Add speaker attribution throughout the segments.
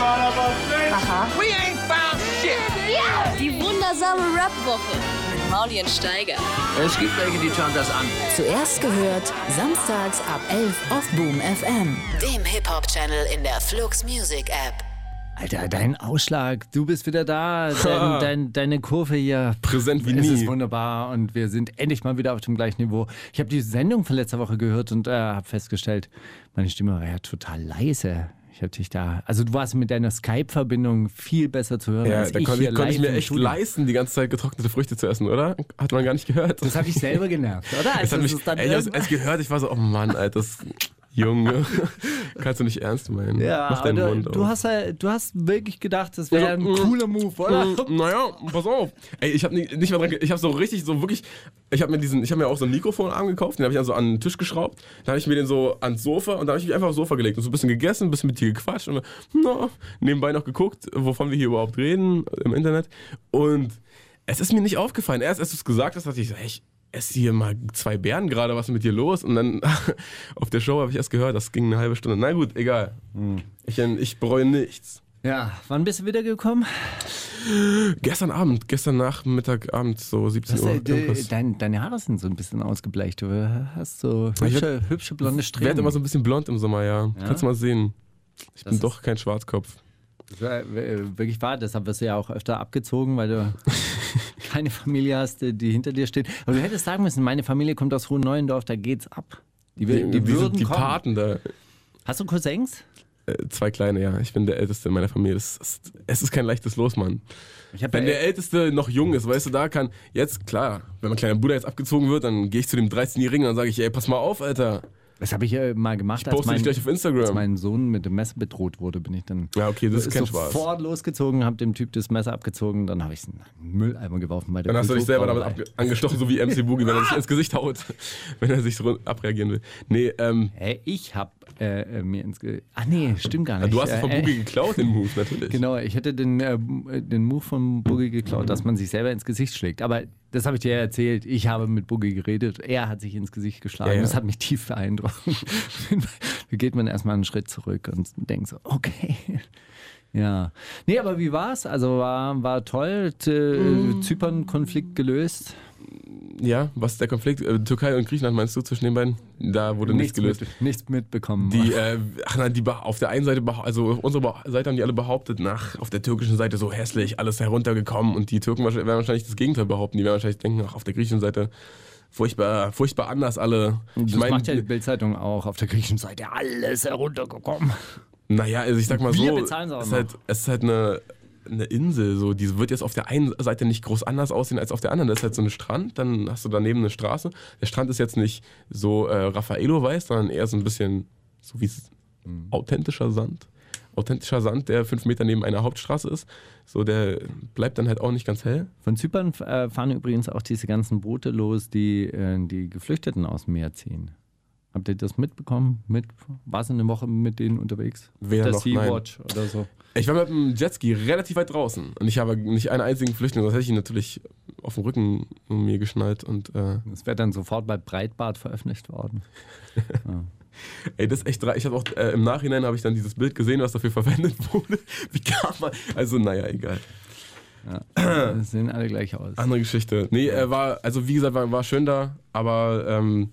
Speaker 1: Aha.
Speaker 2: Die wundersame Rap-Woche mit Mauli und Steiger.
Speaker 3: Es gibt welche, die schauen das an.
Speaker 4: Zuerst gehört, samstags ab 11 auf Boom FM.
Speaker 5: dem Hip-Hop-Channel in der Flux Music App.
Speaker 6: Alter, dein Ausschlag, du bist wieder da, dein, dein, deine Kurve hier.
Speaker 7: Präsent wie
Speaker 6: Es
Speaker 7: nie.
Speaker 6: ist wunderbar und wir sind endlich mal wieder auf dem gleichen Niveau. Ich habe die Sendung von letzter Woche gehört und äh, habe festgestellt, meine Stimme war ja total leise. Ich habe dich da, also du warst mit deiner Skype-Verbindung viel besser zu hören
Speaker 7: Ja,
Speaker 6: als
Speaker 7: da
Speaker 6: ich
Speaker 7: konnte
Speaker 6: hier
Speaker 7: ich, konnte ich
Speaker 6: live
Speaker 7: mir
Speaker 6: im
Speaker 7: echt
Speaker 6: Studio.
Speaker 7: leisten, die ganze Zeit getrocknete Früchte zu essen, oder? Hat man gar nicht gehört.
Speaker 6: Das habe ich selber genervt, oder?
Speaker 7: Es
Speaker 6: Also
Speaker 7: hat mich,
Speaker 6: ist dann
Speaker 7: ey, ich hab's
Speaker 6: irgendwann-
Speaker 7: erst gehört, ich war so, oh Mann, Alter, das Junge. Kannst du nicht ernst meinen.
Speaker 6: ja,
Speaker 7: Mach deinen
Speaker 6: aber
Speaker 7: Mund
Speaker 6: du,
Speaker 7: auf.
Speaker 6: du, hast halt, du hast wirklich gedacht, das wäre
Speaker 7: Ja,
Speaker 6: ein
Speaker 7: mm,
Speaker 6: cooler Move, oder?
Speaker 7: Mm, Naja, pass auf. Ey, ich habe nicht, nicht mal dran ge- Ich habe so richtig, so wirklich. Ich habe mir diesen, ich habe mir auch so einen Mikrofonarm gekauft, den habe ich dann so an den Tisch geschraubt. Dann habe ich mir den so ans Sofa und dann habe ich mich einfach aufs Sofa gelegt und so ein bisschen gegessen, ein bisschen mit dir gequatscht und na, nebenbei noch geguckt, wovon wir hier überhaupt reden im Internet. Und es ist mir nicht aufgefallen. Erst als du es gesagt hast, dachte ich, so, hey, ich esse hier mal zwei Bären gerade, was ist mit dir los? Und dann auf der Show habe ich erst gehört, das ging eine halbe Stunde. Na gut, egal. Ich, ich bereue nichts.
Speaker 6: Ja, wann bist du wiedergekommen?
Speaker 7: Gestern Abend, gestern Nachmittag, Abend, so 17
Speaker 6: Das,
Speaker 7: Uhr.
Speaker 6: äh, de,
Speaker 7: irgendwas.
Speaker 6: dein, deine Haare sind so ein bisschen ausgebleicht. Du äh, hast so
Speaker 7: Ich
Speaker 6: hübsche, hübsche blonde
Speaker 7: Ich werde
Speaker 6: Strähnen.
Speaker 7: immer so ein bisschen blond im Sommer, ja.
Speaker 6: Ja?
Speaker 7: Kannst du mal sehen. Ich bin
Speaker 6: ist-
Speaker 7: doch kein Schwarzkopf.
Speaker 6: Das war, äh, wirklich wahr, deshalb wirst du ja auch öfter abgezogen, weil du keine Familie hast, äh, die die hinter dir steht. Aber du hättest sagen müssen, meine Familie kommt aus Hohenneuendorf, da geht's ab. Die, wür- die,
Speaker 7: diese-
Speaker 6: würden
Speaker 7: die
Speaker 6: kommen.
Speaker 7: Paten da.
Speaker 6: Hast du Cousins?
Speaker 7: Äh, zwei kleine, ja. Ich bin der Älteste in meiner Familie. Das ist, es ist kein leichtes Los, Mann.
Speaker 6: Ich hab äh,
Speaker 7: Wenn
Speaker 6: ja-
Speaker 7: der Älteste noch jung ist, weißt du, da kann. Jetzt, klar, wenn mein kleiner Bruder jetzt abgezogen wird, dann gehe ich zu dem 13-Jährigen und dann sage ich, ey, pass mal auf, Alter.
Speaker 6: das habe ich äh, mal gemacht, als
Speaker 7: Poste
Speaker 6: mein,
Speaker 7: dich gleich auf
Speaker 6: als
Speaker 7: Instagram.
Speaker 6: mein Sohn mit dem Messer bedroht wurde, bin ich dann
Speaker 7: ja, okay, das ist kein
Speaker 6: sofort
Speaker 7: Spaß.
Speaker 6: losgezogen, habe dem Typ das Messer abgezogen, dann habe ich es in einen Mülleimer geworfen. Bei der
Speaker 7: Dann hast du dich selber damit
Speaker 6: Kulturbrauerei.
Speaker 7: abge- angestochen, so wie MC Boogie, wenn er sich ins Gesicht haut, wenn er sich so abreagieren will. Nee, ähm,
Speaker 6: Hä, ich hab äh, äh, mir ins Ge Ach nee, stimmt gar
Speaker 7: Ja,
Speaker 6: nicht.
Speaker 7: Du hast es von
Speaker 6: Äh,
Speaker 7: Boogie
Speaker 6: äh,
Speaker 7: geklaut, den Move, natürlich.
Speaker 6: Genau, ich hätte den, äh, den Move von Boogie geklaut, dass man sich selber ins Gesicht schlägt. Aber das habe ich dir ja erzählt. Ich habe mit Boogie geredet. Er hat sich ins Gesicht geschlagen.
Speaker 7: Ja, ja.
Speaker 6: Das hat mich tief beeindruckt. da geht man erstmal einen Schritt zurück und denkt so, okay. Ja. Nee, aber wie war's? Also war, war toll. T- äh,
Speaker 7: Mhm.
Speaker 6: Zypern-Konflikt gelöst.
Speaker 7: Ja, was ist der Konflikt? Äh, Türkei und Griechenland meinst du zwischen den beiden? Da wurde nichts, gelöst.
Speaker 6: Mit, nichts mitbekommen.
Speaker 7: Die, äh, ach nein, die beh- auf der einen Seite, beh- also auf unserer beh- Seite haben die alle behauptet, nach auf der türkischen Seite so hässlich, alles heruntergekommen und die Türken wahrscheinlich- werden wahrscheinlich das Gegenteil behaupten. Die werden wahrscheinlich denken, ach, auf der griechischen Seite furchtbar, furchtbar anders alle. Ich
Speaker 6: das
Speaker 7: meine,
Speaker 6: macht ja die Bildzeitung auch. Auf der griechischen Seite alles heruntergekommen.
Speaker 7: naja, also ich sag mal
Speaker 6: Wir
Speaker 7: so,
Speaker 6: bezahlen sie auch
Speaker 7: es, ist
Speaker 6: noch.
Speaker 7: halt, es ist halt eine, eine Insel, so, die wird jetzt auf der einen Seite nicht groß anders aussehen als auf der anderen. Das ist halt so ein Strand, dann hast du daneben eine Straße. Der Strand ist jetzt nicht so äh, Raffaello-weiß, sondern eher so ein bisschen, so wie es- authentischer Sand. Authentischer Sand, der fünf Meter neben einer Hauptstraße ist. So, der bleibt dann halt auch nicht ganz hell.
Speaker 6: Von Zypern äh, fahren übrigens auch diese ganzen Boote los, die äh, die Geflüchteten aus dem Meer ziehen. Habt ihr das mitbekommen? Mit, warst du eine Woche mit denen unterwegs?
Speaker 7: Weder
Speaker 6: Der
Speaker 7: noch, nein.
Speaker 6: Sea-Watch oder so.
Speaker 7: Ich war mit dem Jetski relativ weit draußen und ich habe nicht einen einzigen Flüchtling, sonst hätte ich ihn natürlich auf dem Rücken um mir geschnallt und äh,
Speaker 6: Das wäre dann sofort bei Breitbart veröffentlicht worden.
Speaker 7: Ey, das ist echt dreist. Ich habe auch äh, im Nachhinein habe ich dann dieses Bild gesehen, was dafür verwendet wurde. Wie kam man? Also naja, egal.
Speaker 6: Das sehen alle gleich aus.
Speaker 7: Andere Geschichte. Nee, äh, war also wie gesagt war, war schön da, aber ähm,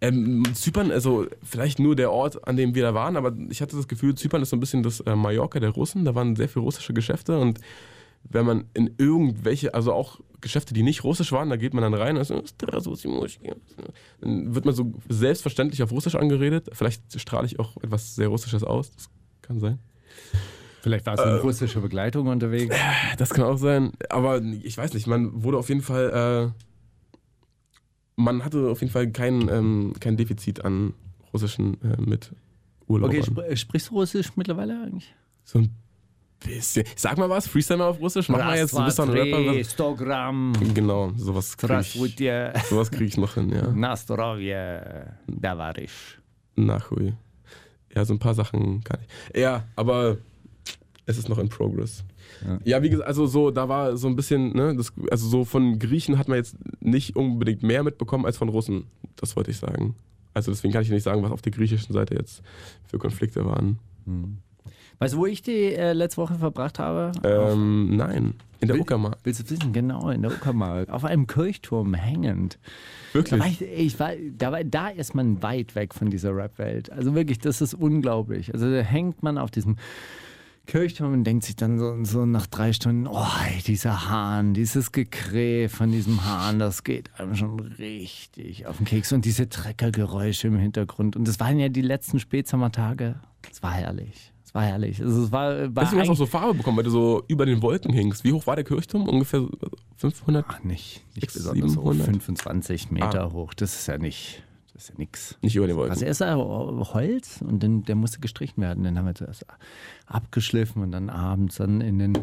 Speaker 7: ähm, Zypern, also vielleicht nur der Ort, an dem wir da waren, aber ich hatte das Gefühl, Zypern ist so ein bisschen das äh, Mallorca der Russen. Da waren sehr viele russische Geschäfte und wenn man in irgendwelche, also auch Geschäfte, die nicht russisch waren, da geht man dann rein und ist so, "Здравствуйте, dann wird man so selbstverständlich auf Russisch angeredet. Vielleicht strahle ich auch etwas sehr Russisches aus, das kann sein.
Speaker 6: Vielleicht warst
Speaker 7: Äh.
Speaker 6: du in russischer Begleitung unterwegs.
Speaker 7: Das kann auch sein. Aber ich weiß nicht, man wurde auf jeden Fall, äh, man hatte auf jeden Fall kein, ähm, kein Defizit an russischen äh, mit
Speaker 6: Okay,
Speaker 7: Urlaubern.
Speaker 6: sp äh, sprichst du Russisch mittlerweile eigentlich?
Speaker 7: so ein bisschen. Sag mal was, Freestyle mal auf Russisch. Mach mal jetzt, du bist doch ein Rapper. ne? was-
Speaker 6: Stogramm.
Speaker 7: Genau, sowas krieg ich,
Speaker 6: Здравствуйте.
Speaker 7: sowas krieg ich noch hin, ja.
Speaker 6: На здоровье, товарищ.
Speaker 7: Nachhui. Ja, so ein paar Sachen kann ich. Ja, aber es ist noch in Progress.
Speaker 6: Ja.
Speaker 7: Ja, wie gesagt, also so, da war so ein bisschen, ne, das, also so von Griechen hat man jetzt nicht unbedingt mehr mitbekommen als von Russen. Das wollte ich sagen. Also deswegen kann ich nicht sagen, was auf der griechischen Seite jetzt für Konflikte waren.
Speaker 6: Weißt du, wo ich die äh, letzte Woche verbracht habe?
Speaker 7: Ähm, nein. In der
Speaker 6: Will-
Speaker 7: Uckermark.
Speaker 6: Äh, Willst du wissen? Genau, in der Uckermark. Auf einem Kirchturm hängend. Da
Speaker 7: Wirklich.
Speaker 6: war ich, ich war, da, war, da ist man weit weg von dieser Rap-Welt. Also wirklich, das ist unglaublich. Also da hängt man auf diesem Kirchturm und denkt sich dann so, so nach drei Stunden, oh, ey, dieser Hahn, dieses Gekrähe von diesem Hahn, das geht einem schon richtig auf den Keks. Und diese Treckergeräusche im Hintergrund. Und das waren ja die letzten Spätsommertage. Es war herrlich. Es war herrlich. Also es war, war
Speaker 7: Hast du hast auch
Speaker 6: eigentlich-
Speaker 7: so Farbe bekommen, weil du so über den Wolken hingst. Wie hoch war der Kirchturm? Ungefähr so 500?
Speaker 6: Ach, nicht, nicht
Speaker 7: Sechs,
Speaker 6: besonders hoch.
Speaker 7: 700?
Speaker 6: 25 Meter hoch. Das ist ja nicht, das ist ja nix.
Speaker 7: Nicht über den Wolken.
Speaker 6: Also erst war Holz und dann, der musste gestrichen werden. Dann haben wir das abgeschliffen und dann abends dann in den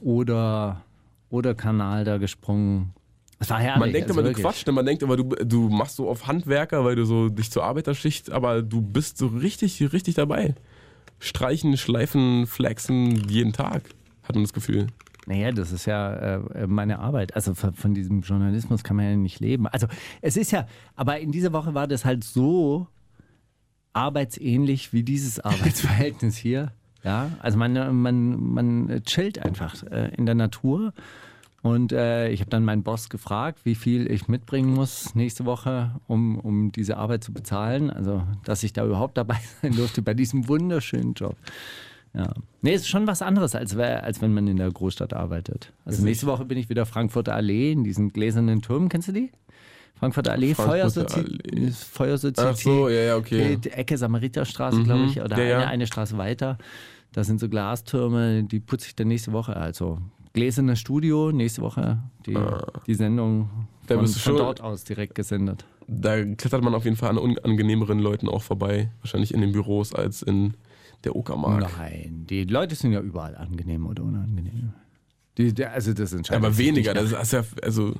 Speaker 6: Oder, Oder-Kanal da gesprungen. Das war herrlich.
Speaker 7: Man denkt
Speaker 6: also
Speaker 7: immer, du
Speaker 6: wirklich.
Speaker 7: quatscht, man denkt immer, du, du machst so auf Handwerker, weil du so dich zur Arbeiterschicht, aber du bist so richtig, richtig dabei. Streichen, schleifen, flexen, jeden Tag, hat man das Gefühl.
Speaker 6: Naja, das ist ja äh, meine Arbeit. Also von, von diesem Journalismus kann man ja nicht leben. Also es ist ja, aber in dieser Woche war das halt so arbeitsähnlich wie dieses Arbeitsverhältnis hier. Ja, also man, äh, man, man chillt einfach äh, in der Natur. Und äh, ich habe dann meinen Boss gefragt, wie viel ich mitbringen muss nächste Woche, um, um diese Arbeit zu bezahlen. Also, dass ich da überhaupt dabei sein durfte bei diesem wunderschönen Job. Ja. Nee, ist schon was anderes, als, wär, als wenn man in der Großstadt arbeitet. Also nächste Woche bin ich wieder Frankfurter Allee in diesen gläsernen Turm. Kennst du die? Frankfurter Allee,
Speaker 7: Frankfurter Allee.
Speaker 6: Feuersozi- Feuersozietät.
Speaker 7: Ach so, ja, ja, okay.
Speaker 6: Die Ecke Samariterstraße, glaube ich, oder
Speaker 7: Mhm. ja, ja.
Speaker 6: Eine, eine Straße weiter. Da sind so Glastürme, die putze ich dann nächste Woche. Also gläsernes Studio, nächste Woche die, die Sendung
Speaker 7: Ah. Da
Speaker 6: von,
Speaker 7: bist du
Speaker 6: von
Speaker 7: schon-
Speaker 6: dort aus direkt gesendet.
Speaker 7: Da klettert man auf jeden Fall an unangenehmeren Leuten auch vorbei. Wahrscheinlich in den Büros als in der Uckermark.
Speaker 6: Nein, die Leute sind ja überall angenehm oder unangenehm. Die, der- also das entscheidet
Speaker 7: Aber
Speaker 6: sich nicht
Speaker 7: weniger,
Speaker 6: nach-
Speaker 7: das ist das ist ja, also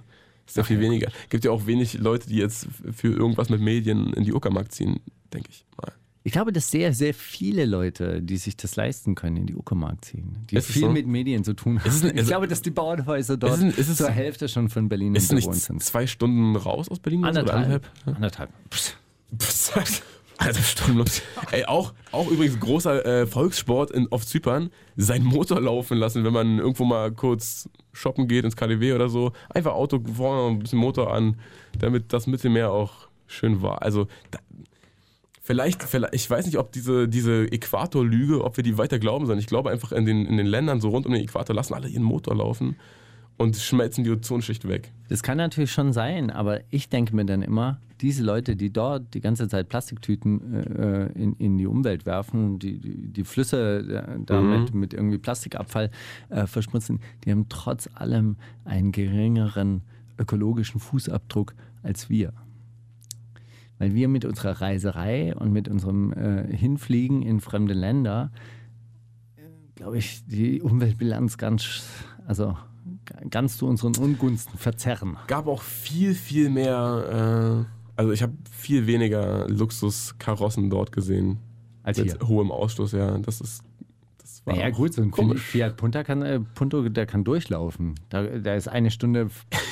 Speaker 7: ist ja viel weniger. Gibt ja auch wenig Leute, die jetzt für irgendwas mit Medien in die Uckermark ziehen, denke ich mal.
Speaker 6: Ich glaube, dass sehr, sehr viele Leute, die sich das leisten können, in die Uckermark ziehen, die
Speaker 7: Ist es
Speaker 6: viel
Speaker 7: so?
Speaker 6: mit Medien zu tun haben.
Speaker 7: Ist es ein-
Speaker 6: ich
Speaker 7: ist-
Speaker 6: glaube, dass die Bauernhäuser dort
Speaker 7: Ist es ein- ist es-
Speaker 6: zur Hälfte schon von Berlin
Speaker 7: Ist es nicht
Speaker 6: bewohnt sind.
Speaker 7: zwei Stunden raus aus Berlin? oder so, oder
Speaker 6: Anderthalb. Anderthalb. Psst.
Speaker 7: Psst. Also sturmlos. Ey, auch, auch übrigens großer äh, Volkssport in, auf Zypern, seinen Motor laufen lassen, wenn man irgendwo mal kurz shoppen geht, ins KDW oder so. Einfach Auto vorne ein bisschen Motor an, damit das Mittelmeer auch schön war. Also da, vielleicht, vielleicht, ich weiß nicht, ob diese, diese Äquatorlüge, ob wir die weiter glauben sollen. Ich glaube einfach, in den, in den Ländern so rund um den Äquator lassen alle ihren Motor laufen und schmelzen die Ozonschicht weg.
Speaker 6: Das kann natürlich schon sein, aber ich denke mir dann immer, diese Leute, die dort die ganze Zeit Plastiktüten äh, in, in die Umwelt werfen, die, die, die Flüsse äh, damit mit irgendwie Plastikabfall äh, verschmutzen, die haben trotz allem einen geringeren ökologischen Fußabdruck als wir. Weil wir mit unserer Reiserei und mit unserem äh, Hinfliegen in fremde Länder, äh, glaube ich, die Umweltbilanz ganz, sch- also g- ganz zu unseren Ungunsten verzerren.
Speaker 7: gab auch viel, viel mehr. Äh, also ich habe viel weniger Luxuskarossen dort gesehen.
Speaker 6: Als
Speaker 7: mit
Speaker 6: hier.
Speaker 7: hohem Ausstoß, ja. Das ist. Das war
Speaker 6: Naja,
Speaker 7: auch
Speaker 6: gut, so ein Fiat-
Speaker 7: komisch.
Speaker 6: Fiat Punto kann, äh, Punto, der kann durchlaufen. Da, da ist eine Stunde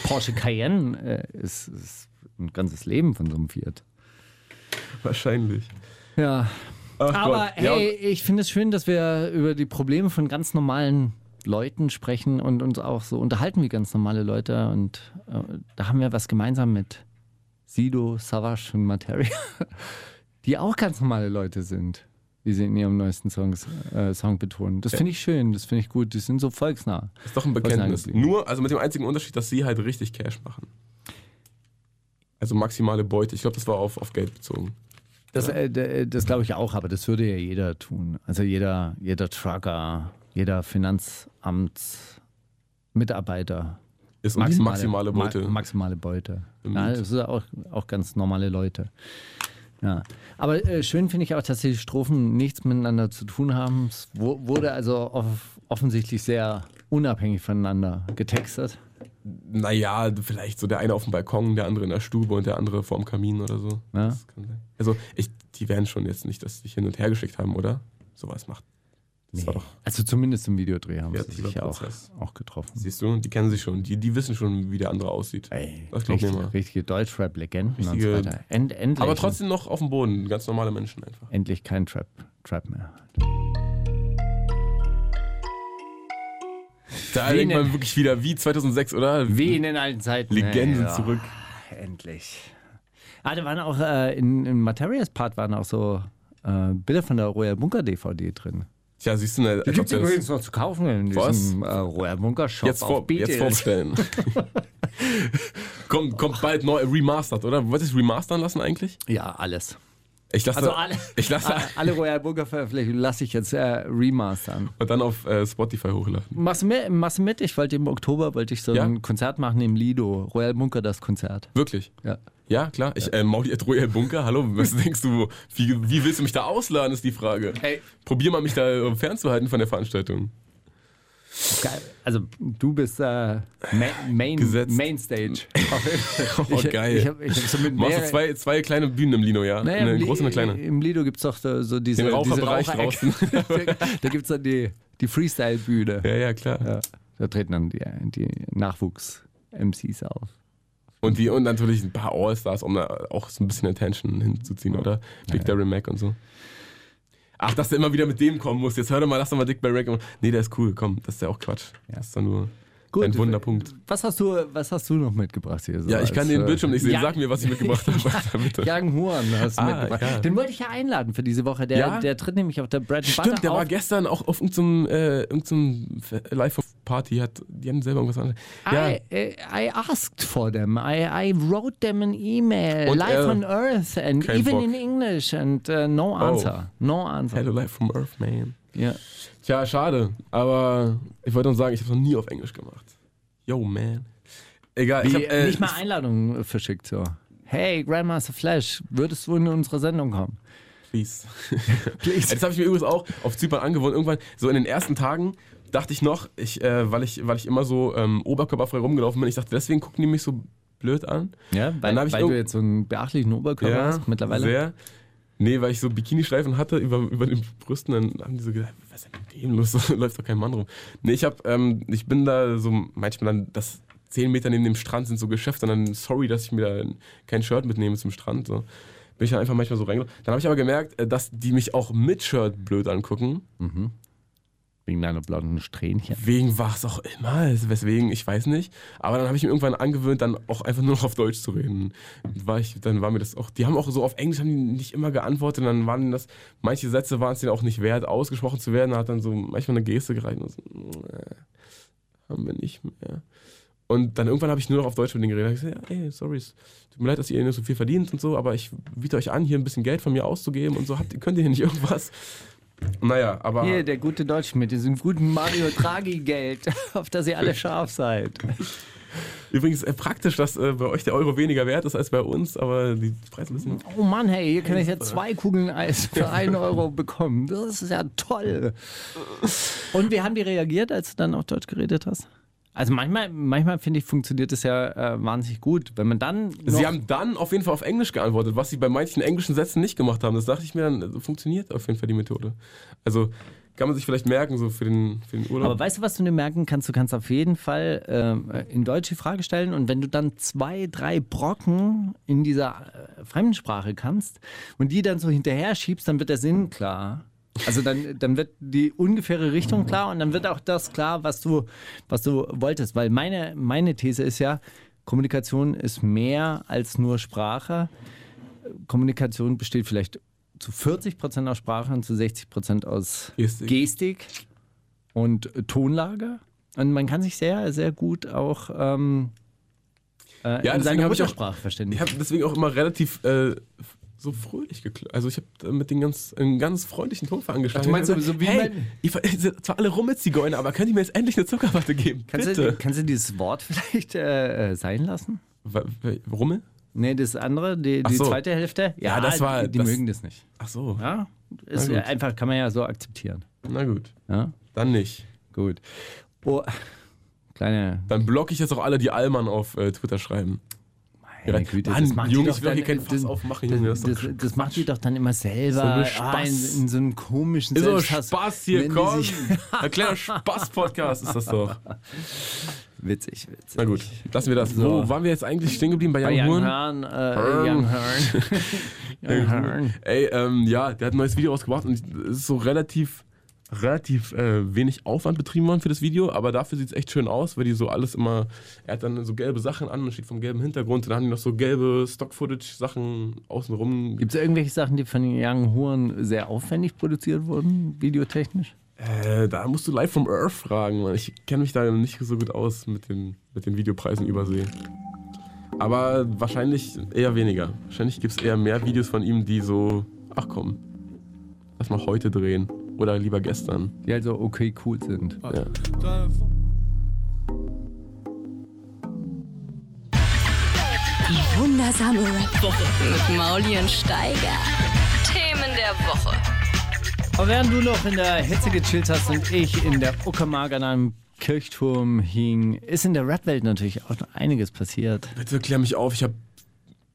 Speaker 6: Porsche Cayenne, äh, ist, ist ein ganzes Leben von so einem Fiat.
Speaker 7: Wahrscheinlich.
Speaker 6: Ja,
Speaker 7: Ach
Speaker 6: aber
Speaker 7: Gott. Ja,
Speaker 6: hey, ich finde es schön, dass wir über die Probleme von ganz normalen Leuten sprechen und uns auch so unterhalten wie ganz normale Leute. Und äh, da haben wir was gemeinsam mit Sido, Savage und Materia, die auch ganz normale Leute sind, wie sie in ihrem neuesten Songs, äh, Song betonen. Das finde ich schön, das finde ich gut. Die sind so volksnah.
Speaker 7: und ist doch ein Bekenntnis.
Speaker 6: Volksnahen-
Speaker 7: Nur, also mit dem einzigen Unterschied, dass sie halt richtig Cash machen. Also maximale Beute. Ich glaube, das war auf, auf Geld bezogen.
Speaker 6: Das, äh, d- das glaube ich auch, aber das würde ja jeder tun. Also jeder, jeder Trucker, jeder Finanzamtsmitarbeiter.
Speaker 7: Ist uns maximale Beute.
Speaker 6: Ma maximale Beute.
Speaker 7: Im
Speaker 6: Ja,
Speaker 7: Lied.
Speaker 6: das sind auch, auch ganz normale Leute. Ja. Aber äh, schön finde ich auch, dass die Strophen nichts miteinander zu tun haben. Es wo- wurde also off offensichtlich sehr unabhängig voneinander getextet.
Speaker 7: naja, vielleicht so der eine auf dem Balkon, der andere in der Stube und der andere vorm Kamin oder so.
Speaker 6: Ja.
Speaker 7: Das kann sein. Also, ich, die werden schon jetzt nicht das sich hin und her geschickt haben, oder? Sowas macht. Das war doch.
Speaker 6: Also zumindest im Videodreh haben sie
Speaker 7: Kreativer
Speaker 6: sich ja auch,
Speaker 7: Prozess.
Speaker 6: auch getroffen.
Speaker 7: Siehst du, die kennen sich schon. Die, die wissen schon, wie der andere aussieht.
Speaker 6: Ey,
Speaker 7: das glaub ich
Speaker 6: richtige,
Speaker 7: mal.
Speaker 6: richtige Deutschrap-Legenden und so
Speaker 7: Richtige-
Speaker 6: weiter. End, endlich,
Speaker 7: Aber trotzdem noch auf dem Boden, ganz normale Menschen einfach.
Speaker 6: endlich kein Trap, Trap mehr.
Speaker 7: Da
Speaker 6: Wen
Speaker 7: denkt man
Speaker 6: denn?
Speaker 7: wirklich wieder wie 2006, oder?
Speaker 6: Wie in den alten Zeiten.
Speaker 7: Legenden
Speaker 6: Ja, ja.
Speaker 7: zurück.
Speaker 6: Endlich. Ah, da waren auch äh, in, in Materials Part waren auch so äh, Bilder von der Royal Bunker DVD drin.
Speaker 7: Tja, siehst du, ne, als
Speaker 6: Die
Speaker 7: ob
Speaker 6: gibt es
Speaker 7: der das
Speaker 6: übrigens noch zu kaufen in
Speaker 7: Was?
Speaker 6: diesem äh, Royal Bunker Shop
Speaker 7: jetzt, vor,
Speaker 6: auf
Speaker 7: jetzt
Speaker 6: BTS.
Speaker 7: vorbestellen. kommt, kommt bald neu remastered, oder? Wolltest du es remastern lassen eigentlich?
Speaker 6: Ja, alles.
Speaker 7: Ich lasse,
Speaker 6: Also alle,
Speaker 7: ich lasse
Speaker 6: alle, alle Royal Bunker Veröffentlichungen lasse ich jetzt äh, remastern.
Speaker 7: und dann auf äh, Spotify hochladen.
Speaker 6: Machst du mit? Machst du mit? Ich wollte im Oktober wollte ich so
Speaker 7: Ja?
Speaker 6: ein Konzert machen im Lido. Royal Bunker das Konzert.
Speaker 7: Wirklich?
Speaker 6: Ja.
Speaker 7: Ja, klar. Ich, äh, Mauli at Royal Bunker, hallo, was denkst du, wie, wie willst du mich da ausladen, ist die Frage.
Speaker 6: Hey.
Speaker 7: Probier mal, mich da äh, fernzuhalten von der Veranstaltung.
Speaker 6: Geil. Also du bist äh, Ma Main,
Speaker 7: Gesetzt.
Speaker 6: Mainstage.
Speaker 7: Oh, geil.
Speaker 6: Ich, hab- ich hab so mit
Speaker 7: Machst du
Speaker 6: mehreren-
Speaker 7: zwei, zwei kleine Bühnen im Lino, ja?
Speaker 6: Naja,
Speaker 7: eine
Speaker 6: im Li-
Speaker 7: große und eine kleine.
Speaker 6: Im Lido gibt es doch so, so diese
Speaker 7: Den Raucherbereich
Speaker 6: diese Raucherecke. da gibt es dann die, die Freestyle-Bühne.
Speaker 7: Ja, ja, klar.
Speaker 6: Ja. Da treten dann die, die Nachwuchs-MCs auf.
Speaker 7: Und, die, und natürlich ein paar All-Stars, um da auch so ein bisschen Attention hinzuziehen, oder? Big Darren Mack und so. Ach, dass du immer wieder mit dem kommen musst. Jetzt hör doch mal, lass doch mal Dick Barrack. und- Nee, der ist cool, komm, das ist ja auch Quatsch. Das ist doch nur ein Wunderpunkt.
Speaker 6: Was hast du, was hast du noch mitgebracht hier? So
Speaker 7: Ja, ich kann
Speaker 6: als,
Speaker 7: den
Speaker 6: äh,
Speaker 7: Bildschirm nicht sehen.
Speaker 6: Ja-
Speaker 7: Sag mir, was ich mitgebracht habe. Bitte.
Speaker 6: Young Horn hast du
Speaker 7: Ah,
Speaker 6: mitgebracht.
Speaker 7: ja.
Speaker 6: Den wollte ich ja einladen für diese Woche. Der,
Speaker 7: Ja?
Speaker 6: der tritt nämlich auf der Bread and Butter
Speaker 7: Stimmt, der
Speaker 6: auf.
Speaker 7: war gestern auch auf irgendeinem äh, irgendeinem Fe- Live-Party. Hat, die haben selber irgendwas anderes.
Speaker 6: I, äh, I asked for them. I, I wrote them an email.
Speaker 7: Und,
Speaker 6: Live
Speaker 7: äh,
Speaker 6: on Earth and
Speaker 7: kein
Speaker 6: even
Speaker 7: Bock. Oh.
Speaker 6: in English and uh, no answer. No answer.
Speaker 7: Hello Life from Earth, man.
Speaker 6: Ja.
Speaker 7: Tja, schade. Aber ich wollte nur sagen, ich habe es noch nie auf Englisch gemacht. Yo, man. Egal. ich
Speaker 6: Wie,
Speaker 7: hab, äh,
Speaker 6: nicht mal Einladungen verschickt so. Hey, Grandmaster Flash, würdest du in unsere Sendung kommen?
Speaker 7: Please. Das habe ich mir übrigens auch auf Zypern angewohnt. Irgendwann, so in den ersten Tagen, dachte ich noch, ich, äh, weil, ich, weil ich immer so ähm, oberkörperfrei rumgelaufen bin, ich dachte, deswegen gucken die mich so blöd an.
Speaker 6: Ja, weil,
Speaker 7: Dann hab ich
Speaker 6: weil
Speaker 7: irgend-
Speaker 6: du jetzt so einen beachtlichen Oberkörper hast mittlerweile.
Speaker 7: Sehr. Nee, weil ich so Bikini-Schleifen hatte über, über den Brüsten, dann haben die so gedacht, was ist denn mit dem los? Da läuft doch kein Mann rum. Nee, ich hab, ähm, ich bin da so manchmal dann, das 10 Meter neben dem Strand sind so Geschäfte und dann, sorry, dass ich mir da kein Shirt mitnehme zum Strand. So. Bin ich dann einfach manchmal so reingelaufen. Dann habe ich aber gemerkt, äh, dass die mich auch mit Shirt blöd angucken.
Speaker 6: Wegen deiner blonden Strähnchen.
Speaker 7: Wegen was auch immer, also weswegen, ich weiß nicht. Aber dann habe ich mir irgendwann angewöhnt, dann auch einfach nur noch auf Deutsch zu reden. War ich, dann war mir das auch, die haben auch so auf Englisch haben die nicht immer geantwortet und dann waren das, manche Sätze waren es denen auch nicht wert, ausgesprochen zu werden. Da hat dann so manchmal eine Geste gereicht und so, äh, haben wir nicht mehr. Und dann irgendwann habe ich nur noch auf Deutsch mit denen geredet. Da hab Ich gesagt, ja, ey, sorry, es tut mir leid, dass ihr nicht so viel verdient und so, aber ich biete euch an, hier ein bisschen Geld von mir auszugeben und so. Habt, ihr- könnt ihr hier nicht irgendwas? Naja, aber.
Speaker 6: Hier, der gute Deutsche mit diesem guten Mario Draghi-Geld, auf das ihr alle scharf seid.
Speaker 7: Übrigens äh, praktisch, dass äh, bei euch der Euro weniger wert ist als bei uns, aber die Preise müssen.
Speaker 6: Oh Mann, hey, hier kann ich ja zwei Kugeln Eis für einen Euro bekommen. Das ist ja toll. Und wie haben die reagiert, als du dann auf Deutsch geredet hast? Also manchmal, manchmal finde ich, funktioniert das ja äh, wahnsinnig gut. Wenn man dann. noch-
Speaker 7: Sie haben dann auf jeden Fall auf Englisch geantwortet, was sie bei manchen englischen Sätzen nicht gemacht haben. Das dachte ich mir dann, also, funktioniert auf jeden Fall die Methode. Also kann man sich vielleicht merken, so für den, für den Urlaub.
Speaker 6: aber weißt du, was du dir merken kannst? Du kannst auf jeden Fall ähm, in Deutsch die Frage stellen und wenn du dann zwei, drei Brocken in dieser äh, Fremdsprache kannst und die dann so hinterher schiebst, dann wird der Sinn klar. Also dann, dann wird die ungefähre
Speaker 7: Mhm.
Speaker 6: Richtung klar und dann wird auch das klar, was du, was du wolltest. Weil meine, meine These ist ja, Kommunikation ist mehr als nur Sprache. Kommunikation besteht vielleicht zu 40 Prozent aus Sprache und zu 60 Prozent aus
Speaker 7: Gestik.
Speaker 6: Gestik und äh, Tonlage. Und man kann sich sehr, sehr gut auch ähm, äh,
Speaker 7: Ja,
Speaker 6: in
Speaker 7: deswegen
Speaker 6: seiner
Speaker 7: hab ich auch-
Speaker 6: Muttersprache verständigen.
Speaker 7: ich habe deswegen auch immer relativ äh, so fröhlich geklappt. Also ich habe mit den ganz, einen ganz freundlichen Tonfall angeschlagen.
Speaker 6: Ach, du meinst
Speaker 7: Ich hab
Speaker 6: so- so wie
Speaker 7: hey,
Speaker 6: mein-
Speaker 7: ihr ver- ihr seid zwar alle rum mit Zigeuner, aber könnt ihr mir jetzt endlich eine Zuckerwatte geben?
Speaker 6: kannst, du,
Speaker 7: Bitte.
Speaker 6: kannst du dieses Wort vielleicht äh, äh, sein lassen?
Speaker 7: Wa- wa- Rummel?
Speaker 6: Nee, das andere, die,
Speaker 7: Ach
Speaker 6: die
Speaker 7: so.
Speaker 6: zweite Hälfte, ja,
Speaker 7: Ja, das war-
Speaker 6: die, die
Speaker 7: das-
Speaker 6: mögen das nicht.
Speaker 7: Ach so.
Speaker 6: Ja, ist äh,
Speaker 7: Na gut.
Speaker 6: einfach, kann man ja so akzeptieren.
Speaker 7: Na gut.
Speaker 6: Ja,
Speaker 7: Dann nicht.
Speaker 6: gut. Oh, kleine
Speaker 7: Dann blocke ich jetzt auch alle, die Allmann auf äh, Twitter schreiben.
Speaker 6: Meine Güte,
Speaker 7: Mann,
Speaker 6: das macht
Speaker 7: Junge,
Speaker 6: die doch
Speaker 7: ich will
Speaker 6: dann,
Speaker 7: hier kein Fass
Speaker 6: das-
Speaker 7: aufmachen,
Speaker 6: das,
Speaker 7: Junge, das
Speaker 6: Das,
Speaker 7: ist doch
Speaker 6: das, macht die doch dann immer
Speaker 7: So
Speaker 6: selber
Speaker 7: eine Spaß.
Speaker 6: ah, in, in so einem komischen
Speaker 7: Ist doch
Speaker 6: Selbsthass.
Speaker 7: Spaß hier,
Speaker 6: wenn die
Speaker 7: komm.
Speaker 6: sich-
Speaker 7: Ein kleiner Spaß-Podcast ist das doch.
Speaker 6: Witzig, witzig.
Speaker 7: Na gut, lassen wir das. Wo waren wir jetzt eigentlich stehen geblieben? Bei
Speaker 6: Bei
Speaker 7: Young
Speaker 6: Young
Speaker 7: Horn?
Speaker 6: Hearn, äh, Young Hearn. Young Hearn.
Speaker 7: Ey, ähm, ja, der hat ein neues Video rausgebracht und es ist so relativ relativ äh, wenig Aufwand betrieben worden für das Video, aber dafür sieht es echt schön aus, weil die so alles immer, er hat dann so gelbe Sachen an und steht vom gelben Hintergrund und dann haben die noch so gelbe Stock-Footage-Sachen außenrum.
Speaker 6: Gibt es irgendwelche Sachen, die von Young Horn sehr aufwendig produziert wurden, videotechnisch?
Speaker 7: Äh, da musst du live vom Earth fragen, weil ich kenne mich da nicht so gut aus mit den, mit den Videopreisen übersee. Aber wahrscheinlich eher weniger. Wahrscheinlich gibt es eher mehr Videos von ihm, die so, ach komm, lass mal heute drehen. Oder lieber gestern.
Speaker 6: Die also okay cool sind.
Speaker 7: Ja.
Speaker 2: Die wundersame Rap-Woche mit Mauli und Steiger. Themen der Woche.
Speaker 6: Aber während du noch in der Hitze gechillt hast und ich in der Uckermark an einem Kirchturm hing, ist in der Rap-Welt natürlich auch noch einiges passiert.
Speaker 7: Bitte klär mich auf, ich habe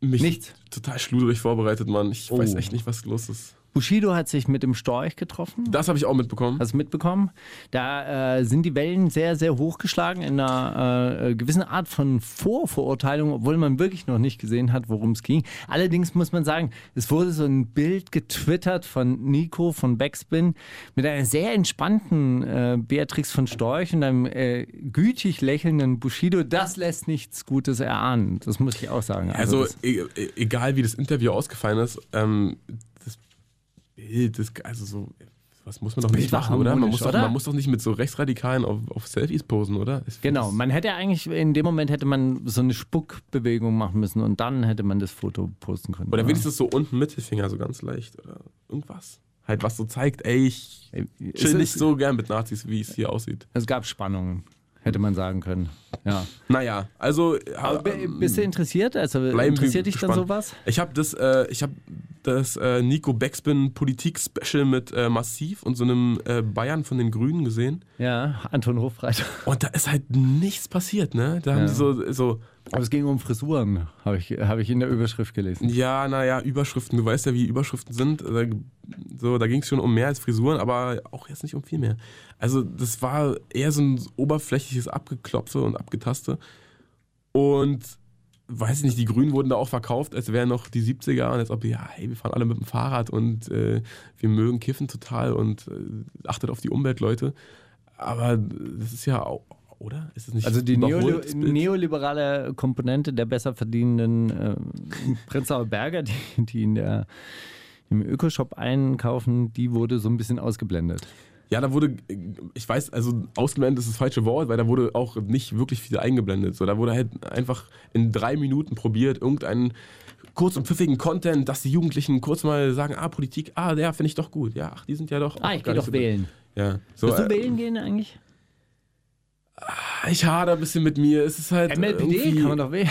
Speaker 7: mich
Speaker 6: Nichts.
Speaker 7: total schluderig vorbereitet, Mann. Ich weiß
Speaker 6: Oh.
Speaker 7: echt nicht, was los ist.
Speaker 6: Bushido hat sich mit dem Storch getroffen.
Speaker 7: Das habe ich auch mitbekommen.
Speaker 6: Hast du mitbekommen? Da äh, sind die Wellen sehr, sehr hochgeschlagen in einer äh, gewissen Art von Vorverurteilung, obwohl man wirklich noch nicht gesehen hat, worum es ging. Allerdings muss man sagen, es wurde so ein Bild getwittert von Nico von Backspin mit einer sehr entspannten äh, Beatrix von Storch und einem äh, gütig lächelnden Bushido. Das lässt nichts Gutes erahnen. Das muss ich auch sagen.
Speaker 7: Also,
Speaker 6: das-
Speaker 7: e e- egal wie das Interview ausgefallen ist, ähm, das Bild, das, also so, was muss man doch nicht
Speaker 6: Bild war
Speaker 7: machen, oder? Man,
Speaker 6: harmonisch,
Speaker 7: muss doch,
Speaker 6: oder?
Speaker 7: man muss doch nicht mit so Rechtsradikalen auf, auf Selfies posen, oder? Ich find
Speaker 6: Genau,
Speaker 7: das-
Speaker 6: man hätte eigentlich, in dem Moment hätte man so eine Spuckbewegung machen müssen und dann hätte man das Foto posten können.
Speaker 7: Oder
Speaker 6: Ja.
Speaker 7: wenigstens so unten Mittelfinger, so ganz leicht, oder irgendwas. Halt, was so zeigt, ey, ich
Speaker 6: Ey, es-
Speaker 7: chill nicht so gern mit Nazis, wie es hier aussieht.
Speaker 6: Es gab Spannungen, hätte man sagen können. Ja.
Speaker 7: Naja, also.
Speaker 6: Aber b-
Speaker 7: ähm,
Speaker 6: bist du interessiert? Also
Speaker 7: bleiben
Speaker 6: interessiert
Speaker 7: wir
Speaker 6: dich dann
Speaker 7: gespannt.
Speaker 6: sowas?
Speaker 7: Ich habe das, äh, ich habe das äh, Nico Backspin Politik-Special mit äh, Massiv und so einem äh, Bayern von den Grünen gesehen.
Speaker 6: Ja, Anton Hofreiter.
Speaker 7: Und da ist halt nichts passiert, ne? Da haben
Speaker 6: Ja.
Speaker 7: die so, so
Speaker 6: Aber es ging um Frisuren, habe ich, hab ich in der Überschrift gelesen.
Speaker 7: ja, naja, Überschriften. Du weißt ja, wie Überschriften sind. Da, so, da ging es schon um mehr als Frisuren, aber auch jetzt nicht um viel mehr. Also, das war eher so ein oberflächliches Abgeklopfe und Abgetaste. Und weiß ich nicht, die Grünen wurden da auch verkauft, als wären noch die 70er und als ob, ja, hey, wir fahren alle mit dem Fahrrad und äh, wir mögen Kiffen total und äh, achtet auf die Umwelt, Leute. Aber das ist ja auch, oder? Ist es nicht
Speaker 6: Also die
Speaker 7: überholt,
Speaker 6: Neoli
Speaker 7: das Bild?
Speaker 6: neoliberale Komponente der besser verdienenden äh, Prenzlauer Berger, die, die in der im Ökoshop einkaufen, die wurde so ein bisschen ausgeblendet.
Speaker 7: Ja, da wurde, ich weiß, also ausgeblendet ist das falsche Wort, weil da wurde auch nicht wirklich viel eingeblendet. So, da wurde halt einfach in drei Minuten probiert, irgendeinen kurz und pfiffigen Content, dass die Jugendlichen kurz mal sagen, ah, Politik, ah, ja, finde ich doch gut. Ja, ach, die sind ja doch. auch
Speaker 6: Ah, ich
Speaker 7: gar
Speaker 6: gehe
Speaker 7: nicht
Speaker 6: doch
Speaker 7: so-
Speaker 6: wählen.
Speaker 7: Ja. So,
Speaker 6: Willst
Speaker 7: äh,
Speaker 6: du wählen gehen eigentlich?
Speaker 7: ah, Ich hader ein bisschen mit mir. Es ist halt.
Speaker 6: MLPD
Speaker 7: irgendwie-
Speaker 6: kann man doch wählen.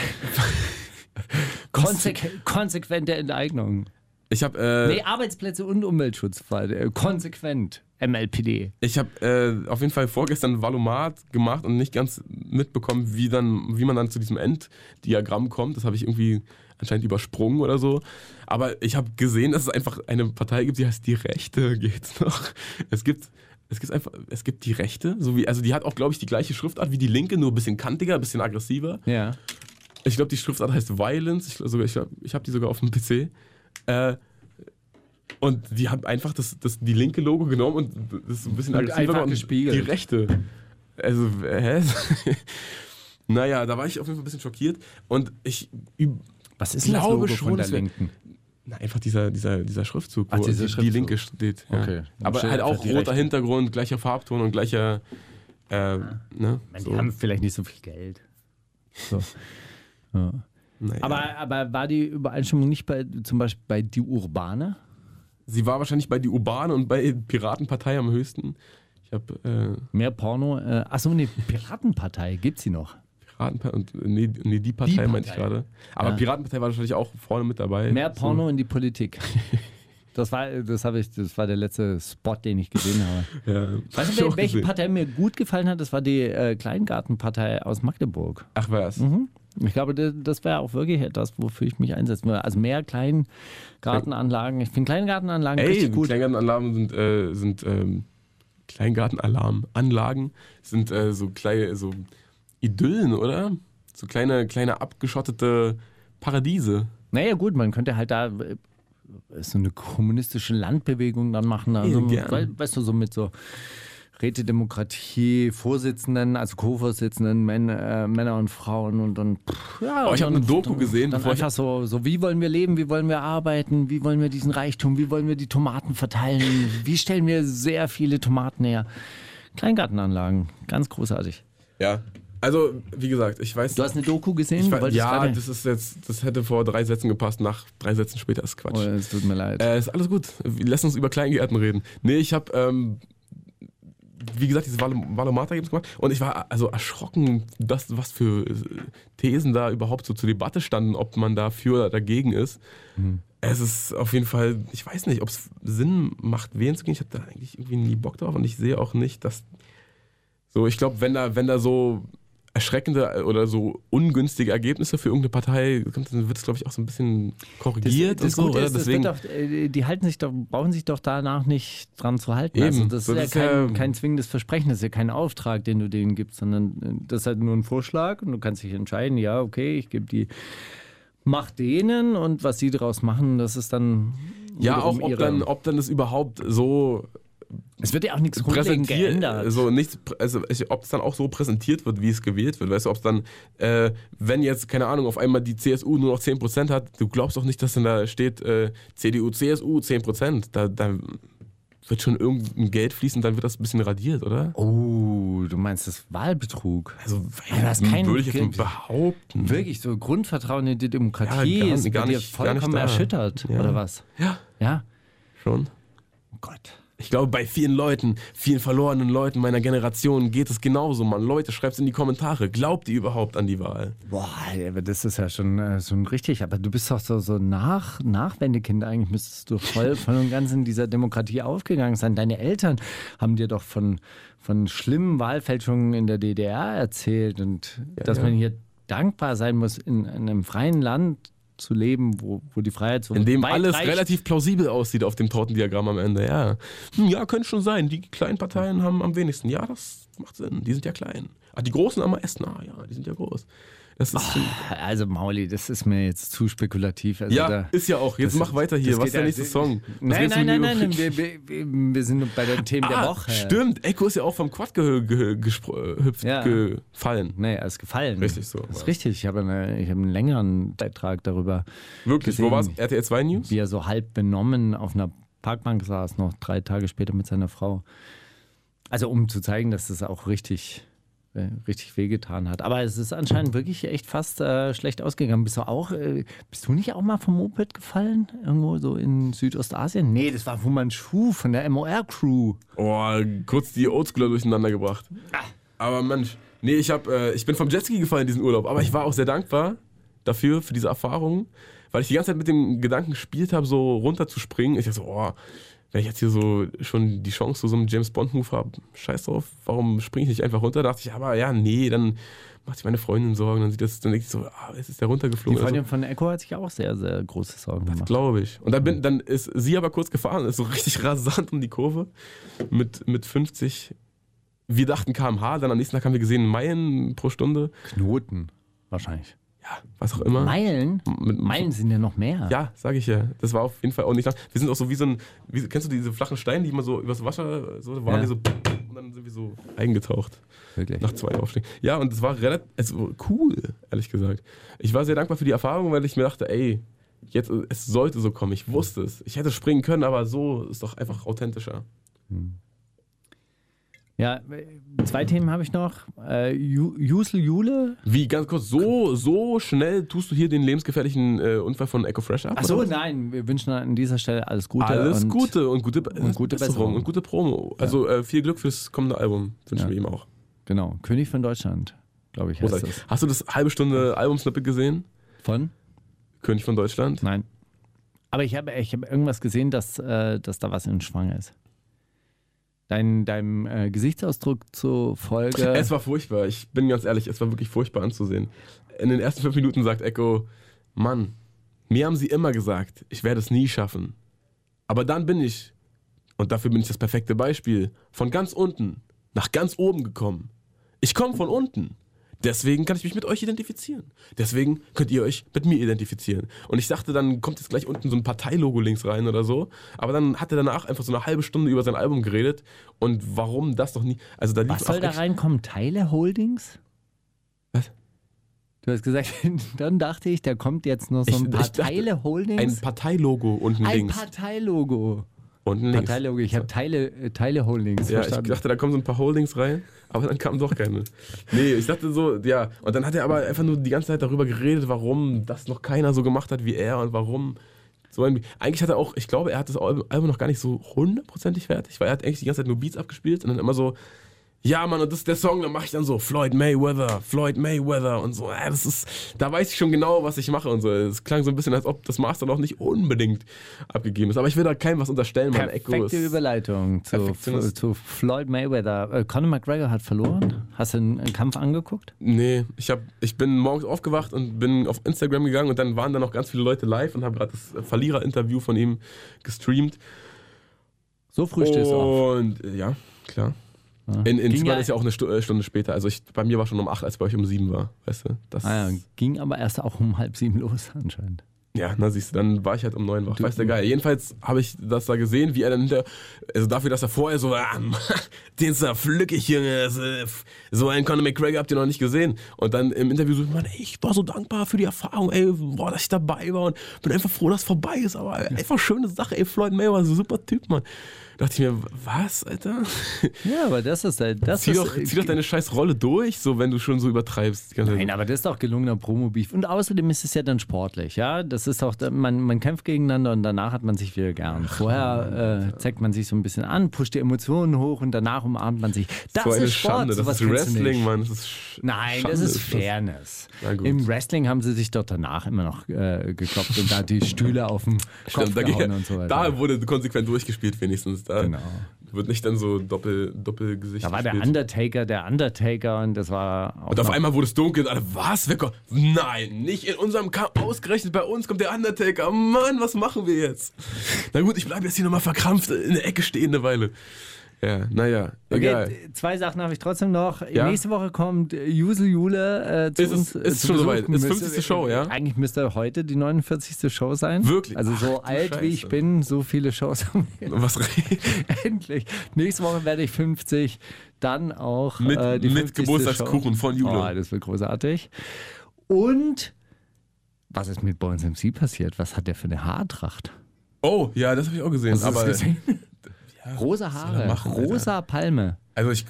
Speaker 6: Konsequ konsequente Enteignung.
Speaker 7: Ich habe äh,
Speaker 6: Nee, Arbeitsplätze und Umweltschutz. weil, äh, Konsequent. MLPD.
Speaker 7: Ich habe äh, auf jeden Fall vorgestern Valomat gemacht und nicht ganz mitbekommen, wie, dann, wie man dann zu diesem Enddiagramm kommt. Das habe ich irgendwie anscheinend übersprungen oder so. Aber ich habe gesehen, dass es einfach eine Partei gibt, die heißt die Rechte. Geht's noch? Es gibt es gibt einfach es gibt die Rechte, so wie also die hat auch glaube ich die gleiche Schriftart wie die Linke, nur ein bisschen kantiger, ein bisschen aggressiver.
Speaker 6: Ja.
Speaker 7: Ich glaube, die Schriftart heißt Violence. Ich, glaub sogar- ich, glaub- ich habe die sogar auf dem PC. Äh, und die haben einfach das, das, die linke Logo genommen und das so ein bisschen
Speaker 6: Und
Speaker 7: aggressiver
Speaker 6: einfach
Speaker 7: gemacht und
Speaker 6: gespiegelt.
Speaker 7: die rechte. Also, hä? naja, da war ich auf jeden Fall ein bisschen schockiert. Und ich üb-
Speaker 6: Was ist
Speaker 7: denn das Logo von der
Speaker 6: der Linken?
Speaker 7: na, einfach dieser, dieser, dieser Schriftzug,
Speaker 6: Ach,
Speaker 7: wo
Speaker 6: dieser
Speaker 7: die, die
Speaker 6: Schriftzug.
Speaker 7: linke steht. Ja.
Speaker 6: Okay.
Speaker 7: Aber
Speaker 6: Steht
Speaker 7: halt
Speaker 6: einfach
Speaker 7: auch
Speaker 6: die
Speaker 7: roter
Speaker 6: Rechte.
Speaker 7: Hintergrund, gleicher Farbton und gleicher. Äh, ne?
Speaker 6: Die haben vielleicht nicht so viel Geld. So. Ja.
Speaker 7: Naja.
Speaker 6: Aber, aber war die Übereinstimmung nicht bei zum Beispiel bei Die Urbane?
Speaker 7: Sie war wahrscheinlich bei die Urbane und bei Piratenpartei am höchsten. Ich habe äh,
Speaker 6: Mehr Porno? Äh, achso, eine Piratenpartei gibt sie noch.
Speaker 7: Piratenpartei und nee, nee die Partei
Speaker 6: Die
Speaker 7: meinte ich
Speaker 6: Partei.
Speaker 7: gerade. Aber
Speaker 6: Ja.
Speaker 7: Piratenpartei war wahrscheinlich auch vorne mit dabei.
Speaker 6: Mehr Porno in die Politik. Das war, das habe ich, das war der letzte Spot, den ich gesehen habe.
Speaker 7: So, ja. Hab
Speaker 6: Weißt
Speaker 7: ich
Speaker 6: du,
Speaker 7: auch
Speaker 6: wel- welche
Speaker 7: gesehen.
Speaker 6: Partei mir gut gefallen hat? Das war die äh, Kleingartenpartei aus Magdeburg.
Speaker 7: Ach was.
Speaker 6: Mhm. Ich glaube, das, das wäre auch wirklich etwas, wofür ich mich einsetzen würde. Also mehr Kleingartenanlagen. Ich finde Kleingartenanlagen
Speaker 7: Ey,
Speaker 6: richtig gut.
Speaker 7: Kleingartenalarm sind, äh, sind ähm, Kleingartenalarm, Anlagen sind äh, so kleine, so Idyllen, oder? So kleine, kleine abgeschottete Paradiese.
Speaker 6: Naja, gut, man könnte halt da äh, so eine kommunistische Landbewegung dann machen. Also,
Speaker 7: gerne.
Speaker 6: weil, weißt du, so mit so Rätedemokratie, Vorsitzenden, also Co-Vorsitzenden, Män, äh, Männer und Frauen und dann. Pff, ja,
Speaker 7: Oh, ich
Speaker 6: und
Speaker 7: hab
Speaker 6: dann-
Speaker 7: eine Doku gesehen,
Speaker 6: Dann
Speaker 7: bevor ich-
Speaker 6: einfach so, so, wie wollen wir leben, wie wollen wir arbeiten, wie wollen wir diesen Reichtum, wie wollen wir die Tomaten verteilen, wie stellen wir sehr viele Tomaten her. Kleingartenanlagen, ganz großartig.
Speaker 7: Ja. Also, wie gesagt, ich weiß.
Speaker 6: Du hast eine Doku gesehen?
Speaker 7: ich
Speaker 6: Du
Speaker 7: weiß
Speaker 6: wolltest
Speaker 7: ja,
Speaker 6: gerade-
Speaker 7: das ist jetzt, das hätte vor drei Sätzen gepasst, nach drei Sätzen später ist Quatsch.
Speaker 6: oh, es tut mir leid.
Speaker 7: Äh, ist alles gut. Wir- Lass uns über Kleingärten reden. Nee, ich habe, ähm, wie gesagt, diese Valom- Valomata-Games gemacht und ich war also erschrocken, dass, was für äh, Thesen da überhaupt so zur Debatte standen, ob man dafür oder dagegen ist.
Speaker 6: Mhm.
Speaker 7: Es ist auf jeden Fall, ich weiß nicht, ob es Sinn macht, wählen zu gehen. Ich habe da eigentlich irgendwie nie Bock drauf und ich sehe auch nicht, dass. So, ich glaube, wenn da, wenn da so erschreckende äh, oder so ungünstige Ergebnisse für irgendeine Partei kommt, dann wird es, glaube ich, auch so ein bisschen korrigiert und so,
Speaker 6: Gute
Speaker 7: oder?
Speaker 6: ist, es wird doch, äh, die halten sich doch, brauchen sich doch danach nicht dran zu halten.
Speaker 7: Eben.
Speaker 6: Also das
Speaker 7: So,
Speaker 6: ist ja,
Speaker 7: das ist
Speaker 6: kein,
Speaker 7: ja-
Speaker 6: kein zwingendes Versprechen, das ist ja kein Auftrag, den du denen gibst, sondern äh, das ist halt nur ein Vorschlag und du kannst dich entscheiden, ja, okay, ich gebe die Macht denen und was sie daraus machen, das ist dann
Speaker 7: Ja, auch
Speaker 6: wiederum
Speaker 7: ob
Speaker 6: um ihre-
Speaker 7: dann, ob dann das überhaupt so
Speaker 6: es wird ja auch nichts grundlegend
Speaker 7: präsentiert,
Speaker 6: geändert.
Speaker 7: also nichts, prä- also ich- ob es dann auch so präsentiert wird, wie es gewählt wird. Weißt du, ob es dann, äh, wenn jetzt, keine Ahnung, auf einmal die CSU nur noch 10% hat, du glaubst doch nicht, dass dann da steht äh, CDU, CSU 10%. Da, da wird schon irgendein Geld fließen, dann wird das ein bisschen radiert, oder?
Speaker 6: oh, du meinst das Wahlbetrug?
Speaker 7: Also,
Speaker 6: das ist kein-
Speaker 7: würde ich jetzt mal behaupten.
Speaker 6: Wirklich, so Grundvertrauen in die
Speaker 7: Mhm.
Speaker 6: Demokratie
Speaker 7: Ja, gar-
Speaker 6: ist
Speaker 7: gar
Speaker 6: bei dir
Speaker 7: nicht- gar nicht
Speaker 6: vollkommen
Speaker 7: da.
Speaker 6: erschüttert,
Speaker 7: Ja.
Speaker 6: oder was?
Speaker 7: Ja,
Speaker 6: Ja?
Speaker 7: schon.
Speaker 6: Gott.
Speaker 7: Ich glaube, bei vielen Leuten, vielen verlorenen Leuten meiner Generation geht es genauso, Mann. Leute, schreibt's in die Kommentare. Glaubt ihr überhaupt an die Wahl?
Speaker 6: Boah, aber das ist ja schon, äh, schon richtig. Aber du bist doch so, so nach, Nachwendekind eigentlich. Müsstest du voll, voll und ganz in dieser Demokratie aufgegangen sein. Deine Eltern haben dir doch von, von schlimmen Wahlfälschungen in der DDR erzählt. Und dass
Speaker 7: ja.
Speaker 6: man hier dankbar sein muss, in, einem freien Land zu leben, wo, wo die Freiheit so
Speaker 7: In dem
Speaker 6: weit
Speaker 7: alles
Speaker 6: reicht.
Speaker 7: relativ plausibel aussieht auf dem Tortendiagramm am Ende, ja. Hm, ja, könnte schon sein. Die kleinen Parteien haben am wenigsten. Ja, das macht Sinn. Die sind ja klein. Ah, die Großen am meisten. Ah, ja, die sind ja groß. Das ist,
Speaker 6: Also Mauli, das ist mir jetzt zu spekulativ. Also
Speaker 7: ja,
Speaker 6: da,
Speaker 7: ist ja auch. Jetzt
Speaker 6: das-
Speaker 7: mach weiter
Speaker 6: das
Speaker 7: hier.
Speaker 6: geht
Speaker 7: Was ist der
Speaker 6: ja-
Speaker 7: nächste Song? Was
Speaker 6: Nein,
Speaker 7: redest du
Speaker 6: nein, nein,
Speaker 7: mit mir
Speaker 6: nein,
Speaker 7: über-
Speaker 6: Wir, wir, wir wir sind bei den Themen
Speaker 7: Ah,
Speaker 6: der Woche.
Speaker 7: stimmt. Echo ist ja auch vom Quad gehö- gehö- gespr- äh, hüpft-
Speaker 6: Ja.
Speaker 7: gefallen.
Speaker 6: Nee, er ist gefallen.
Speaker 7: Richtig so,
Speaker 6: Das
Speaker 7: ja.
Speaker 6: ist richtig. Ich habe, eine, ich habe einen längeren Beitrag darüber,
Speaker 7: Wirklich, wo
Speaker 6: Gesehen.
Speaker 7: war's? RTL 2 News?
Speaker 6: wie er so halb benommen auf einer Parkbank saß, noch drei Tage später mit seiner Frau. Also um zu zeigen, dass es auch richtig, äh, richtig wehgetan hat. Aber es ist anscheinend wirklich echt fast äh, schlecht ausgegangen. Bist du auch, äh, bist du nicht auch mal vom Moped gefallen? Irgendwo so in Südostasien? Nee, das war Fu Manchu von der MOR-Crew.
Speaker 7: Oh, kurz die Oldschooler durcheinander gebracht. Aber Mensch, nee, ich, hab, äh, ich bin vom Jetski gefallen in diesen Urlaub, aber ich war auch sehr dankbar dafür, für diese Erfahrung, weil ich die ganze Zeit mit dem Gedanken gespielt habe, so runterzuspringen. Ich dachte so, oh, wenn ich jetzt hier so schon die Chance zu so einem James Bond-Move habe, scheiß drauf, warum springe ich nicht einfach runter? Da dachte ich, aber ja, nee, dann macht sich meine Freundin Sorgen, dann sieht das, dann denke ich so, ah, es ist der
Speaker 6: Die
Speaker 7: runtergeflogen.
Speaker 6: Freundin von Echo hat sich auch sehr, sehr große Sorgen gemacht.
Speaker 7: Glaube ich. Und dann, bin, dann ist sie aber kurz gefahren, ist so richtig rasant um die Kurve mit, mit 50. Wir dachten kmh, dann am nächsten Tag haben wir gesehen Meilen pro Stunde,
Speaker 6: Knoten, wahrscheinlich.
Speaker 7: ja, was auch immer.
Speaker 6: Meilen?
Speaker 7: ne? Mit-
Speaker 6: Meilen sind ja noch mehr.
Speaker 7: Ja, sage ich ja. Das war auf jeden Fall auch nicht lang. Wir sind auch so wie so ein, wie, kennst du diese flachen Steine, die immer so übers Wasser, so da waren
Speaker 6: Ja.
Speaker 7: wir so und dann sind wir so eingetaucht.
Speaker 6: wirklich.
Speaker 7: Nach zwei Aufstieg. Ja, und es war relativ also cool, ehrlich gesagt. Ich war sehr dankbar für die Erfahrung, weil ich mir dachte, ey, jetzt, äh, es sollte so kommen. Ich wusste es. Ich hätte springen können, aber so ist doch einfach authentischer.
Speaker 6: Ja, zwei Themen habe ich noch. Äh, Ju- Jusel Jule.
Speaker 7: Wie, ganz kurz, so, so schnell tust du hier den lebensgefährlichen äh, Unfall von Echo Fresh ab?
Speaker 6: Achso,
Speaker 7: oder was?
Speaker 6: nein, wir wünschen an dieser Stelle alles Gute.
Speaker 7: Alles
Speaker 6: und
Speaker 7: Gute und gute, und
Speaker 6: gute Besserung.
Speaker 7: und gute Promo. Also äh, viel Glück fürs kommende Album wünschen
Speaker 6: Ja.
Speaker 7: wir ihm auch.
Speaker 6: Genau, König von Deutschland, glaube ich, heißt
Speaker 7: Großartig.
Speaker 6: das.
Speaker 7: Hast du das halbe Stunde Album-Snippet gesehen?
Speaker 6: Von?
Speaker 7: König von Deutschland?
Speaker 6: Nein. Aber ich habe ich habe irgendwas gesehen, dass, äh, dass da was in Schwang ist. Dein, deinem äh, Gesichtsausdruck zufolge.
Speaker 7: Es war furchtbar. Ich bin ganz ehrlich, es war wirklich furchtbar anzusehen. In den ersten fünf Minuten sagt Echo, Mann, mir haben sie immer gesagt, ich werde es nie schaffen. Aber dann bin ich, und dafür bin ich das perfekte Beispiel, von ganz unten nach ganz oben gekommen. Ich komme von unten. Deswegen kann ich mich mit euch identifizieren. Deswegen könnt ihr euch mit mir identifizieren. Und ich dachte, dann kommt jetzt gleich unten so ein Parteilogo links rein oder so. Aber dann hat er danach einfach so eine halbe Stunde über sein Album geredet. Und warum das noch nie. Also da lief
Speaker 6: Was soll
Speaker 7: auch
Speaker 6: da
Speaker 7: echt-
Speaker 6: reinkommen? Teile Holdings?
Speaker 7: Was?
Speaker 6: Du hast gesagt, dann dachte ich, da kommt jetzt noch so
Speaker 7: Ich-
Speaker 6: ein
Speaker 7: ich
Speaker 6: paar
Speaker 7: dachte,
Speaker 6: Teile
Speaker 7: Ein
Speaker 6: Holdings.
Speaker 7: Parteilogo unten
Speaker 6: Ein
Speaker 7: links.
Speaker 6: Parteilogo.
Speaker 7: unten links.
Speaker 6: Parteilogo, ich habe Teile, äh, Teile Holdings
Speaker 7: Ja, ich
Speaker 6: verstanden.
Speaker 7: dachte, da kommen so ein paar Holdings rein, aber dann kamen doch keine. Nee, ich dachte so, ja. Und dann hat er aber einfach nur die ganze Zeit darüber geredet, warum das noch keiner so gemacht hat wie er und warum. So ein, eigentlich hat er auch, ich glaube, er hat das Album Album noch gar nicht so hundertprozentig fertig, weil er hat eigentlich die ganze Zeit nur Beats abgespielt und dann immer so, ja Mann, und das ist der Song, dann mache ich dann so Floyd Mayweather, Floyd Mayweather und so, äh, das ist, da weiß ich schon genau, was ich mache und so. Es klang so ein bisschen, als ob das Master noch nicht unbedingt abgegeben ist, aber ich will da keinem was unterstellen, Mann. Echo ist-
Speaker 6: Perfekte Überleitung zu,
Speaker 7: Perfektionist.
Speaker 6: zu Floyd Mayweather. Äh, Conor McGregor hat verloren. Hast du einen, einen Kampf angeguckt?
Speaker 7: Nee, ich, hab, ich bin morgens aufgewacht und bin auf Instagram gegangen und dann waren da noch ganz viele Leute live und haben gerade das Verlierer-Interview von ihm gestreamt.
Speaker 6: So früh stehst du auf.
Speaker 7: und äh, ja, klar. In, in
Speaker 6: Ging
Speaker 7: China
Speaker 6: ja-
Speaker 7: ist ja auch eine Stu- äh, Stunde später. Also ich, bei mir war schon um 8, als bei euch um 7 war. Weißt du? Das,
Speaker 6: Ah,
Speaker 7: ja.
Speaker 6: ja, ging aber erst auch um halb sieben los anscheinend.
Speaker 7: na siehst du, dann war ich halt um 9 wach. Weißt du, geil. Jedenfalls habe ich das da gesehen, wie er dann hinter. Also dafür, dass er vorher so. Ah, den ist da flückig, Junge. Das, äh, f- So einen Conor McGregor habt ihr noch nicht gesehen. Und dann im Interview so, Mann, ey, ich war so dankbar für die Erfahrung, ey, boah, dass ich dabei war und bin einfach froh, dass es vorbei ist. Aber einfach schöne Sache, ey, Floyd Mayweather, super Typ, Mann. Dachte ich mir, was, Alter?
Speaker 6: Ja, aber das ist halt. Das
Speaker 7: zieh,
Speaker 6: ist,
Speaker 7: doch, zieh doch deine scheiß Rolle durch, so wenn du schon so übertreibst. die ganze Zeit.
Speaker 6: Nein, aber das ist doch gelungener Promo-Beef. Und außerdem ist es ja dann sportlich, ja. Das ist auch, man, man kämpft gegeneinander und danach hat man sich wieder gern. Vorher äh, zeigt man sich so ein bisschen an, pusht die Emotionen hoch und danach umarmt man sich. Das
Speaker 7: so eine
Speaker 6: ist Sport,
Speaker 7: Schande, das
Speaker 6: sowas
Speaker 7: ist
Speaker 6: kannst du
Speaker 7: Wrestling,
Speaker 6: nicht.
Speaker 7: Mann. Das ist Sch-
Speaker 6: Nein,
Speaker 7: Schande
Speaker 6: das ist
Speaker 7: das.
Speaker 6: Fairness.
Speaker 7: Na gut.
Speaker 6: Im Wrestling haben sie sich dort danach immer noch äh, geklopft und da die Stühle auf dem Kopf
Speaker 7: Stimmt, da,
Speaker 6: gehauen und so weiter.
Speaker 7: da wurde konsequent durchgespielt wenigstens. Da
Speaker 6: Genau.
Speaker 7: wird nicht dann so doppel, Doppelgesicht
Speaker 6: Da war der
Speaker 7: gespielt.
Speaker 6: Undertaker, der Undertaker und das war auch
Speaker 7: Und auf
Speaker 6: noch-
Speaker 7: einmal wurde es dunkel und alle, was? Wer kommt? Nein, nicht in unserem Kampf. Ausgerechnet bei uns kommt der Undertaker. Oh Mann, was machen wir jetzt? Na gut, ich bleibe jetzt hier nochmal verkrampft in der Ecke stehen eine Weile. Ja, naja, egal.
Speaker 6: Okay, zwei Sachen habe ich trotzdem noch.
Speaker 7: Ja?
Speaker 6: Nächste Woche kommt äh, Jusel Jule äh, zu
Speaker 7: Ist es-
Speaker 6: uns.
Speaker 7: ist
Speaker 6: zu
Speaker 7: schon
Speaker 6: Besuch.
Speaker 7: soweit. Ist
Speaker 6: Müsste-
Speaker 7: 50. Show, ja?
Speaker 6: Eigentlich müsste heute die 49. Show sein.
Speaker 7: Wirklich?
Speaker 6: Also so
Speaker 7: Ach, du
Speaker 6: alt wie ich
Speaker 7: Scheiße.
Speaker 6: bin, so viele Shows haben wir.
Speaker 7: Was re-
Speaker 6: Endlich. Nächste Woche werde ich 50. Dann auch
Speaker 7: Mit-
Speaker 6: äh, die
Speaker 7: mit
Speaker 6: 50.
Speaker 7: Geburtstagskuchen
Speaker 6: Show.
Speaker 7: von Jule.
Speaker 6: Oh, das wird großartig. Und was ist mit Bones MC passiert? Was hat der für eine Haartracht?
Speaker 7: Oh, ja, das habe ich auch gesehen.
Speaker 6: Hast du das
Speaker 7: aber
Speaker 6: gesehen? Rosa Haare,
Speaker 7: machen, Alter?
Speaker 6: rosa Palme.
Speaker 7: Also ich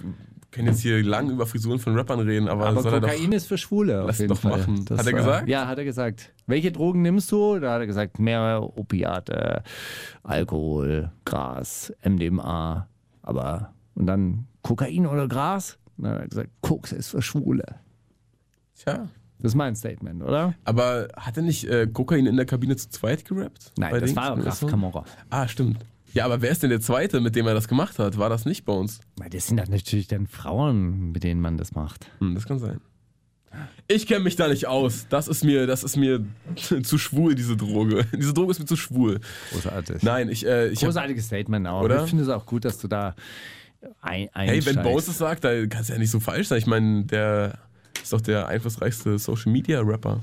Speaker 7: kann jetzt hier lang über Frisuren von Rappern reden, aber,
Speaker 6: Aber
Speaker 7: soll er doch.
Speaker 6: Kokain ist für Schwule. auf
Speaker 7: Lass
Speaker 6: jeden
Speaker 7: doch
Speaker 6: Fall.
Speaker 7: machen.
Speaker 6: Das
Speaker 7: Hat er
Speaker 6: war-
Speaker 7: gesagt?
Speaker 6: Ja, hat er gesagt. Welche Drogen nimmst du? Da hat er gesagt, mehrere Opiate, Alkohol, Gras, MDMA. Aber, und dann Kokain oder Gras? Und dann hat er gesagt, Koks ist für Schwule.
Speaker 7: Tja.
Speaker 6: Das ist mein Statement, oder?
Speaker 7: Aber hat er nicht äh, Kokain in der Kabine zu zweit gerappt?
Speaker 6: Nein,
Speaker 7: Bei
Speaker 6: das
Speaker 7: Dings?
Speaker 6: war
Speaker 7: Ach
Speaker 6: Raf
Speaker 7: so.
Speaker 6: Kamora.
Speaker 7: Ah, stimmt. Ja, aber wer ist denn der Zweite, mit dem er das gemacht hat? War das nicht bei uns?
Speaker 6: Na, Das sind dann natürlich dann Frauen, mit denen man das macht.
Speaker 7: Hm, das kann sein. Ich kenne mich da nicht aus. Das ist mir, das ist mir zu schwul, diese Droge. Diese Droge ist mir zu schwul.
Speaker 6: Großartig.
Speaker 7: Nein, ich, äh, ich hab,
Speaker 6: Großartiges Statement auch.
Speaker 7: Oder?
Speaker 6: Ich finde es auch gut, dass du da ein,
Speaker 7: Hey, wenn
Speaker 6: einsteigst.
Speaker 7: Bones es sagt, dann kann es ja nicht so falsch sein. Ich meine, der ist doch der einflussreichste Social Media Rapper.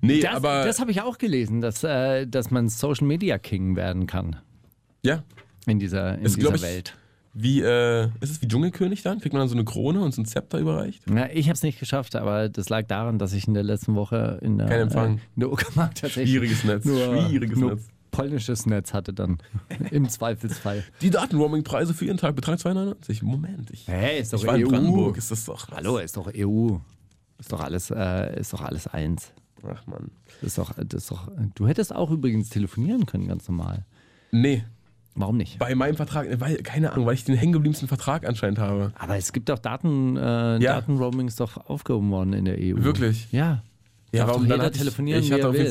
Speaker 7: Nee,
Speaker 6: Das,
Speaker 7: aber.
Speaker 6: das habe ich auch gelesen, dass, äh, dass man Social Media King werden kann
Speaker 7: ja.
Speaker 6: in dieser, in
Speaker 7: Ist, glaub
Speaker 6: dieser
Speaker 7: ich-
Speaker 6: Welt.
Speaker 7: Wie, äh, ist es wie Dschungelkönig dann? Kriegt man dann so eine Krone und so ein Zepter überreicht?
Speaker 6: Na, ich habe es nicht geschafft, aber das lag daran, dass ich in der letzten Woche in der,
Speaker 7: Kein Empfang.
Speaker 6: Äh, in der Uckermark tatsächlich
Speaker 7: Schwieriges Netz,
Speaker 6: nur,
Speaker 7: schwieriges
Speaker 6: nur
Speaker 7: Netz.
Speaker 6: polnisches Netz hatte dann im Zweifelsfall.
Speaker 7: Die Datenroaming-Preise für ihren Tag betragen 2,99. Moment, ich,
Speaker 6: Hey, ist doch
Speaker 7: ich war in
Speaker 6: EU.
Speaker 7: Brandenburg. Ist das doch.
Speaker 6: Hallo, ist doch EU. Ist doch alles, äh, ist doch alles eins.
Speaker 7: Ach, Mann.
Speaker 6: Das ist doch, das ist doch, du hättest auch übrigens telefonieren können, ganz normal.
Speaker 7: Nee,
Speaker 6: Warum nicht?
Speaker 7: bei meinem Vertrag, weil, keine Ahnung, weil ich den hängengebliebensten Vertrag anscheinend habe.
Speaker 6: Aber es gibt auch Daten, äh,
Speaker 7: Ja.
Speaker 6: Datenroaming ist doch aufgehoben worden in der EU.
Speaker 7: Wirklich?
Speaker 6: Ja. Darf doch jeder
Speaker 7: hatte ich-
Speaker 6: telefonieren,
Speaker 7: Ich
Speaker 6: wie
Speaker 7: hatte
Speaker 6: er
Speaker 7: auf jeden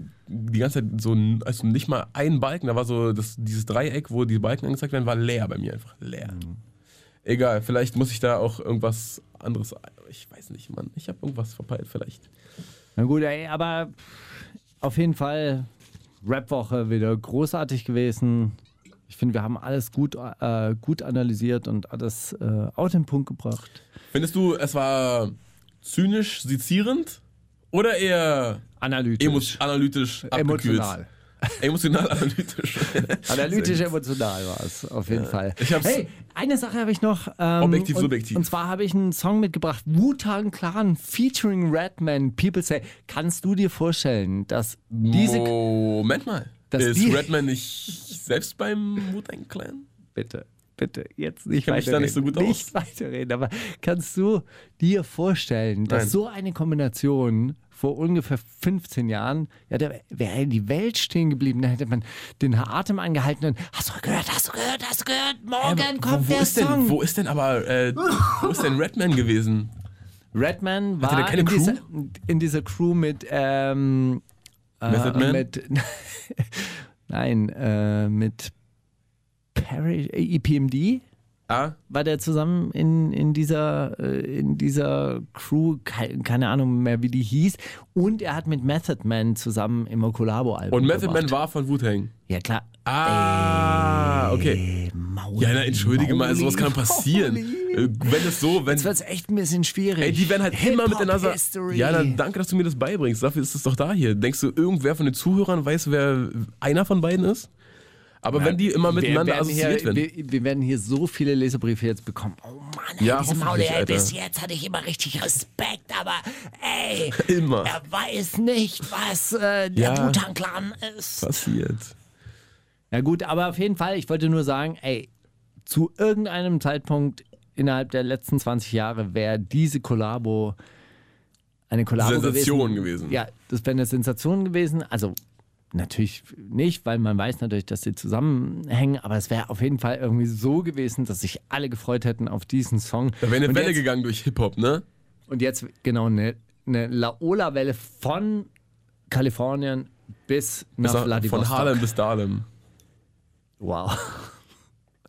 Speaker 7: Fall die ganze Zeit so, n- also nicht mal einen Balken, da war so das, dieses Dreieck, wo die Balken angezeigt werden, war leer bei mir einfach. Leer.
Speaker 6: Mhm.
Speaker 7: Egal, vielleicht muss ich da auch irgendwas anderes. Ich weiß nicht, Mann. Ich habe irgendwas verpeilt, vielleicht.
Speaker 6: Na gut, ey, aber auf jeden Fall Rap-Woche wieder großartig gewesen. Ich finde, wir haben alles gut, äh, gut analysiert und alles äh, auf den Punkt gebracht.
Speaker 7: Findest du, es war zynisch, sezierend oder eher
Speaker 6: Analytisch.
Speaker 7: emo analytisch abgekühlt?
Speaker 6: emotional.
Speaker 7: Emotional analytisch.
Speaker 6: Analytisch
Speaker 7: Sehr gut.
Speaker 6: emotional war es, auf jeden Fall.
Speaker 7: Äh, Ich hab's-
Speaker 6: hey, eine Sache habe ich noch. ähm,
Speaker 7: Objektiv,
Speaker 6: und,
Speaker 7: subjektiv.
Speaker 6: Und zwar habe ich einen Song mitgebracht, Wu-Tang Clan featuring Redman, People Say. Kannst du dir vorstellen, dass diese...
Speaker 7: Moment mal.
Speaker 6: Dass
Speaker 7: ist
Speaker 6: die-
Speaker 7: Redman nicht selbst beim Wu-Tang Clan?
Speaker 6: Bitte, bitte, jetzt nicht
Speaker 7: kenn mich da
Speaker 6: weiterreden.
Speaker 7: nicht so gut aus.
Speaker 6: nicht weiterreden, aber kannst du dir vorstellen, dass
Speaker 7: Nein.
Speaker 6: so eine Kombination vor ungefähr 15 Jahren, ja, da wäre die Welt stehen geblieben, da hätte man den Atem angehalten und hast du gehört, hast du gehört, hast du gehört, morgen kommt
Speaker 7: wo, wo
Speaker 6: der
Speaker 7: ist denn,
Speaker 6: Song.
Speaker 7: Wo ist denn aber, äh, wo ist denn Redman gewesen?
Speaker 6: Redman
Speaker 7: Hatte der
Speaker 6: war
Speaker 7: keine
Speaker 6: in,
Speaker 7: Crew?
Speaker 6: Dieser, in dieser Crew mit ähm, äh,
Speaker 7: Method Man?
Speaker 6: mit nein äh, mit Parish äh, EPMD
Speaker 7: Ah,
Speaker 6: war der zusammen in, in dieser äh, in dieser Crew keine, keine Ahnung mehr wie die hieß und er hat mit Method Man zusammen immer Collabo Album
Speaker 7: und Method Man
Speaker 6: gemacht.
Speaker 7: war von Wu-Tang.
Speaker 6: ja klar
Speaker 7: Ah, okay.
Speaker 6: Ey, Mauli,
Speaker 7: Ja, na, entschuldige mal,
Speaker 6: Mauli,
Speaker 7: sowas kann passieren.
Speaker 6: Mauli.
Speaker 7: Äh, Wenn es so, wenn.
Speaker 6: Jetzt wird's echt ein bisschen schwierig.
Speaker 7: Ey, die werden halt immer
Speaker 6: Hip-Hop
Speaker 7: miteinander.
Speaker 6: History.
Speaker 7: Ja, dann danke, dass du mir das beibringst. Dafür ist es doch da hier. Denkst du, irgendwer von den Zuhörern weiß, wer einer von beiden ist? Aber wenn die immer miteinander
Speaker 6: wir werden
Speaker 7: assoziiert
Speaker 6: hier,
Speaker 7: werden.
Speaker 6: Wir, wir werden hier so viele Leserbriefe jetzt bekommen. Oh Mann,
Speaker 7: Ja,
Speaker 6: ey, diese
Speaker 7: hoffentlich,
Speaker 6: Mauli, ey,
Speaker 7: Alter.
Speaker 6: bis jetzt hatte ich immer richtig Respekt, aber ey,
Speaker 7: Immer.
Speaker 6: er weiß nicht, was äh, der
Speaker 7: Ja.
Speaker 6: Wu-Tang-Clan ist.
Speaker 7: Passiert.
Speaker 6: Na gut, aber auf jeden Fall, ich wollte nur sagen, ey, zu irgendeinem Zeitpunkt innerhalb der letzten 20 Jahre wäre diese Kollabo eine Kollabo
Speaker 7: Sensation
Speaker 6: gewesen.
Speaker 7: gewesen.
Speaker 6: Ja, das wäre eine Sensation gewesen. Also natürlich nicht, weil man weiß natürlich, dass sie zusammenhängen, aber es wäre auf jeden Fall irgendwie so gewesen, dass sich alle gefreut hätten auf diesen Song.
Speaker 7: Da wäre eine
Speaker 6: und
Speaker 7: Welle
Speaker 6: jetzt,
Speaker 7: gegangen durch Hip-Hop, ne?
Speaker 6: Und jetzt genau eine, eine Laola-Welle von Kalifornien bis nach
Speaker 7: Sa-
Speaker 6: Vladivostok.
Speaker 7: Von Harlem bis Dahlem.
Speaker 6: Wow.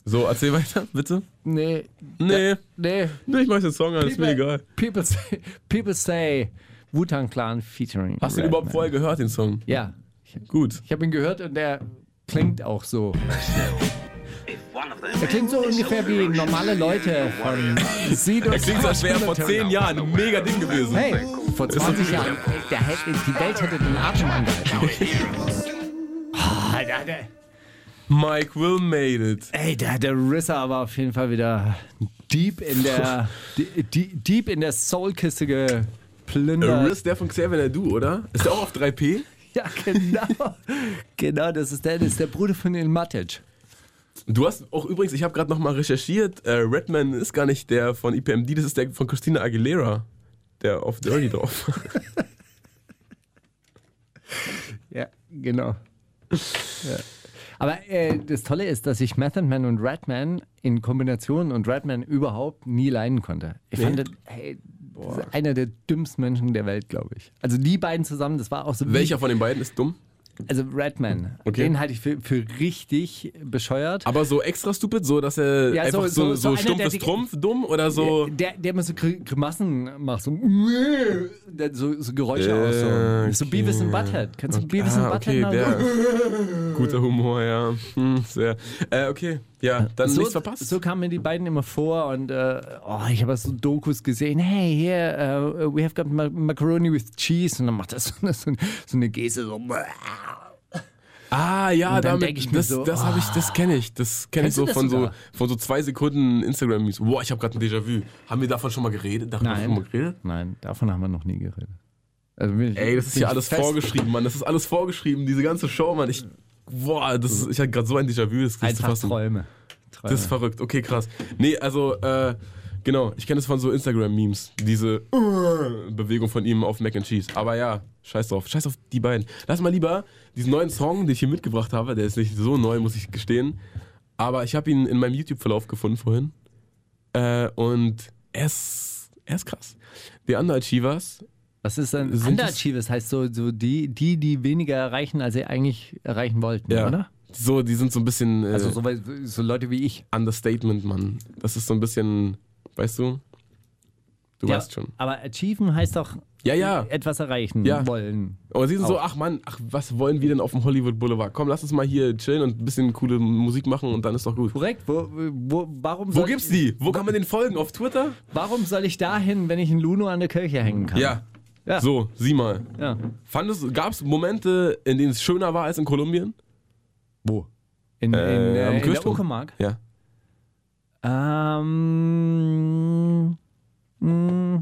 Speaker 7: So, erzähl weiter, bitte.
Speaker 6: Nee,
Speaker 7: Nee,
Speaker 6: nee.
Speaker 7: nee ich mach den Song an, ist mir egal.
Speaker 6: People say, people say Wu-Tang Clan featuring.
Speaker 7: Hast du ihn
Speaker 6: Redman.
Speaker 7: überhaupt vorher gehört, den Song?
Speaker 6: Ja,
Speaker 7: Gut.
Speaker 6: ich habe ihn gehört und der klingt auch so. Er klingt so ungefähr wie normale Leute von Sido.
Speaker 7: Er klingt, als wäre er vor zehn Jahren ein mega Ding gewesen.
Speaker 6: Hey, vor 20 Jahren, der hätte, die Welt hätte den Atem angehalten. Ah, da, da,
Speaker 7: Mike Will made it.
Speaker 6: ey, da, der Rissa war auf jeden Fall wieder deep in der, die- die- deep in der Soulkiste geplündert.
Speaker 7: Riss, der von Xavier Nadu, oder? Ist der auch auf 3P?
Speaker 6: Ja, genau. genau, das ist der, das ist der Bruder von El Matic.
Speaker 7: Du hast auch übrigens, ich habe gerade nochmal recherchiert, äh, Redman ist gar nicht der von EPMD, das ist der von Christina Aguilera, der auf Dirty drauf. war.
Speaker 6: Ja, genau. Aber äh, das Tolle ist, dass ich Method Man und Redman in Kombination und Redman überhaupt nie leiden konnte. Ich fand, das, hey, das ist einer der dümmsten Menschen der Welt, glaube ich. Also die beiden zusammen, das war auch so wie-
Speaker 7: Welcher von den beiden ist dumm?
Speaker 6: Also Redman,
Speaker 7: Okay.
Speaker 6: den halte ich für, für richtig bescheuert.
Speaker 7: Aber so extra stupid, so dass er
Speaker 6: Ja, so-
Speaker 7: einfach so, so,
Speaker 6: so- so einer,
Speaker 7: stumpf
Speaker 6: der
Speaker 7: ist
Speaker 6: die-
Speaker 7: Trumpf, dumm oder so.
Speaker 6: Der, der immer so Gri- Grimassen macht, so, dann so, so Geräusche aus. So, so
Speaker 7: okay.
Speaker 6: Beavis and Butthead. Kannst du Beavis and
Speaker 7: Ah,
Speaker 6: Butthead
Speaker 7: okay,
Speaker 6: noch-
Speaker 7: der.
Speaker 6: ne?
Speaker 7: Guter Humor, ja. Hm, sehr. Äh, okay, ja, dann
Speaker 6: so,
Speaker 7: nichts verpasst.
Speaker 6: So kamen mir die beiden immer vor und äh, oh, ich habe so Dokus gesehen. Hey, here, uh, we have got ma macaroni with cheese. Und dann macht er so eine, so eine- so eine Geste so.
Speaker 7: Ah ja,
Speaker 6: Und dann
Speaker 7: damit,
Speaker 6: denk ich mir
Speaker 7: das,
Speaker 6: so, ah.
Speaker 7: das habe ich, das kenne ich, das kenne ich
Speaker 6: Kennst du
Speaker 7: so
Speaker 6: das
Speaker 7: von, so
Speaker 6: sogar?
Speaker 7: von so zwei Sekunden Instagram-Memes. Boah, ich habe gerade ein Déjà-vu. Haben wir davon schon mal geredet? Darüber schon mal geredet?
Speaker 6: Nein, davon haben wir noch nie geredet. Also bin ich-
Speaker 7: Ey, das ist
Speaker 6: bin
Speaker 7: hier
Speaker 6: ich
Speaker 7: alles
Speaker 6: fest-
Speaker 7: vorgeschrieben, Mann. Das ist alles vorgeschrieben, diese ganze Show, Mann. Ich, boah, das ist, ich hatte gerade so ein Déjà-vu, das kriegst du
Speaker 6: Einfach
Speaker 7: fast. um.
Speaker 6: Träume. Träume.
Speaker 7: Das ist verrückt. Okay, krass. Nee, also, äh, genau, ich kenne das von so Instagram-Memes. Diese äh, Bewegung von ihm auf Mac and Cheese. Aber ja, scheiß drauf. Scheiß auf die beiden. Lass mal lieber diesen neuen Song, den ich hier mitgebracht habe. Der ist nicht so neu, muss ich gestehen. Aber ich habe ihn in meinem YouTube-Verlauf gefunden vorhin. Äh, und er ist, er ist krass. Die Underachievers
Speaker 6: Was ist denn
Speaker 7: Sind das-
Speaker 6: Underachievers? Heißt so, so die, die, die weniger erreichen, als sie eigentlich erreichen wollten,
Speaker 7: Ja.
Speaker 6: oder?
Speaker 7: So, die sind so ein bisschen äh,
Speaker 6: Also so, so Leute wie ich.
Speaker 7: Understatement, Mann. Das ist so ein bisschen, weißt du, Du
Speaker 6: Ja,
Speaker 7: weißt schon.
Speaker 6: Aber achieven heißt doch äh,
Speaker 7: Ja, ja.
Speaker 6: etwas erreichen
Speaker 7: Ja.
Speaker 6: wollen.
Speaker 7: Aber sie sind so,
Speaker 6: Auch.
Speaker 7: ach Mann, ach, was wollen wir denn auf dem Hollywood Boulevard? Komm, lass uns mal hier chillen und ein bisschen coole Musik machen und dann ist doch gut.
Speaker 6: Korrekt. Wo, wo, warum
Speaker 7: Wo
Speaker 6: soll
Speaker 7: gibt's die?
Speaker 6: ich,
Speaker 7: Wo kann man den folgen? Auf Twitter?
Speaker 6: Warum soll ich dahin, wenn ich einen Luno an der Kirche hängen kann?
Speaker 7: Ja.
Speaker 6: Ja.
Speaker 7: So, sieh mal.
Speaker 6: Ja.
Speaker 7: Fandest, gab's Momente, in denen es schöner war als in Kolumbien? Wo?
Speaker 6: In, in,
Speaker 7: Äh, am
Speaker 6: äh, in der
Speaker 7: Kirchturm.
Speaker 6: Uckermark?
Speaker 7: Ja.
Speaker 6: Ähm, mm.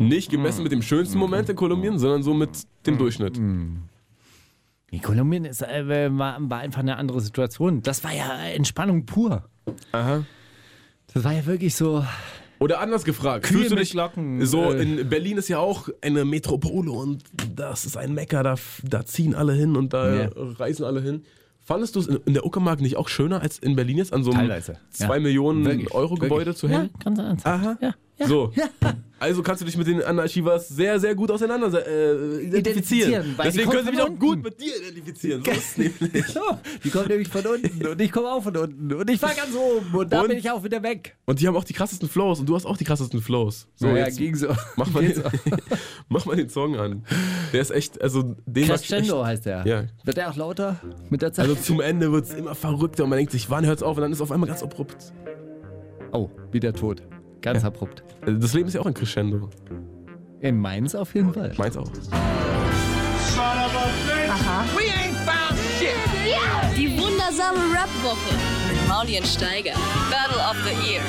Speaker 7: Nicht
Speaker 6: Mhm.
Speaker 7: gemessen mit dem schönsten Moment in Kolumbien, sondern so mit dem Durchschnitt.
Speaker 6: in Kolumbien ist, äh, war, war einfach eine andere Situation. Das war ja Entspannung pur.
Speaker 7: Aha.
Speaker 6: Das war ja wirklich so.
Speaker 7: Oder anders gefragt,
Speaker 6: Kühe
Speaker 7: fühlst du
Speaker 6: mit
Speaker 7: dich
Speaker 6: Glocken,
Speaker 7: so
Speaker 6: äh.
Speaker 7: in Berlin ist ja auch eine Metropole und das ist ein Mecker, da, f- da ziehen alle hin und da
Speaker 6: Ja.
Speaker 7: reisen alle hin. Fandest du es in, in der Uckermark nicht auch schöner als in Berlin jetzt an so einem
Speaker 6: Teilweise, ja.
Speaker 7: 2 Millionen
Speaker 6: Wirklich,
Speaker 7: Euro Gebäude zu hängen?
Speaker 6: ganz ernsthaft.
Speaker 7: Aha.
Speaker 6: Ja. ja.
Speaker 7: So.
Speaker 6: Ja.
Speaker 7: Also kannst du dich mit den Anarchivas sehr, sehr gut auseinander äh, identifizieren.
Speaker 6: Identifizieren, weil die
Speaker 7: Deswegen
Speaker 6: kommen
Speaker 7: können sie mich
Speaker 6: von
Speaker 7: auch
Speaker 6: unten.
Speaker 7: gut mit dir identifizieren. So ist es nämlich.
Speaker 6: So, die kommt nämlich von unten und ich komme auch von unten und ich war ganz oben und da
Speaker 7: Und-
Speaker 6: bin ich auch wieder weg.
Speaker 7: Und die haben auch die krassesten Flows und du hast auch die krassesten Flows. So,
Speaker 6: Naja,
Speaker 7: jetzt
Speaker 6: so.
Speaker 7: mach, mal den, mach mal den Song an. Der ist echt, also den mag ich echt,
Speaker 6: Crescendo heißt der.
Speaker 7: Ja.
Speaker 6: Wird der auch lauter mit der Zeit?
Speaker 7: Also zum Ende wird es immer verrückter und man denkt sich, wann hört's auf? Und dann ist es auf einmal ganz abrupt.
Speaker 6: oh, wieder tot. Ganz abrupt.
Speaker 7: Also Das Leben ist ja auch ein Crescendo.
Speaker 6: In Mainz auf jeden Fall.
Speaker 7: Meins auch.
Speaker 2: Die wundersame Rap-Woche mit Maulien Steiger. Battle of the Year.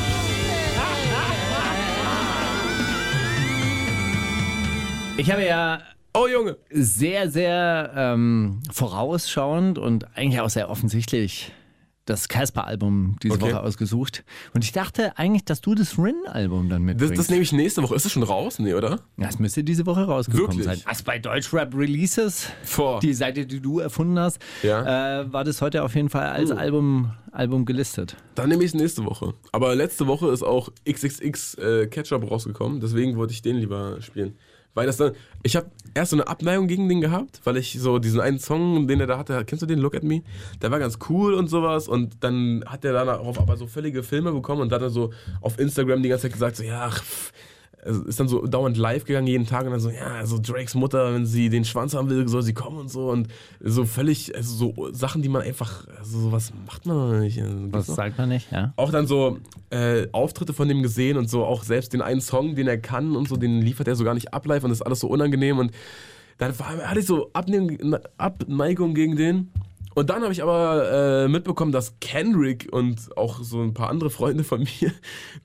Speaker 6: Ich habe ja
Speaker 7: Oh Junge!
Speaker 6: sehr, sehr ähm, vorausschauend und eigentlich auch sehr offensichtlich das Casper-Album diese
Speaker 7: Okay.
Speaker 6: Woche ausgesucht. Und ich dachte eigentlich, dass du das Rin-Album dann
Speaker 7: Das,
Speaker 6: mitbringst.
Speaker 7: das nehme ich nächste Woche. Ist das schon raus? Nee, oder?
Speaker 6: Das müsste diese Woche rausgekommen
Speaker 7: Wirklich?
Speaker 6: sein. Also bei Deutschrap Releases,
Speaker 7: Vor.
Speaker 6: die Seite, die du erfunden hast,
Speaker 7: Oh. Ja. Uh.
Speaker 6: äh, war das heute auf jeden Fall als Album, Album gelistet.
Speaker 7: Dann nehme ich es nächste Woche. Aber letzte Woche ist auch XXX äh, Ketchup rausgekommen, deswegen wollte ich den lieber spielen. Weil das dann. Ich habe erst so eine Abneigung gegen den gehabt, weil ich so diesen einen Song, den er da hatte, kennst du den Look at Me? Der war ganz cool und sowas. Und dann hat er darauf aber so völlige Filme bekommen und dann hat er so auf Instagram die ganze Zeit gesagt, so, ja, ach, pff, also ist dann so dauernd live gegangen jeden Tag und dann so, ja, so Drakes Mutter, wenn sie den Schwanz haben will, soll sie kommen und so und so völlig, also so Sachen, die man einfach, also sowas macht man doch nicht. Also, gibt's
Speaker 6: Das
Speaker 7: doch-
Speaker 6: sagt man nicht, ja.
Speaker 7: auch dann so äh, Auftritte von dem gesehen und so auch selbst den einen Song, den er kann und so, den liefert er so gar nicht ab live und das ist alles so unangenehm und dann war, hatte ich so Abnehm, Abneigung gegen den. Und dann habe ich aber äh, mitbekommen, dass Kendrick und auch so ein paar andere Freunde von mir,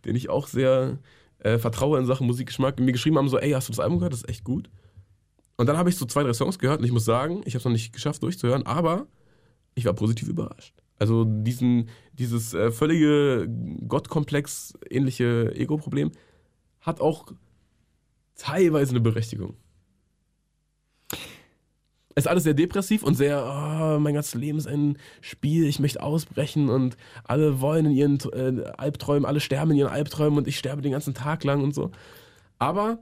Speaker 7: denen ich auch sehr äh, vertraue in Sachen Musikgeschmack, mir geschrieben haben, so, ey, hast du das Album gehört? Das ist echt gut. Und dann habe ich so zwei, drei Songs gehört und ich muss sagen, ich habe es noch nicht geschafft durchzuhören, aber ich war positiv überrascht. Also diesen, dieses äh, völlige Gottkomplex ähnliche Ego-Problem hat auch teilweise eine Berechtigung. Ist alles sehr depressiv und sehr, oh, mein ganzes Leben ist ein Spiel, ich möchte ausbrechen und alle wollen in ihren äh, Albträumen, alle sterben in ihren Albträumen und ich sterbe den ganzen Tag lang und so. Aber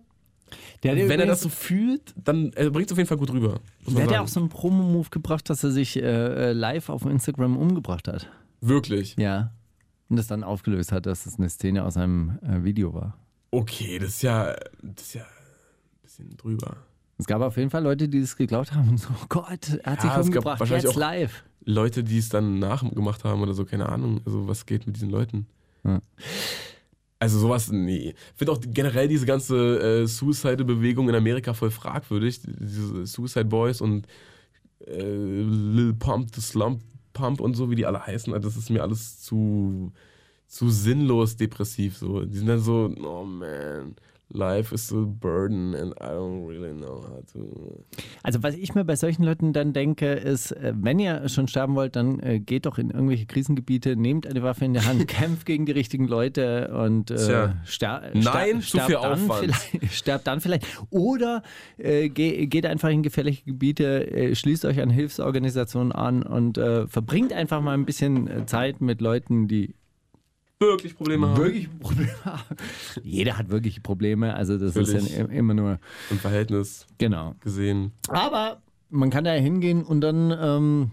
Speaker 6: Der
Speaker 7: wenn er das so fühlt, dann äh, bringt es auf jeden Fall gut rüber. muss man
Speaker 6: der hat ja
Speaker 7: sagen.
Speaker 6: auch so einen Promo-Move gebracht, dass er sich äh, äh, live auf Instagram umgebracht hat.
Speaker 7: Wirklich.
Speaker 6: Ja. Und das dann aufgelöst hat, dass es eine Szene aus einem äh, Video war.
Speaker 7: Okay, das ist ja, das ist ja ein bisschen drüber.
Speaker 6: Es gab auf jeden Fall Leute, die das geglaubt haben und so, oh Gott, er
Speaker 7: Ja, es
Speaker 6: hat
Speaker 7: gab
Speaker 6: sich umgebracht,
Speaker 7: wahrscheinlich
Speaker 6: jetzt
Speaker 7: auch-
Speaker 6: live.
Speaker 7: Leute, die es dann nachgemacht haben oder so, keine Ahnung. Also, was geht mit diesen Leuten?
Speaker 6: Ja.
Speaker 7: Also, sowas, nee. Ich finde auch generell diese ganze äh, Suicide-Bewegung in Amerika voll fragwürdig. Diese Suicide Boys und äh, Lil Pump, The Slump Pump und so, wie die alle heißen. Also, Das ist mir alles zu, zu sinnlos depressiv. So. Die sind dann so, oh man. Life is a burden and I don't really know how to.
Speaker 6: Also was ich mir bei solchen Leuten dann denke, ist, äh, wenn ihr schon sterben wollt, dann äh, geht doch in irgendwelche Krisengebiete, nehmt eine Waffe in der Hand, kämpft gegen die richtigen Leute und äh,
Speaker 7: Tja.
Speaker 6: ster
Speaker 7: Nein, zu
Speaker 6: ster- sterbt
Speaker 7: viel
Speaker 6: dann
Speaker 7: Aufwand.
Speaker 6: vielleicht- Sterbt dann vielleicht. Oder äh, ge geht einfach in gefährliche Gebiete, äh, schließt euch an Hilfsorganisationen an und äh, verbringt einfach mal ein bisschen äh, Zeit mit Leuten, die
Speaker 7: Wirklich Probleme haben.
Speaker 6: wirkliche Probleme haben. Jeder hat wirkliche Probleme, also das ist
Speaker 7: Natürlich.
Speaker 6: ja immer nur,
Speaker 7: Im Verhältnis
Speaker 6: genau.
Speaker 7: gesehen.
Speaker 6: Aber man kann da hingehen und dann ähm,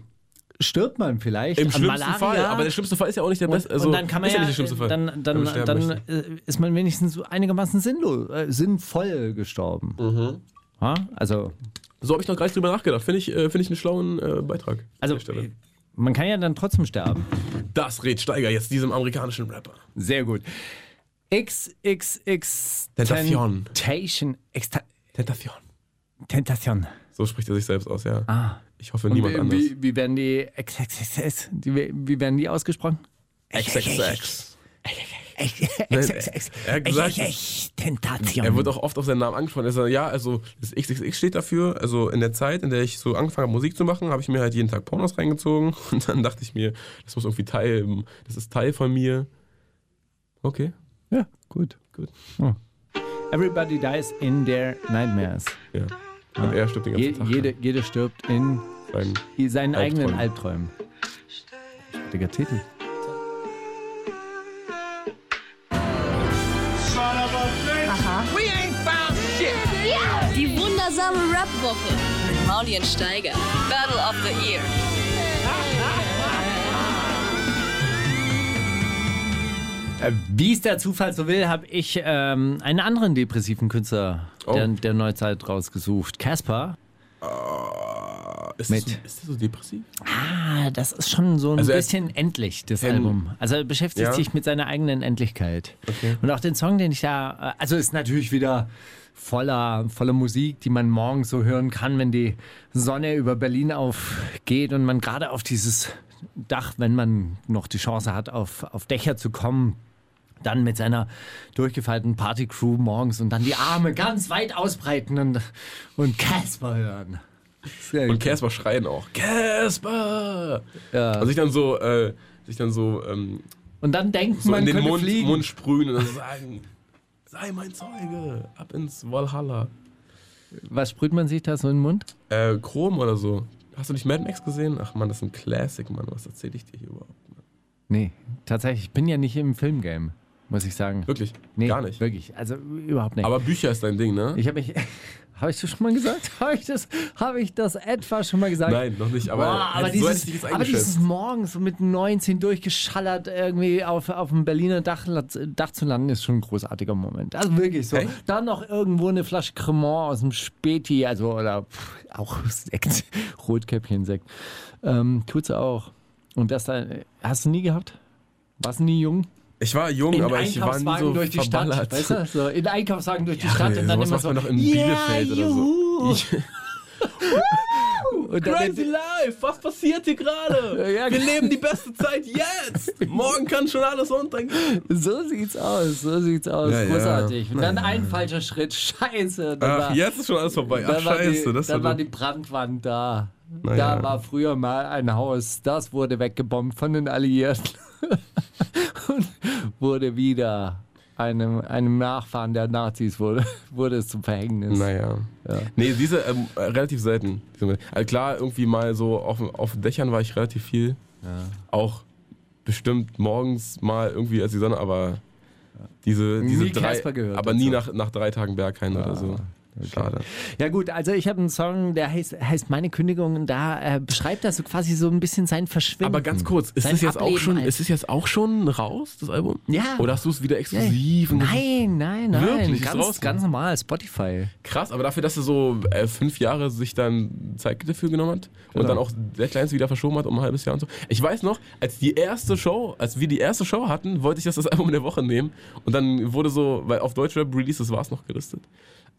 Speaker 6: stirbt man vielleicht.
Speaker 7: Im
Speaker 6: an
Speaker 7: schlimmsten
Speaker 6: Malaria.
Speaker 7: Fall. Aber der schlimmste Fall ist ja auch nicht der beste.
Speaker 6: Und,
Speaker 7: Also,
Speaker 6: und dann kann man
Speaker 7: ist
Speaker 6: ja,
Speaker 7: ja nicht der schlimmste Fall.
Speaker 6: dann,
Speaker 7: wenn
Speaker 6: dann,
Speaker 7: man sterben
Speaker 6: dann
Speaker 7: möchte.
Speaker 6: äh, ist man wenigstens so einigermaßen sinnlos, äh, sinnvoll gestorben. Ha? Also,
Speaker 7: So habe ich noch gar nicht drüber nachgedacht. Finde ich, äh, find ich einen schlauen äh, Beitrag. an
Speaker 6: also
Speaker 7: der Stelle.
Speaker 6: man kann ja dann trotzdem sterben.
Speaker 7: das rät Steiger jetzt diesem amerikanischen Rapper.
Speaker 6: Sehr gut. XXX
Speaker 7: Tentation.
Speaker 6: Tentation. Exta-
Speaker 7: Tentation.
Speaker 6: Tentation.
Speaker 7: So spricht er sich selbst aus, ja.
Speaker 6: Ah.
Speaker 7: Ich hoffe, niemand
Speaker 6: wie,
Speaker 7: anders.
Speaker 6: Wie, wie werden die XXX, die, wie werden die ausgesprochen?
Speaker 7: XXX.
Speaker 6: XXX.
Speaker 7: er hat gesagt-
Speaker 6: XXX Tentation.
Speaker 7: Er wird auch oft auf seinen Namen angesprochen. Er sagt, ja, also das XXX steht dafür. Also in der Zeit, in der ich so angefangen habe, Musik zu machen, habe ich mir halt jeden Tag Pornos reingezogen. Und dann dachte ich mir, das muss irgendwie Teil, das ist Teil von mir. Okay.
Speaker 6: Ja, gut.
Speaker 7: Gut.
Speaker 6: Oh. Everybody dies in their nightmares.
Speaker 7: Ja. Und er stirbt den ganzen
Speaker 6: Je,
Speaker 7: Tag.
Speaker 6: jede, jeder stirbt in
Speaker 7: Sein-
Speaker 6: seinen eigenen Albträumen. Dicker Titel.
Speaker 2: Die wundersame Rap-Woche mit Maulien Steiger. Battle of the Year.
Speaker 6: Äh, Wie es der Zufall so will, habe ich ähm, einen anderen depressiven Künstler
Speaker 7: Oh.
Speaker 6: der, der Neuzeit rausgesucht. Caspar.
Speaker 7: Oh, Ist,
Speaker 6: Mit.
Speaker 7: Das, so- ist das so depressiv?
Speaker 6: Ah, das ist schon so ein
Speaker 7: Also er ist-
Speaker 6: bisschen endlich, das
Speaker 7: Ähm,
Speaker 6: Album. Also er beschäftigt
Speaker 7: ja.
Speaker 6: sich mit seiner eigenen Endlichkeit. Und auch den Song, den ich da, äh, also ist natürlich wieder voller, voller Musik, die man morgens so hören kann, wenn die Sonne über Berlin aufgeht und man gerade auf dieses Dach, wenn man noch die Chance hat, auf, auf Dächer zu kommen, dann mit seiner durchgefeilten Partycrew morgens und dann die Arme ganz weit ausbreiten und, und Casper hören. Sehr
Speaker 7: Und Casper schreien auch. Casper! Und sich dann so, äh, sich dann so, ähm,
Speaker 6: Und dann denkt
Speaker 7: so
Speaker 6: man,
Speaker 7: in den
Speaker 6: könnte
Speaker 7: Mund,
Speaker 6: fliegen.
Speaker 7: Mund sprühen und dann sagen, sei mein Zeuge, ab ins Valhalla.
Speaker 6: Was sprüht man sich da so in den Mund?
Speaker 7: Äh, Chrom oder so. Hast du nicht Mad Max gesehen? Ach man, das ist ein Classic, Mann. Was erzähle ich dir hier überhaupt?
Speaker 6: Nee, tatsächlich. Ich bin ja nicht im Filmgame, muss ich sagen.
Speaker 7: Wirklich?
Speaker 6: Nee,
Speaker 7: gar nicht.
Speaker 6: Wirklich, also überhaupt nicht.
Speaker 7: Aber Bücher ist dein Ding, ne?
Speaker 6: ich habe mich. Habe ich das schon mal gesagt? Habe ich, das- hab ich das etwa schon mal gesagt?
Speaker 7: Nein, noch nicht, aber,
Speaker 6: Boah, aber,
Speaker 7: hätt- so hätte ich dich
Speaker 6: dieses,
Speaker 7: jetzt
Speaker 6: aber dieses
Speaker 7: eingeschätzt.
Speaker 6: morgens so mit 19 durchgeschallert irgendwie auf, auf dem Berliner Dach, Dach zu landen, ist schon ein großartiger Moment. Also wirklich so.
Speaker 7: Echt?
Speaker 6: Dann noch irgendwo eine Flasche Cremant aus dem Späti, also oder pff, auch Sekt, Rotkäppchen-Sekt. Ähm, tut's auch. Und das da, hast du nie gehabt? Warst du nie jung?
Speaker 7: Ich war jung,
Speaker 6: In
Speaker 7: aber ich war
Speaker 6: Einkaufswagen
Speaker 7: nie so
Speaker 6: durch die
Speaker 7: verballert.
Speaker 6: Stadt, weißt du? So, in Einkaufswagen durch die
Speaker 7: Ach,
Speaker 6: Stadt
Speaker 7: nee,
Speaker 6: und dann
Speaker 7: Äh, sowas
Speaker 6: immer
Speaker 7: macht
Speaker 6: so.
Speaker 7: man doch in Bielefeld oder
Speaker 6: juhu.
Speaker 7: so.
Speaker 6: Und dann,
Speaker 7: Crazy Life, was passiert hier gerade?
Speaker 6: Ja,
Speaker 7: Wir
Speaker 6: genau.
Speaker 7: leben die beste Zeit jetzt. Morgen kann schon alles untergehen.
Speaker 6: So sieht's aus, so sieht's aus.
Speaker 7: Ja, ja.
Speaker 6: Großartig. Und dann ein falscher Schritt, scheiße. Dann
Speaker 7: Ach, jetzt ist schon alles vorbei. Ach,
Speaker 6: dann war
Speaker 7: scheiße.
Speaker 6: die,
Speaker 7: Das
Speaker 6: dann
Speaker 7: war
Speaker 6: war
Speaker 7: dumm.
Speaker 6: die Brandwand da.
Speaker 7: Na
Speaker 6: da
Speaker 7: ja.
Speaker 6: war früher mal ein Haus, das wurde weggebombt von den Alliierten und wurde wieder einem, einem Nachfahren der Nazis wurde, wurde es zum Verhängnis.
Speaker 7: Naja. Nee, diese ähm, äh, relativ selten. Diese Momente. Also klar, irgendwie mal so auf, auf Dächern war ich relativ viel. Auch bestimmt morgens mal irgendwie als die Sonne, aber diese, diese
Speaker 6: Nie
Speaker 7: drei.
Speaker 6: Casper gehört
Speaker 7: aber
Speaker 6: dazu. Ah,
Speaker 7: nie nach, nach drei Tagen Berghain oder so. Schade.
Speaker 6: Ja gut, also ich habe einen Song, der heißt, heißt Meine Kündigung und da äh, beschreibt das so quasi so ein bisschen sein Verschwinden.
Speaker 7: Aber ganz kurz, ist
Speaker 6: Sein
Speaker 7: es, jetzt auch
Speaker 6: Ableben
Speaker 7: schon,
Speaker 6: als-
Speaker 7: ist es jetzt auch schon raus, das Album?
Speaker 6: Ja.
Speaker 7: Oder hast du es wieder
Speaker 6: Ja, ja.
Speaker 7: exklusiv? und-
Speaker 6: Nein, nein, nein.
Speaker 7: Wirklich? Ist ne?
Speaker 6: ganz,
Speaker 7: draußen?
Speaker 6: ganz normal, Spotify.
Speaker 7: Krass, aber dafür, dass er so äh, fünf Jahre sich dann Zeit dafür genommen hat
Speaker 6: Genau.
Speaker 7: und dann auch Deadlines wieder verschoben hat um ein halbes Jahr und so. Ich weiß noch, als die erste Show, als wir die erste Show hatten, wollte ich das als Album der Woche nehmen und dann wurde so, weil auf Deutschrap Releases war es noch gelistet.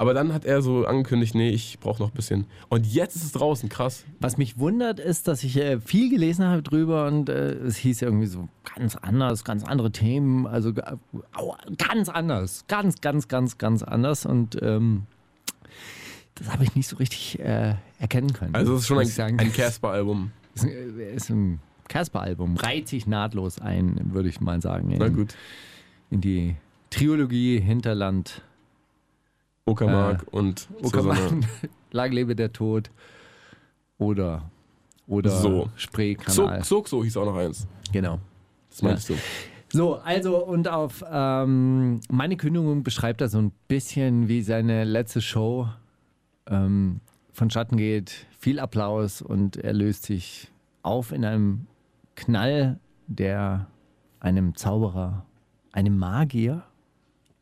Speaker 7: Aber dann hat er so angekündigt, nee, ich brauche noch ein bisschen. Und jetzt ist es draußen, krass.
Speaker 6: Was mich wundert, ist, dass ich äh, viel gelesen habe drüber und äh, es hieß irgendwie so ganz anders, ganz andere Themen, also ga- au, ganz anders, ganz, ganz, ganz, ganz anders und ähm, das habe ich nicht so richtig äh, erkennen können.
Speaker 7: Also es ist schon
Speaker 6: muss ich sagen.
Speaker 7: ein, ein Casper-Album.
Speaker 6: Es ist ein- es ist ein Casper-Album, reiht sich nahtlos ein, würde ich mal sagen,
Speaker 7: Na
Speaker 6: in,
Speaker 7: gut.
Speaker 6: in die Trilogie Hinterland,
Speaker 7: Uckermark
Speaker 6: Äh,
Speaker 7: und
Speaker 6: Uckermann, Lang lebe der Tod oder, oder
Speaker 7: So.
Speaker 6: Spreekanal.
Speaker 7: Zog, Zog so hieß auch noch eins.
Speaker 6: Genau.
Speaker 7: Das meinst du.
Speaker 6: So, also und auf ähm, meine Kündigung beschreibt er so ein bisschen, wie seine letzte Show ähm, vonstatten geht. Viel Applaus und er löst sich auf in einem Knall, der einem Zauberer, einem Magier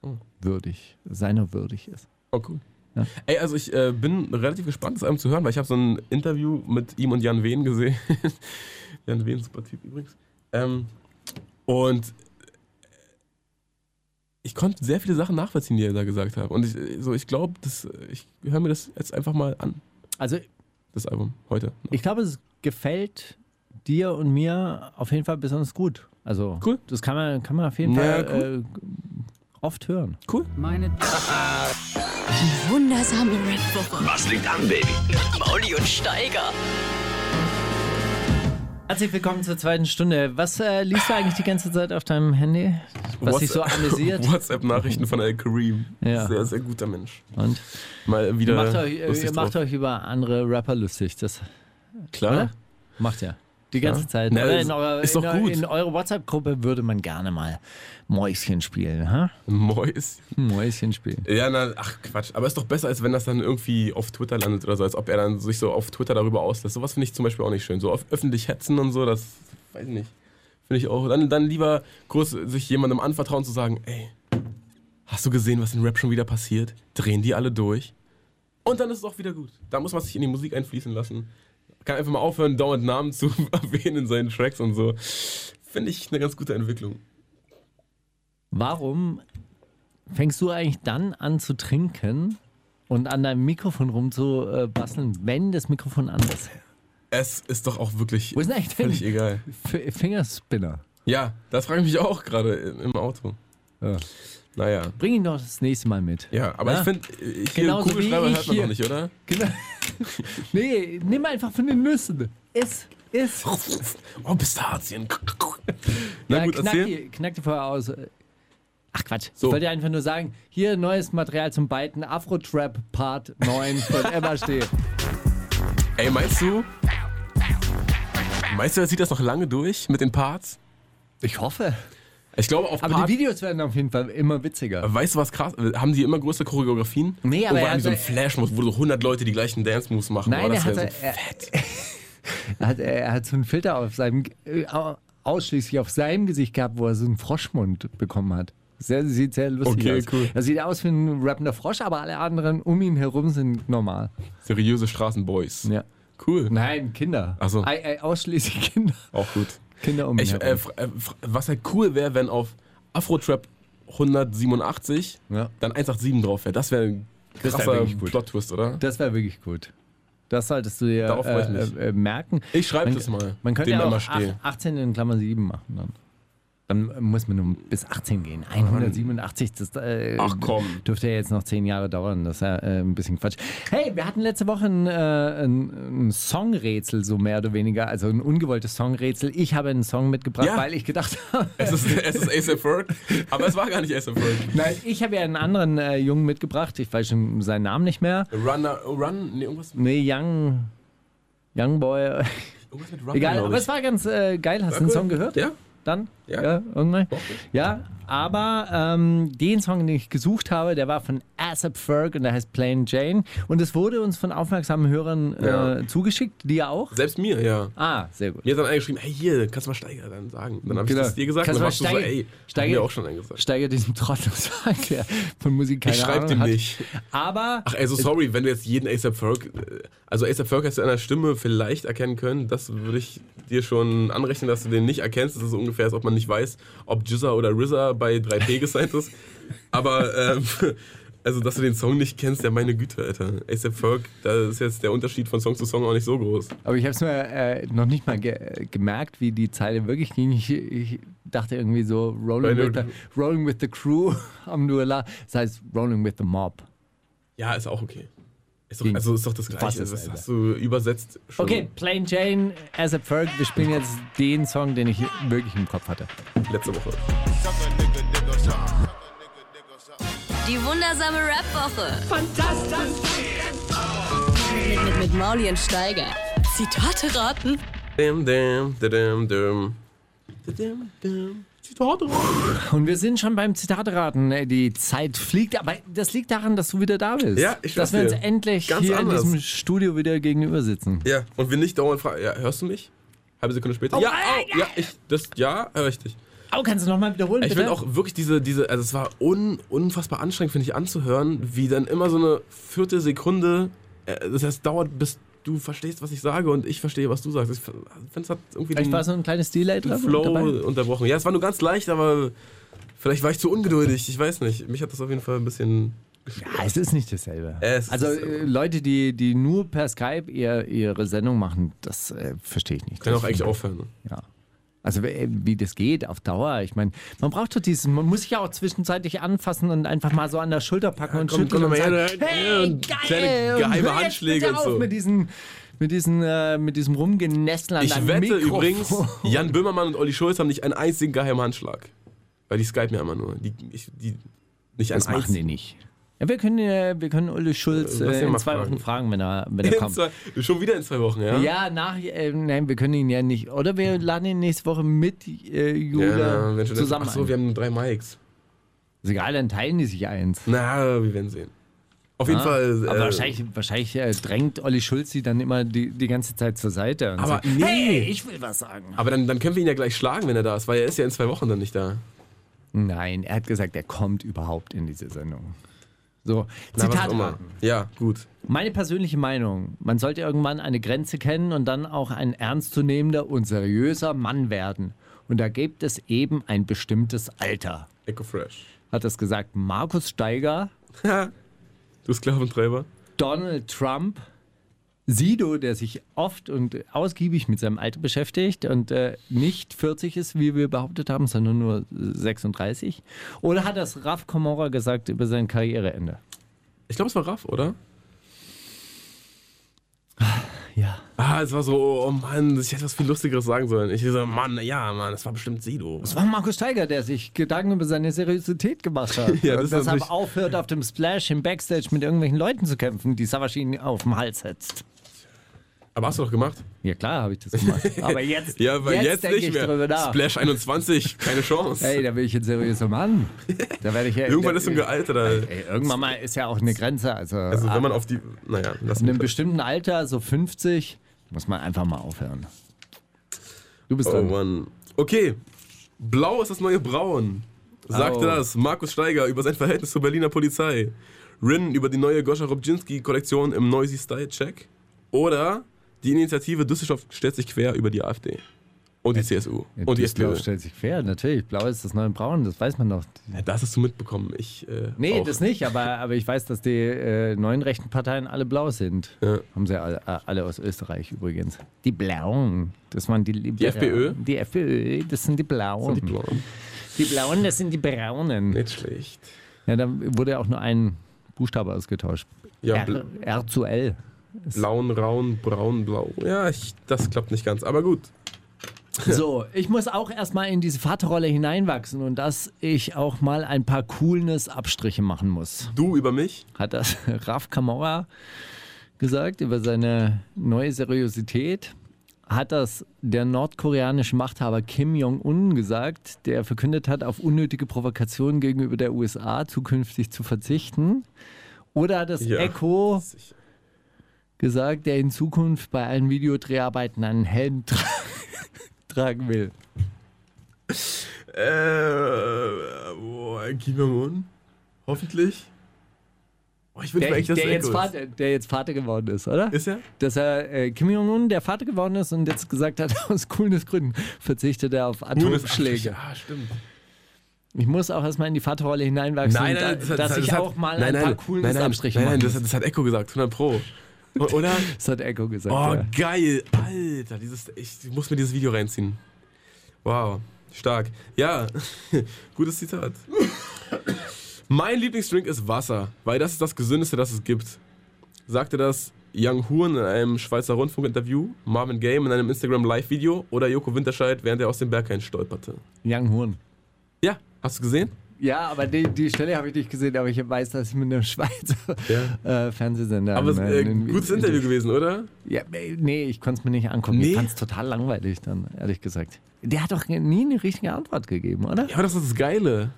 Speaker 6: Oh. würdig, seiner würdig ist.
Speaker 7: Oh, cool.
Speaker 6: Ja.
Speaker 7: Ey, also ich äh, bin relativ gespannt, es einem zu hören, weil ich habe so ein Interview mit ihm und Jan Wehn gesehen. Jan Wehn, super Typ übrigens. Ähm, und äh, ich konnte sehr viele Sachen nachvollziehen, die er da gesagt hat. Und ich, äh, so, ich glaube, ich höre mir das jetzt einfach mal an,
Speaker 6: Also
Speaker 7: das Album, heute.
Speaker 6: Ich glaube, es gefällt dir und mir auf jeden Fall besonders gut. Also
Speaker 7: Cool.
Speaker 6: das kann man, kann man auf jeden
Speaker 7: Ja,
Speaker 6: Fall äh, oft hören.
Speaker 7: Cool.
Speaker 2: Wundersame Red Booker.
Speaker 3: Was liegt an, Baby?
Speaker 2: Mit Mauli und Steiger.
Speaker 6: Herzlich willkommen zur zweiten Stunde. Was äh, liest du eigentlich die ganze Zeit auf deinem Handy? Was dich so amüsiert?
Speaker 7: WhatsApp-Nachrichten von El Kareem.
Speaker 6: Ja.
Speaker 7: Sehr, sehr guter Mensch.
Speaker 6: Und
Speaker 7: Mal wieder.
Speaker 6: macht euch, äh, ihr
Speaker 7: lustig
Speaker 6: macht
Speaker 7: drauf.
Speaker 6: euch über andere Rapper lustig. Das
Speaker 7: Klar.
Speaker 6: oder? macht ihr. Die ganze
Speaker 7: Ja.
Speaker 6: Zeit.
Speaker 7: Na,
Speaker 6: Oder
Speaker 7: ist-
Speaker 6: in eurer,
Speaker 7: ist
Speaker 6: in,
Speaker 7: doch
Speaker 6: eu-
Speaker 7: gut.
Speaker 6: in eurer WhatsApp-Gruppe würde man gerne mal Mäuschen spielen. Ha?
Speaker 7: Mäus.
Speaker 6: Mäuschen spielen.
Speaker 7: Ja, na, ach Quatsch. Aber ist doch besser, als wenn das dann irgendwie auf Twitter landet oder so, als ob er dann sich so auf Twitter darüber auslässt. Sowas finde ich zum Beispiel auch nicht schön. So auf öffentlich hetzen und so, das weiß ich nicht. Finde ich auch. Dann, dann lieber groß sich jemandem anvertrauen zu sagen, ey, hast du gesehen, was in Rap schon wieder passiert? Drehen die alle durch. Und dann ist es auch wieder gut. Da muss man sich in die Musik einfließen lassen. Kann einfach mal aufhören, dauernd Namen zu erwähnen in seinen Tracks und so. Finde ich eine ganz gute Entwicklung.
Speaker 6: Warum fängst du eigentlich dann an zu trinken und an deinem Mikrofon rumzubasteln, wenn das Mikrofon an ist?
Speaker 7: Es ist doch auch wirklich
Speaker 6: Wo ist denn eigentlich dein
Speaker 7: völlig egal.
Speaker 6: F Fingerspinner?
Speaker 7: Ja, das frage ich mich auch gerade im Auto.
Speaker 6: Ja.
Speaker 7: Naja.
Speaker 6: Bring ihn doch das nächste Mal mit.
Speaker 7: Ja, aber
Speaker 6: Ja.
Speaker 7: ich finde, hier
Speaker 6: Genauso
Speaker 7: Kugelschreiber
Speaker 6: wie
Speaker 7: hört
Speaker 6: ich
Speaker 7: man
Speaker 6: hier.
Speaker 7: noch nicht, oder?
Speaker 6: Genau. nee, nimm einfach von den Nüssen. Iss, iss.
Speaker 7: Oh, Pistazien. Na
Speaker 6: Ja,
Speaker 7: gut,
Speaker 6: Äh, knack,
Speaker 7: erzähl.
Speaker 6: die, knack die vorher aus. Ach Quatsch,
Speaker 7: So.
Speaker 6: ich wollte einfach nur sagen, hier neues Material zum Beiten, Afro-Trap Part 9 von Emma Steh.
Speaker 7: Ey, meinst du? Meinst du, er zieht das noch lange durch mit den Parts?
Speaker 6: Ich hoffe.
Speaker 7: Ich glaube, auf
Speaker 6: Aber
Speaker 7: Part.
Speaker 6: die Videos werden auf jeden Fall immer witziger.
Speaker 7: Weißt du, was krass? Haben die immer größere Choreografien?
Speaker 6: Nee, aber
Speaker 7: Oder
Speaker 6: er
Speaker 7: haben die so
Speaker 6: hat-
Speaker 7: einen Flash-Move, wo so 100 Leute die gleichen Dance-Moves machen?
Speaker 6: Nein,
Speaker 7: Boah,
Speaker 6: er
Speaker 7: das
Speaker 6: hat,
Speaker 7: wär
Speaker 6: er,
Speaker 7: so
Speaker 6: er hat, er hat so einen Filter auf seinem, äh, au- ausschließlich auf seinem Gesicht gehabt, wo er so einen Froschmund bekommen hat. Sehr, sieht sehr lustig
Speaker 7: Okay,
Speaker 6: aus.
Speaker 7: cool.
Speaker 6: Er sieht aus wie ein rappender Frosch, aber alle anderen um ihn herum sind normal.
Speaker 7: seriöse Straßenboys.
Speaker 6: Ja.
Speaker 7: Cool.
Speaker 6: Nein, Kinder.
Speaker 7: Ach so.
Speaker 6: Ei, ei, ausschließlich Kinder.
Speaker 7: Auch gut.
Speaker 6: Kinder um ihn
Speaker 7: Ich, äh,
Speaker 6: herum.
Speaker 7: fr- äh, fr- was halt cool wäre, wenn auf Afro-Trap 187
Speaker 6: Ja.
Speaker 7: dann 187 drauf wäre. Das wäre ein
Speaker 6: Das wär
Speaker 7: krasser
Speaker 6: wirklich gut.
Speaker 7: Plot-Twist, oder?
Speaker 6: Das wäre wirklich gut. Das solltest du dir
Speaker 7: Darauf freue ich
Speaker 6: äh,
Speaker 7: mich.
Speaker 6: äh, äh, merken.
Speaker 7: Ich schreibe
Speaker 6: Man-
Speaker 7: das mal.
Speaker 6: Man könnte
Speaker 7: dem
Speaker 6: ja auch
Speaker 7: Emma Steh.
Speaker 6: ach- 18 in Klammer 7 machen dann. Dann muss man nur bis 18 gehen. 187, das äh,
Speaker 7: Ach komm.
Speaker 6: dürfte ja jetzt noch 10 Jahre dauern. Das ist ja äh, ein bisschen Quatsch. Hey, wir hatten letzte Woche ein, äh, ein, ein Songrätsel, so mehr oder weniger. Also ein ungewolltes Songrätsel. Ich habe einen Song mitgebracht,
Speaker 7: Ja.
Speaker 6: weil ich gedacht habe,
Speaker 7: Es ist, es ist ASAP Ferg, aber es war gar nicht ASAP Ferg.
Speaker 6: nein, ich habe ja einen anderen äh, Jungen mitgebracht. Ich weiß schon seinen Namen nicht mehr.
Speaker 7: Run, oh, run, nee, irgendwas,
Speaker 6: Nee, Young, Young Boy.
Speaker 7: irgendwas mit Run.
Speaker 6: Egal,
Speaker 7: glaub
Speaker 6: aber
Speaker 7: ich.
Speaker 6: es war ganz äh, geil. Hast du
Speaker 7: Genau,
Speaker 6: den
Speaker 7: cool.
Speaker 6: Song gehört?
Speaker 7: Ja?
Speaker 6: Dann?
Speaker 7: Ja.
Speaker 6: irgendwann. Ja, aber ähm, den Song, den ich gesucht habe, der war von ASAP Ferg und der heißt Plain Jane. Und es wurde uns von aufmerksamen Hörern äh,
Speaker 7: Ja.
Speaker 6: zugeschickt. Dir auch?
Speaker 7: Selbst mir, ja.
Speaker 6: Ah, sehr gut.
Speaker 7: Mir hat dann eingeschrieben, hey, hier, kannst du mal Steiger dann sagen. Dann habe ich
Speaker 6: Genau.
Speaker 7: das dir gesagt
Speaker 6: Kannst
Speaker 7: und dann
Speaker 6: du
Speaker 7: warst du
Speaker 6: mal
Speaker 7: so,
Speaker 6: Steiger-
Speaker 7: ey,
Speaker 6: Steiger-
Speaker 7: Steiger. mir auch schon eingesagt.
Speaker 6: Steiger diesen Trottel sagt, der von Musik keine
Speaker 7: Ich schreib
Speaker 6: Ahnung
Speaker 7: dem
Speaker 6: hat.
Speaker 7: nicht.
Speaker 6: Aber
Speaker 7: Ach, also sorry, wenn du jetzt jeden ASAP Ferg, äh, also ASAP Ferg hast du an der Stimme vielleicht erkennen können, das würde ich dir schon anrechnen, dass du den nicht erkennst. Das ist so ungefähr, als ob man nicht weiß, ob Jizza oder RZA bei 3P gesigned ist. Aber, ähm, also dass du den Song nicht kennst, ja meine Güte, Alter. ASAP Ferg, da ist jetzt der Unterschied von Song zu Song auch nicht so groß.
Speaker 6: Aber ich habe es mir äh, noch nicht mal ge äh, gemerkt, wie die Zeile wirklich ging. Ich, ich dachte irgendwie so,
Speaker 7: Weil
Speaker 6: Rolling, with
Speaker 7: du-
Speaker 6: the, rolling with the Crew am Duella. Das heißt, Rolling with the Mob.
Speaker 7: Ja, ist auch okay. Ist doch,
Speaker 6: Ging.
Speaker 7: also ist doch das
Speaker 6: Fast
Speaker 7: Gleiche.
Speaker 6: dasselbe.
Speaker 7: Das hast du übersetzt schon.
Speaker 6: Okay, Plain Jane, As a Ferg. Wir spielen jetzt den Song, den ich wirklich im Kopf hatte.
Speaker 7: Letzte Woche.
Speaker 2: Die wundersame Rap-Woche. Fantastisch. Mit, mit, mit Mauli und Steiger. Zitate raten.
Speaker 7: Dim, dim, dim, dim, dim. Dim, dim. Zitate.
Speaker 6: Und wir sind schon beim Zitateraten. Die Zeit fliegt, aber das liegt daran, dass du wieder da bist.
Speaker 7: Ja, ich
Speaker 6: Dass
Speaker 7: schwör's
Speaker 6: wir uns
Speaker 7: dir.
Speaker 6: endlich
Speaker 7: Ganz
Speaker 6: hier
Speaker 7: anders.
Speaker 6: in diesem Studio wieder gegenüber sitzen.
Speaker 7: Ja, und wir nicht dauernd fragen, ja, hörst du mich? Halbe Sekunde
Speaker 6: Oh
Speaker 7: später. ja, au, ja, ich, das, ja, richtig.
Speaker 6: Au, kannst du nochmal wiederholen?
Speaker 7: Ich
Speaker 6: bitte?
Speaker 7: finde auch wirklich diese, diese, also es war un, unfassbar anstrengend, finde ich, anzuhören, wie dann immer so eine vierte Sekunde, äh, das heißt, dauert, bis du verstehst, was ich sage und ich verstehe, was du sagst. Ich finde, es hat irgendwie
Speaker 6: Vielleicht war so
Speaker 7: den,
Speaker 6: ein kleines Delay
Speaker 7: den
Speaker 6: drin.
Speaker 7: Flow
Speaker 6: dabei.
Speaker 7: unterbrochen. Ja, es war nur ganz leicht, aber vielleicht war ich zu ungeduldig, ich weiß nicht. Mich hat das auf jeden Fall ein bisschen
Speaker 6: Ja, Ah, es ist nicht dasselbe.
Speaker 7: Es
Speaker 6: also
Speaker 7: ist-
Speaker 6: äh, Leute, die, die nur per Skype ihr, ihre Sendung machen, das äh, verstehe ich nicht.
Speaker 7: Kann auch
Speaker 6: Das-
Speaker 7: eigentlich aufhören. ne?
Speaker 6: Ja. Also wie wie das geht auf Dauer. Ich meine, man braucht doch diesen, man muss sich ja auch zwischenzeitlich anfassen und einfach mal so an der Schulter packen und
Speaker 7: komm,
Speaker 6: schütteln
Speaker 7: komm
Speaker 6: und
Speaker 7: mal her,
Speaker 6: sagen,
Speaker 7: ne? Ja,
Speaker 6: hey,
Speaker 7: und
Speaker 6: geil,
Speaker 7: kleine
Speaker 6: und
Speaker 7: geheime
Speaker 6: hör jetzt
Speaker 7: Handschläge
Speaker 6: bitte
Speaker 7: und
Speaker 6: auf
Speaker 7: so.
Speaker 6: mit diesen, mit diesen, äh, mit diesem Rumgenestel an
Speaker 7: Ich
Speaker 6: deinem
Speaker 7: wette
Speaker 6: Mikrofon.
Speaker 7: übrigens, Jan Böhmermann und Olli Schulz haben nicht einen einzigen geheimen Handschlag. Weil die skypen ja immer nur. Die, ich, die, nicht
Speaker 6: das
Speaker 7: einen
Speaker 6: machen die
Speaker 7: einzigen.
Speaker 6: nicht. Ja, wir können, äh, wir können Ulle Schulz
Speaker 7: Äh, lass
Speaker 6: äh,
Speaker 7: ihn
Speaker 6: in
Speaker 7: mal
Speaker 6: zwei
Speaker 7: fragen.
Speaker 6: Wochen fragen, wenn er, wenn er
Speaker 7: In
Speaker 6: kommt.
Speaker 7: zwei, schon wieder in zwei Wochen, ja?
Speaker 6: Ja, nach, äh, nein, wir können ihn ja nicht. Oder wir laden ihn nächste Woche mit äh, Jule
Speaker 7: wenn schon das-
Speaker 6: zusammen.
Speaker 7: Achso,
Speaker 6: ein.
Speaker 7: wir haben nur drei Mics.
Speaker 6: Ist egal, dann teilen die sich eins.
Speaker 7: Na, wir werden sehen. Auf jeden Fall.
Speaker 6: Aber
Speaker 7: äh,
Speaker 6: wahrscheinlich, wahrscheinlich äh, drängt Olli Schulz sie dann immer die, die ganze Zeit zur Seite. Und
Speaker 7: Aber
Speaker 6: sagt,
Speaker 7: nee.
Speaker 6: Hey, ich will was sagen.
Speaker 7: Aber dann, dann können wir ihn ja gleich schlagen, wenn er da ist, weil er ist ja in zwei Wochen dann nicht da.
Speaker 6: Nein, er hat gesagt, er kommt überhaupt in diese Sendung. So,
Speaker 7: Na, was auch
Speaker 6: Zitat.
Speaker 7: immer. Ja, gut.
Speaker 6: Meine persönliche Meinung, man sollte irgendwann eine Grenze kennen und dann auch ein ernstzunehmender und seriöser Mann werden. Und da gibt es eben ein bestimmtes Alter.
Speaker 7: Echo Fresh.
Speaker 6: Hat das gesagt Markus Steiger,
Speaker 7: Du Sklaventreiber.
Speaker 6: Donald Trump, Sido, der sich oft und ausgiebig mit seinem Alter beschäftigt und äh, nicht 40 ist, wie wir behauptet haben, sondern nur 36? Oder hat das Raf Komora gesagt über sein Karriereende?
Speaker 7: Ich glaube, es war Raff, oder?
Speaker 6: Ja.
Speaker 7: Ah, es war so, oh Mann, ich hätte was viel Lustigeres sagen sollen. Ich so, Mann, ja, Mann, das war bestimmt Sido.
Speaker 6: Es war Markus Steiger, der sich Gedanken über seine Seriosität gemacht hat.
Speaker 7: Ja, das
Speaker 6: und
Speaker 7: ist
Speaker 6: deshalb
Speaker 7: natürlich-
Speaker 6: aufhört, auf dem Splash im Backstage mit irgendwelchen Leuten zu kämpfen, die Savasch ihn auf den Hals setzt.
Speaker 7: Aber hast du doch gemacht?
Speaker 6: Ja, klar habe ich das gemacht. Aber jetzt,
Speaker 7: Ja, weil jetzt,
Speaker 6: denke
Speaker 7: nicht
Speaker 6: ich
Speaker 7: mehr.
Speaker 6: drüber nach.
Speaker 7: Splash 21, keine Chance.
Speaker 6: Ey, da bin ich ein seriöser Mann. Da werde ich ja,
Speaker 7: Irgendwann
Speaker 6: da,
Speaker 7: ist so ein gealter.
Speaker 6: Ey, irgendwann mal ist ja auch eine Grenze. Also,
Speaker 7: Also wenn
Speaker 6: ab
Speaker 7: man auf die. Naja, lass mich.
Speaker 6: einem bestimmten Alter, so 50, muss man einfach mal aufhören. Du bist
Speaker 7: Oh
Speaker 6: dran.
Speaker 7: Mann. Okay. Blau ist das neue Braun. Sagte
Speaker 6: Au.
Speaker 7: das Markus Steiger über sein Verhältnis zur Berliner Polizei. Rin über die neue Goscha Robczynski-Kollektion im Noisy Style Check. Oder die Initiative Düsseldorf stellt sich quer über die AfD. Und die CSU. Und die
Speaker 6: Düsseldorf
Speaker 7: SPÖ.
Speaker 6: stellt sich fair, natürlich. Blau ist das neue Braun, das weiß man doch.
Speaker 7: Ja, das hast du mitbekommen. Ich, äh,
Speaker 6: Nee,
Speaker 7: auch.
Speaker 6: das nicht, aber, aber ich weiß, dass die äh, neuen rechten Parteien alle blau sind.
Speaker 7: Ja.
Speaker 6: Haben sie alle, äh, alle aus Österreich übrigens. Die Blauen, das waren die Liberalen.
Speaker 7: Die FPÖ?
Speaker 6: Die FPÖ, das sind die Blauen.
Speaker 7: Die Blauen.
Speaker 6: die Blauen, das sind die Braunen.
Speaker 7: Nicht schlecht.
Speaker 6: Ja, da wurde ja auch nur ein Buchstabe ausgetauscht.
Speaker 7: Ja,
Speaker 6: R,
Speaker 7: bl
Speaker 6: R zu L.
Speaker 7: blauen, raun, braun, blau. Ja, ich, das klappt nicht ganz. Aber gut.
Speaker 6: So, ich muss auch erstmal in diese Vaterrolle hineinwachsen und dass ich auch mal ein paar coolness Abstriche machen muss.
Speaker 7: Du über mich.
Speaker 6: Hat das Raf Kamora gesagt über seine neue Seriosität? Hat das der nordkoreanische Machthaber Kim Jong-un gesagt, der verkündet hat, auf unnötige Provokationen gegenüber der USA zukünftig zu verzichten? Oder hat das
Speaker 7: Ja.
Speaker 6: Echo gesagt, der in Zukunft bei allen Videodreharbeiten einen Helm tra tragen will?
Speaker 7: Äh, boah, Kim Jong-un. Hoffentlich. Oh, ich wünsche
Speaker 6: Der,
Speaker 7: mir echt, dass
Speaker 6: der,
Speaker 7: er Echo
Speaker 6: jetzt
Speaker 7: ist.
Speaker 6: Vater, der jetzt Vater geworden ist, oder?
Speaker 7: Ist er?
Speaker 6: Dass er äh, Kim Jong-un der Vater geworden ist und jetzt gesagt hat, aus coolen Gründen verzichtet er auf Atomschläge.
Speaker 7: Ah, stimmt.
Speaker 6: Ich muss auch erstmal in die Vaterrolle hineinwachsen, und da, dass ich auch mal ein paar coolen
Speaker 7: nein, nein,
Speaker 6: Abstriche
Speaker 7: nein, nein,
Speaker 6: machen
Speaker 7: das, hat- das hat Echo gesagt, 100 Pro. O- Oder?
Speaker 6: muss. Das hat Echo gesagt.
Speaker 7: Oh,
Speaker 6: ja.
Speaker 7: geil. Alter, dieses, ich muss mir dieses Video reinziehen. Wow, stark. Ja, gutes Zitat. mein Lieblingsdrink ist Wasser, weil das ist das Gesündeste, das es gibt. Sagte das Young Huren in einem Schweizer Rundfunk-Interview, Marvin Game in einem Instagram-Live-Video oder Joko Winterscheid, während er aus dem Berghain stolperte.
Speaker 6: Young Horn.
Speaker 7: Ja, hast du gesehen?
Speaker 6: Ja, aber die, die Stelle habe ich nicht gesehen, aber ich weiß, dass ich mit einem Schweizer äh, Fernsehsender.
Speaker 7: Aber es,
Speaker 6: ein-
Speaker 7: äh,
Speaker 6: ein-
Speaker 7: gutes Interview gewesen, oder?
Speaker 6: Ja, nee, ich konnte es mir nicht angucken.
Speaker 7: Nee?
Speaker 6: Ich fand es total langweilig dann, ehrlich gesagt. Der hat doch nie eine richtige Antwort gegeben, oder?
Speaker 7: Ja, aber das ist das Geile.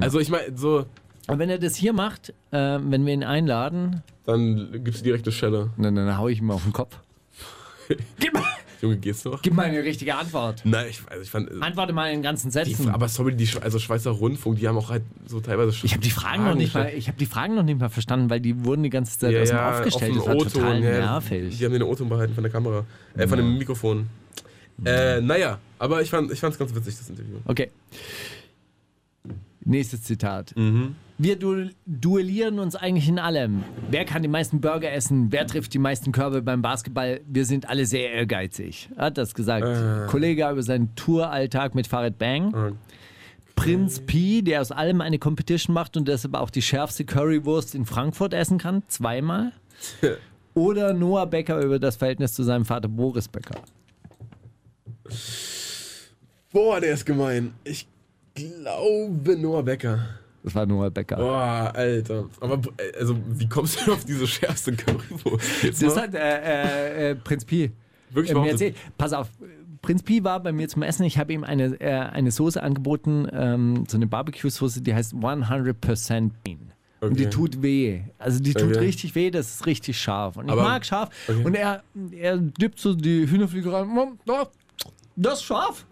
Speaker 7: Also ich meine, so,
Speaker 6: Und wenn er das hier macht, äh, wenn wir ihn einladen,
Speaker 7: dann gibst du direkt eine Schelle.
Speaker 6: dann, dann hau ich ihm auf den Kopf. Gib mal,
Speaker 7: Junge, geht's noch?
Speaker 6: Gib mal eine richtige Antwort.
Speaker 7: Nein, ich, also ich fand. äh,
Speaker 6: Antworte mal in ganzen
Speaker 7: Die,
Speaker 6: Sätzen.
Speaker 7: aber sorry, die, Sch- also Schweizer Rundfunk, die haben auch halt so teilweise schon.
Speaker 6: ich habe die Fragen noch nicht mal, ich habe die Fragen noch nicht mal verstanden, weil die wurden die ganze Zeit
Speaker 7: ja,
Speaker 6: aus dem
Speaker 7: ja, auf
Speaker 6: aufgestellt. Das
Speaker 7: dem
Speaker 6: war
Speaker 7: O-Ton,
Speaker 6: total
Speaker 7: ja,
Speaker 6: nervig.
Speaker 7: Die haben den O-Ton behalten von der Kamera. Äh, von dem Mikrofon. Äh,
Speaker 6: Mhm.
Speaker 7: naja, aber ich fand es ganz witzig, das Interview.
Speaker 6: Okay. Nächstes Zitat. Wir du duellieren uns eigentlich in allem. Wer kann die meisten Burger essen? Wer trifft die meisten Körbe beim Basketball? Wir sind alle sehr ehrgeizig. Hat das gesagt. Kollege über seinen Touralltag mit Farid Bang. Prinz Pi, der aus allem eine Competition macht und deshalb auch die schärfste Currywurst in Frankfurt essen kann. Zweimal. Oder Noah Becker über das Verhältnis zu seinem Vater Boris Becker.
Speaker 7: Boah, der ist gemein. Ich glaube Noah Becker.
Speaker 6: Das war Noah
Speaker 7: Oh.
Speaker 6: Becker.
Speaker 7: Boah, Alter. Aber äh, also, wie kommst du denn auf diese schärfste Currywurst? Jetzt
Speaker 6: Das
Speaker 7: mal?
Speaker 6: hat äh, äh, äh, Prinz Pi
Speaker 7: ne? Wirklich
Speaker 6: äh, mir
Speaker 7: behauptet?
Speaker 6: erzählt. Pass auf, Prinz Pi war bei mir zum Essen. Ich habe ihm eine, äh, eine Soße angeboten, ähm, so eine Barbecue-Soße, die heißt 100% Bean. Und die
Speaker 7: Okay.
Speaker 6: tut weh. Also die tut
Speaker 7: Okay.
Speaker 6: richtig weh, das ist richtig scharf. Und ich
Speaker 7: Aber-
Speaker 6: mag scharf. Und er, er dippt so die Hühnerflügel rein. Mm, ja, Das ist scharf.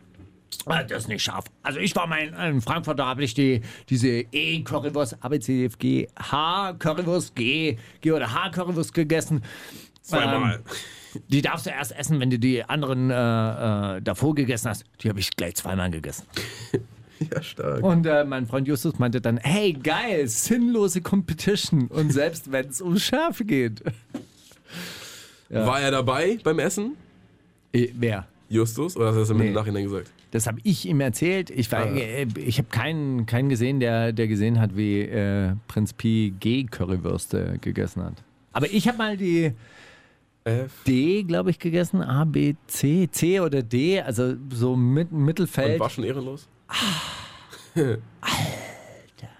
Speaker 6: Ah, Das ist nicht scharf. Also ich war mal in, in Frankfurt, da habe ich die, diese E-Currywurst, A, B, C, D, F, G, H-Currywurst, G, G oder H-Currywurst gegessen.
Speaker 7: Zweimal.
Speaker 6: Die darfst du erst essen, wenn du die anderen äh, äh, davor gegessen hast. Die habe ich gleich zweimal gegessen.
Speaker 7: ja, stark.
Speaker 6: Und äh, mein Freund Justus meinte dann, hey, geil, sinnlose Competition. Und selbst wenn es um Schärfe geht.
Speaker 7: War er dabei beim Essen?
Speaker 6: Äh, wer?
Speaker 7: Justus? Oder hast du das
Speaker 6: Nee.
Speaker 7: im Nachhinein gesagt?
Speaker 6: Das habe ich ihm erzählt. Ich, war, äh, ich habe keinen, keinen gesehen, der, der gesehen hat, wie äh, Prinz Pi G-Currywürste gegessen hat. Aber ich habe mal die
Speaker 7: F.
Speaker 6: D, glaube ich, gegessen. A, B, C, C oder D. Also so mit,
Speaker 7: Und
Speaker 6: Mittelfeld.
Speaker 7: war schon ehrenlos?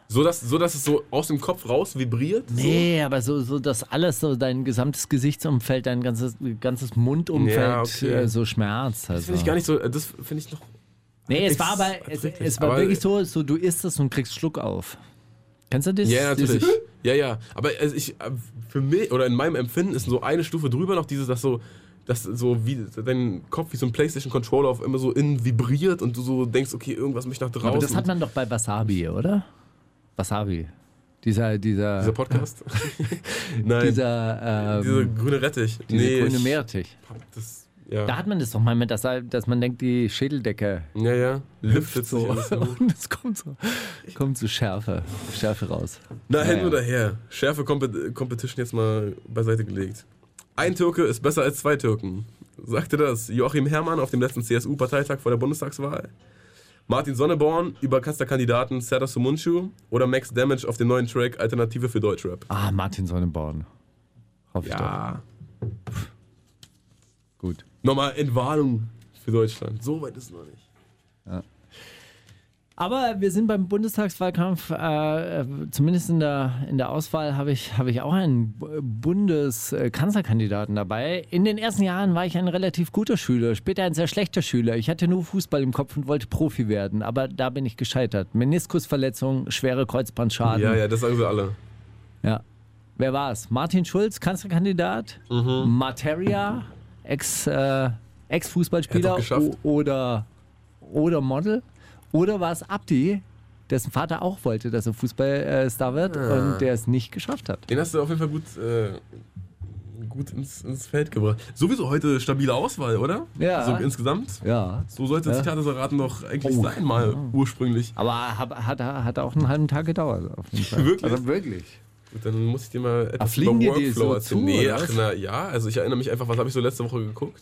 Speaker 7: So dass, so, dass es so aus dem Kopf raus vibriert?
Speaker 6: Nee, aber so, so dass alles, so dein gesamtes Gesichtsumfeld, dein ganzes, ganzes Mundumfeld
Speaker 7: Ja, okay.
Speaker 6: äh, so schmerzt. Also.
Speaker 7: Das finde ich gar nicht so. Das finde ich noch.
Speaker 6: nee, es
Speaker 7: nix
Speaker 6: war aber, es,
Speaker 7: erträglich.
Speaker 6: es war
Speaker 7: Aber- äh,
Speaker 6: wirklich so, so, du isst es und kriegst Schluck auf. Kennst du das?
Speaker 7: Ja, natürlich.
Speaker 6: Dieses-
Speaker 7: Ja, ja. Aber also ich, äh, für mich oder in meinem Empfinden ist so eine Stufe drüber noch dieses, dass so, dass so wie dein Kopf wie so ein PlayStation-Controller auf immer so innen vibriert und du so denkst, okay, irgendwas möchte nach draußen.
Speaker 6: Aber das hat man doch bei Wasabi, oder? Wasabi. Dieser, dieser,
Speaker 7: dieser Podcast. Nein.
Speaker 6: dieser, ähm,
Speaker 7: diese grüne Rettich.
Speaker 6: diese
Speaker 7: nee,
Speaker 6: grüne
Speaker 7: ich-
Speaker 6: Meerrettich.
Speaker 7: Das, ja.
Speaker 6: Da hat man das doch mal mit, dass, dass man denkt, die Schädeldecke
Speaker 7: ja, ja. Lüftet
Speaker 6: hüpft
Speaker 7: so.
Speaker 6: so. Und es kommt so, kommt so Schärfe, Schärfe raus.
Speaker 7: Na, hin
Speaker 6: Naja.
Speaker 7: oder her. Schärfe Compet- Competition jetzt mal beiseite gelegt. Ein Türke ist besser als zwei Türken. Sagte das Joachim Herrmann auf dem letzten CSU-Parteitag vor der Bundestagswahl? Martin Sonneborn über Kanzlerkandidaten Serdar Sumunchu oder Max Damage auf dem neuen Track Alternative für Deutschrap?
Speaker 6: Ah, Martin Sonneborn. Hoffe ich doch.
Speaker 7: Ja.
Speaker 6: Gut.
Speaker 7: Nochmal Entwarnung für Deutschland. So weit ist es noch nicht.
Speaker 6: Aber wir sind beim Bundestagswahlkampf, äh, äh, zumindest in der, in der Auswahl habe ich, habe ich auch einen B- Bundeskanzlerkandidaten dabei. In den ersten Jahren war ich ein relativ guter Schüler, später ein sehr schlechter Schüler. Ich hatte nur Fußball im Kopf und wollte Profi werden, aber da bin ich gescheitert. Meniskusverletzung, schwere Kreuzbandschaden.
Speaker 7: Ja, ja, das sagen sie alle.
Speaker 6: Ja. Wer war es? Martin Schulz, Kanzlerkandidat,
Speaker 7: Mhm.
Speaker 6: Materia, Ex, äh,
Speaker 7: Hätte
Speaker 6: Ex-Fußballspieler
Speaker 7: auch geschafft.
Speaker 6: o- oder, oder Model. Oder war es Abdi, dessen Vater auch wollte, dass er Fußballstar wird und der es nicht geschafft hat.
Speaker 7: Den hast du auf jeden Fall gut, äh, gut ins, ins Feld gebracht. Sowieso heute stabile Auswahl, oder?
Speaker 6: Ja.
Speaker 7: So insgesamt.
Speaker 6: Ja. Oh.
Speaker 7: So sollte das Theater Solraten doch eigentlich sein, mal ursprünglich.
Speaker 6: Aber hab, hat, hat auch einen halben Tag gedauert. Auf jeden Fall.
Speaker 7: Wirklich?
Speaker 6: Also wirklich.
Speaker 7: Gut, dann muss ich dir mal etwas
Speaker 6: Ach, fliegen dir die so
Speaker 7: erzählen.
Speaker 6: zu,
Speaker 7: nee,
Speaker 6: oder
Speaker 7: ach,
Speaker 6: was?
Speaker 7: na, ja, also ich erinnere mich einfach, was habe ich so letzte Woche geguckt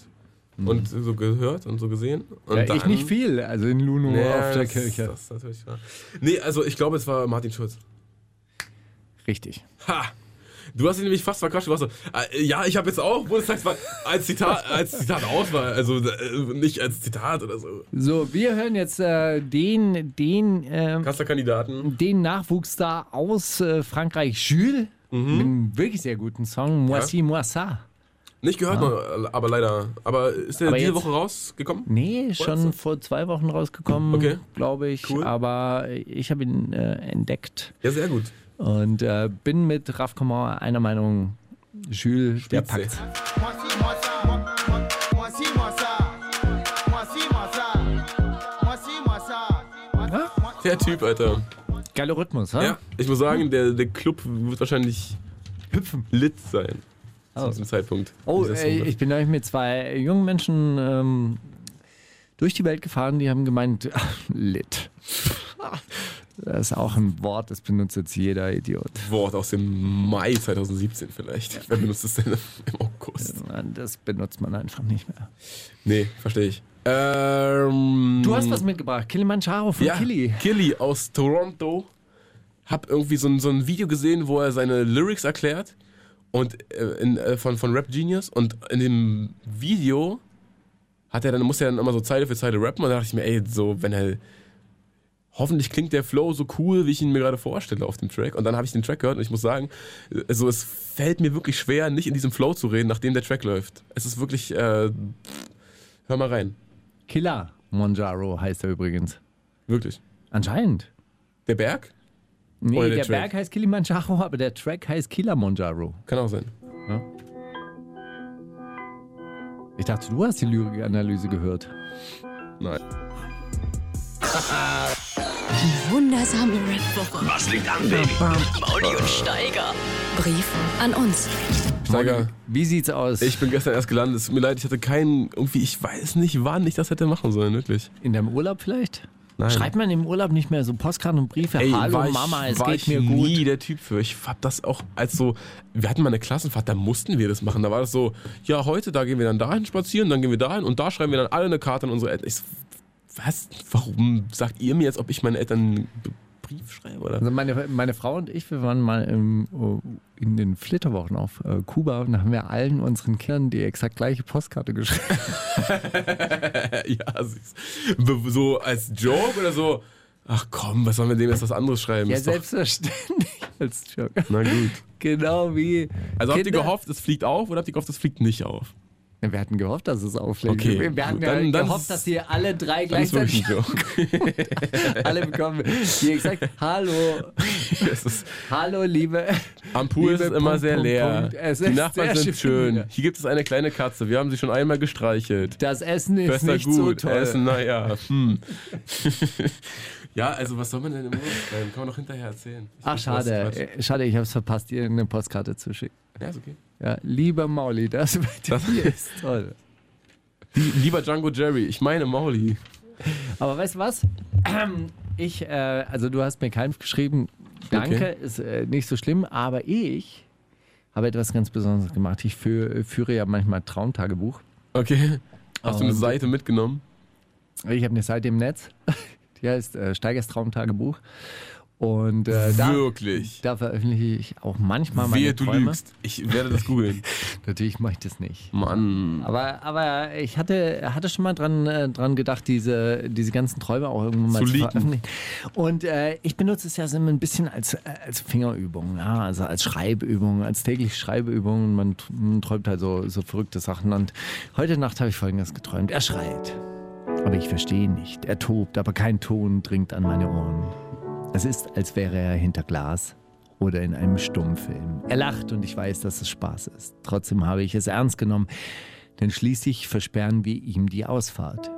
Speaker 7: und so gehört und so gesehen. Und
Speaker 6: Mhm. Ja,
Speaker 7: dann,
Speaker 6: ich nicht viel, also in Luno
Speaker 7: Nee,
Speaker 6: auf der
Speaker 7: das-
Speaker 6: Kirche.
Speaker 7: Das ist natürlich wahr. Nee, also ich glaube, es war Martin Schulz.
Speaker 6: Richtig.
Speaker 7: Ha! Du hast ihn nämlich fast verquatscht. Du warst so, äh, ja, ich habe jetzt auch Bundestagswahl als Zitat, als Zitat Auswahl, also äh, nicht als Zitat oder so.
Speaker 6: So, wir hören jetzt äh, den, den ähm,
Speaker 7: Kanzlerkandidaten.
Speaker 6: den Nachwuchsstar aus äh, Frankreich, Jules,
Speaker 7: Mhm.
Speaker 6: mit einem wirklich sehr guten Song, Moissy Moissa.
Speaker 7: Nicht gehört, noch, aber leider. Aber ist der
Speaker 6: Aber
Speaker 7: diese
Speaker 6: jetzt-
Speaker 7: Woche rausgekommen?
Speaker 6: Nee, schon
Speaker 7: Moissa.
Speaker 6: vor zwei Wochen rausgekommen,
Speaker 7: Okay.
Speaker 6: glaube ich.
Speaker 7: Cool.
Speaker 6: Aber ich habe ihn äh, entdeckt
Speaker 7: Ja, sehr gut.
Speaker 6: und äh, bin mit Raf Kamauer einer Meinung, Jules, der
Speaker 7: Spitze.
Speaker 6: packt.
Speaker 1: Voici moi ça, voici moi ça,
Speaker 7: Der Typ, Alter.
Speaker 6: Geiler Rhythmus, ha?
Speaker 7: Ja, ich muss sagen, der, der Club wird wahrscheinlich
Speaker 6: Hüpfen.
Speaker 7: lit sein. Zu
Speaker 6: Oh.
Speaker 7: diesem Zeitpunkt.
Speaker 6: Oh,
Speaker 7: Dieser Song
Speaker 6: ey,
Speaker 7: wird.
Speaker 6: ich bin neulich mit zwei jungen Menschen ähm, durch die Welt gefahren, die haben gemeint, lit. Das ist auch ein Wort, das benutzt jetzt jeder Idiot.
Speaker 7: Wort aus dem Mai 2017 vielleicht. Wer benutzt es denn im August?
Speaker 6: Das benutzt man einfach nicht mehr.
Speaker 7: Nee, verstehe ich. Ähm,
Speaker 6: Du hast was mitgebracht, Kilimanjaro von
Speaker 7: ja,
Speaker 6: Kili.
Speaker 7: Killy aus Toronto. Hab irgendwie so ein, so ein Video gesehen, wo er seine Lyrics erklärt und äh, in, äh, von, von Rap Genius. Und in dem Video hat er dann, muss er dann immer so Zeile für Zeile rappen. Und da dachte ich mir, ey, so, wenn er. Hoffentlich klingt der Flow so cool, wie ich ihn mir gerade vorstelle auf dem Track. Und dann habe ich den Track gehört und ich muss sagen, äh, also es fällt mir wirklich schwer, nicht in diesem Flow zu reden, nachdem der Track läuft. Es ist wirklich. Äh, hör mal rein.
Speaker 6: Killer Monjaro heißt er übrigens.
Speaker 7: Wirklich.
Speaker 6: Anscheinend.
Speaker 7: Der Berg?
Speaker 6: Nee,
Speaker 7: Oder
Speaker 6: der,
Speaker 7: der Track.
Speaker 6: Berg heißt Kilimanjaro, aber der Track heißt Killer Monjaro.
Speaker 7: Kann auch sein.
Speaker 6: Ich dachte, du hast die Lyrikanalyse gehört.
Speaker 7: Nein.
Speaker 4: Wundersame
Speaker 2: Mauli und Steiger.
Speaker 4: Brief an uns.
Speaker 7: Steiger,
Speaker 6: Wie sieht's aus?
Speaker 7: ich bin gestern erst gelandet. Es tut mir leid, ich hatte keinen, irgendwie, ich weiß nicht, wann ich das hätte machen sollen, wirklich.
Speaker 6: In deinem Urlaub vielleicht?
Speaker 7: Nein.
Speaker 6: Schreibt man im Urlaub nicht mehr so Postkarten und Briefe? Hallo
Speaker 7: war ich-
Speaker 6: Mama, es
Speaker 7: war
Speaker 6: geht
Speaker 7: ich
Speaker 6: mir gut.
Speaker 7: nie der Typ für. Ich hab das auch als so, wir hatten mal eine Klassenfahrt, da mussten wir das machen. Da war das so, ja, heute, da gehen wir dann dahin spazieren, dann gehen wir dahin und da schreiben wir dann alle eine Karte an unsere Eltern. Ich so, was? Warum sagt ihr mir jetzt, ob ich meinen Eltern einen Brief schreibe? Oder?
Speaker 6: Also meine, meine Frau und ich, wir waren mal im, äh, in den Flitterwochen auf äh, Kuba und da haben wir allen unseren Kindern die exakt gleiche Postkarte geschrieben.
Speaker 7: Ja, süß. Be- So als Joke oder so, ach komm, was sollen wir dem jetzt was anderes schreiben?
Speaker 6: ja,
Speaker 7: Ist doch-
Speaker 6: selbstverständlich als Joke.
Speaker 7: Na gut.
Speaker 6: Genau wie.
Speaker 7: Also habt ihr
Speaker 6: Kinder-
Speaker 7: gehofft, es fliegt auf oder habt ihr gehofft, es fliegt nicht auf?
Speaker 6: Ja, Wir hatten gehofft, dass es auffliegt.
Speaker 7: Okay,
Speaker 6: Wir- wir hatten
Speaker 7: gut,
Speaker 6: ja
Speaker 7: dann- dann
Speaker 6: gehofft,
Speaker 7: ist-
Speaker 6: dass ihr alle drei
Speaker 7: Das ist wirklich
Speaker 6: gleichzeitig
Speaker 7: ein Joke.
Speaker 6: alle bekommen. Die exakt, hallo,
Speaker 7: Es ist,
Speaker 6: hallo, liebe.
Speaker 7: am Pool
Speaker 6: Liebe
Speaker 7: ist es immer
Speaker 6: Punkt,
Speaker 7: sehr
Speaker 6: Punkt,
Speaker 7: leer.
Speaker 6: Punkt. Es
Speaker 7: Die
Speaker 6: ist
Speaker 7: Nachbarn
Speaker 6: sehr
Speaker 7: sind
Speaker 6: schön.
Speaker 7: schön. Hier gibt es eine kleine Katze. Wir haben sie schon einmal gestreichelt.
Speaker 6: Das Essen ist
Speaker 7: Besser
Speaker 6: nicht
Speaker 7: gut.
Speaker 6: so toll.
Speaker 7: Essen, naja. Hm. ja, also was soll man denn im Urlaub schreiben? Kann man doch hinterher erzählen. Ich
Speaker 6: Ach,
Speaker 7: weiß,
Speaker 6: schade.
Speaker 7: Quatsch.
Speaker 6: Äh, Schade, ich habe es verpasst, ihr eine Postkarte zu schicken.
Speaker 7: Ja, ist okay.
Speaker 6: Ja, lieber Mauli, das mit dir
Speaker 7: Das-
Speaker 6: ist toll.
Speaker 7: Lieber Django Jerry, ich meine Mauli.
Speaker 6: Aber weißt du was? Ich, äh, also du hast mir keinen geschrieben, danke,
Speaker 7: Okay.
Speaker 6: ist äh, nicht so schlimm, aber ich habe etwas ganz Besonderes gemacht. Ich fü- führe ja manchmal Traumtagebuch.
Speaker 7: Okay. Hast du
Speaker 6: Oh.
Speaker 7: eine Seite mitgenommen?
Speaker 6: Ich habe eine Seite im Netz, die heißt äh, Steigers Traumtagebuch. Und äh, da,
Speaker 7: Wirklich.
Speaker 6: da veröffentliche ich auch manchmal meine
Speaker 7: Wehe, du
Speaker 6: Träume.
Speaker 7: lügst. Ich werde das googeln.
Speaker 6: Natürlich mache ich das nicht.
Speaker 7: Mann.
Speaker 6: Aber, aber ich hatte, hatte schon mal dran, äh, dran gedacht, diese, diese ganzen Träume auch irgendwann mal
Speaker 7: Zu
Speaker 6: zu,
Speaker 7: leaken.
Speaker 6: veröffentlichen. Und äh, ich benutze es ja so ein bisschen als, äh, als Fingerübung, ja? also als Schreibübung, als tägliche Schreibübung. Und Man, tr- man träumt halt so, so verrückte Sachen. Und heute Nacht habe ich Folgendes geträumt. Er schreit, aber ich verstehe ihn nicht. Er tobt, aber kein Ton dringt an meine Ohren. Es ist, als wäre er hinter Glas oder in einem Stummfilm. Er lacht und ich weiß, dass es Spaß ist. Trotzdem habe ich es ernst genommen, denn schließlich versperren wir ihm die Ausfahrt.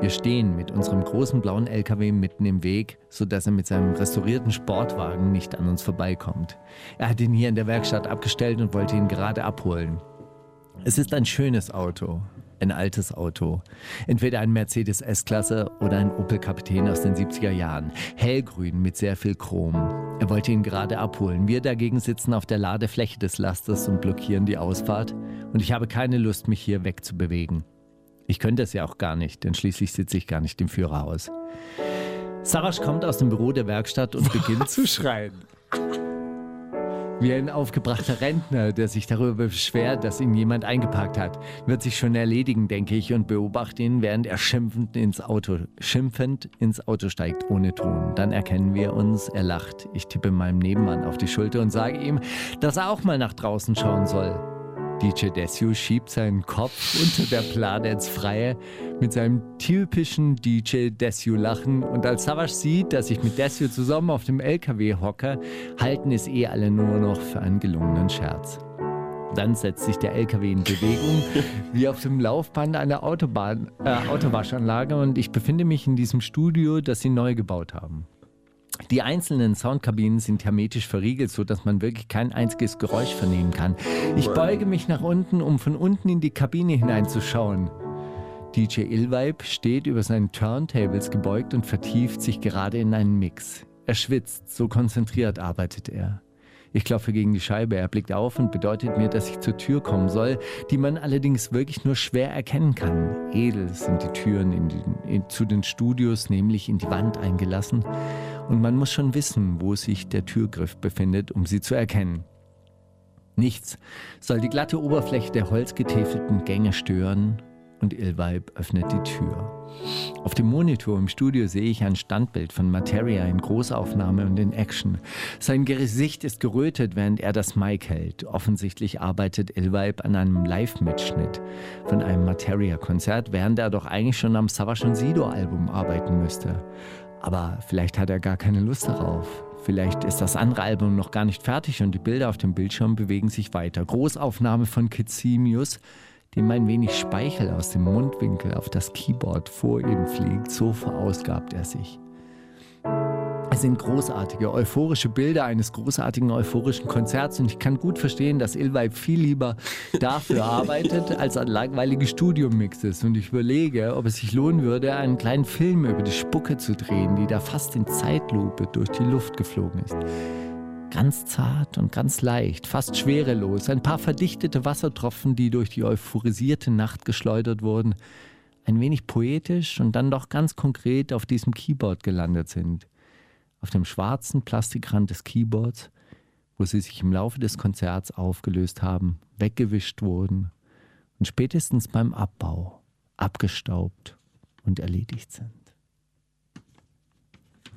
Speaker 6: Wir stehen mit unserem großen blauen LKW mitten im Weg, sodass er mit seinem restaurierten Sportwagen nicht an uns vorbeikommt. Er hat ihn hier in der Werkstatt abgestellt und wollte ihn gerade abholen. Es ist ein schönes Auto, ein altes Auto. Entweder ein Mercedes S-Klasse oder ein Opel Kapitän aus den 70er Jahren. Hellgrün mit sehr viel Chrom. Er wollte ihn gerade abholen. Wir dagegen sitzen auf der Ladefläche des Lasters und blockieren die Ausfahrt. Und ich habe keine Lust, mich hier wegzubewegen. Ich könnte es ja auch gar nicht, denn schließlich sitze ich gar nicht im Führerhaus. Sarasch kommt aus dem Büro der Werkstatt und beginnt zu schreien. Wie ein aufgebrachter Rentner, der sich darüber beschwert, dass ihn jemand eingeparkt hat. Wird sich schon erledigen, denke ich, und beobachte ihn, während er schimpfend ins Auto, schimpfend ins Auto steigt, ohne Ton. Dann erkennen wir uns, er lacht. Ich tippe meinem Nebenmann auf die Schulter und sage ihm, dass er auch mal nach draußen schauen soll. DJ Desio schiebt seinen Kopf unter der Plane ins Freie mit seinem typischen DJ Desio-Lachen. Und als Savas sieht, dass ich mit Desio zusammen auf dem LKW hocke, halten es eh alle nur noch für einen gelungenen Scherz. Dann setzt sich der LKW in Bewegung, wie auf dem Laufband einer Autobahn, äh, Autowaschanlage. Und ich befinde mich in diesem Studio, das sie neu gebaut haben. Die einzelnen Soundkabinen sind hermetisch verriegelt, sodass man wirklich kein einziges Geräusch vernehmen kann. Ich beuge mich nach unten, um von unten in die Kabine hineinzuschauen. DJ Illweib steht über seinen Turntables gebeugt und vertieft sich gerade in einen Mix. Er schwitzt, so konzentriert arbeitet er. Ich klopfe gegen die Scheibe, er blickt auf und bedeutet mir, dass ich zur Tür kommen soll, die man allerdings wirklich nur schwer erkennen kann. Edel sind die Türen in die, in, zu den Studios nämlich in die Wand eingelassen und man muss schon wissen, wo sich der Türgriff befindet, um sie zu erkennen. Nichts soll die glatte Oberfläche der holzgetäfelten Gänge stören und Illweib öffnet die Tür. Auf dem Monitor im Studio sehe ich ein Standbild von Materia in Großaufnahme und in Action. Sein Gesicht ist gerötet, während er das Mic hält. Offensichtlich arbeitet Illweib an einem Live-Mitschnitt von einem Materia-Konzert, während er doch eigentlich schon am Savage und Sido-Album arbeiten müsste. Aber vielleicht hat er gar keine Lust darauf. Vielleicht ist das andere Album noch gar nicht fertig und die Bilder auf dem Bildschirm bewegen sich weiter. Großaufnahme von Kizimius, dem ein wenig Speichel aus dem Mundwinkel auf das Keyboard vor ihm fliegt. So verausgabt er sich. Es sind großartige, euphorische Bilder eines großartigen, euphorischen Konzerts und ich kann gut verstehen, dass Illweib viel lieber dafür arbeitet, als an langweiligen Studiomixes. Und ich überlege, ob es sich lohnen würde, einen kleinen Film über die Spucke zu drehen, die da fast in Zeitlupe durch die Luft geflogen ist. Ganz zart und ganz leicht, fast schwerelos, ein paar verdichtete Wassertropfen, die durch die euphorisierte Nacht geschleudert wurden, ein wenig poetisch und dann doch ganz konkret auf diesem Keyboard gelandet sind auf dem schwarzen Plastikrand des Keyboards, wo sie sich im Laufe des Konzerts aufgelöst haben, weggewischt wurden und spätestens beim Abbau abgestaubt und erledigt sind.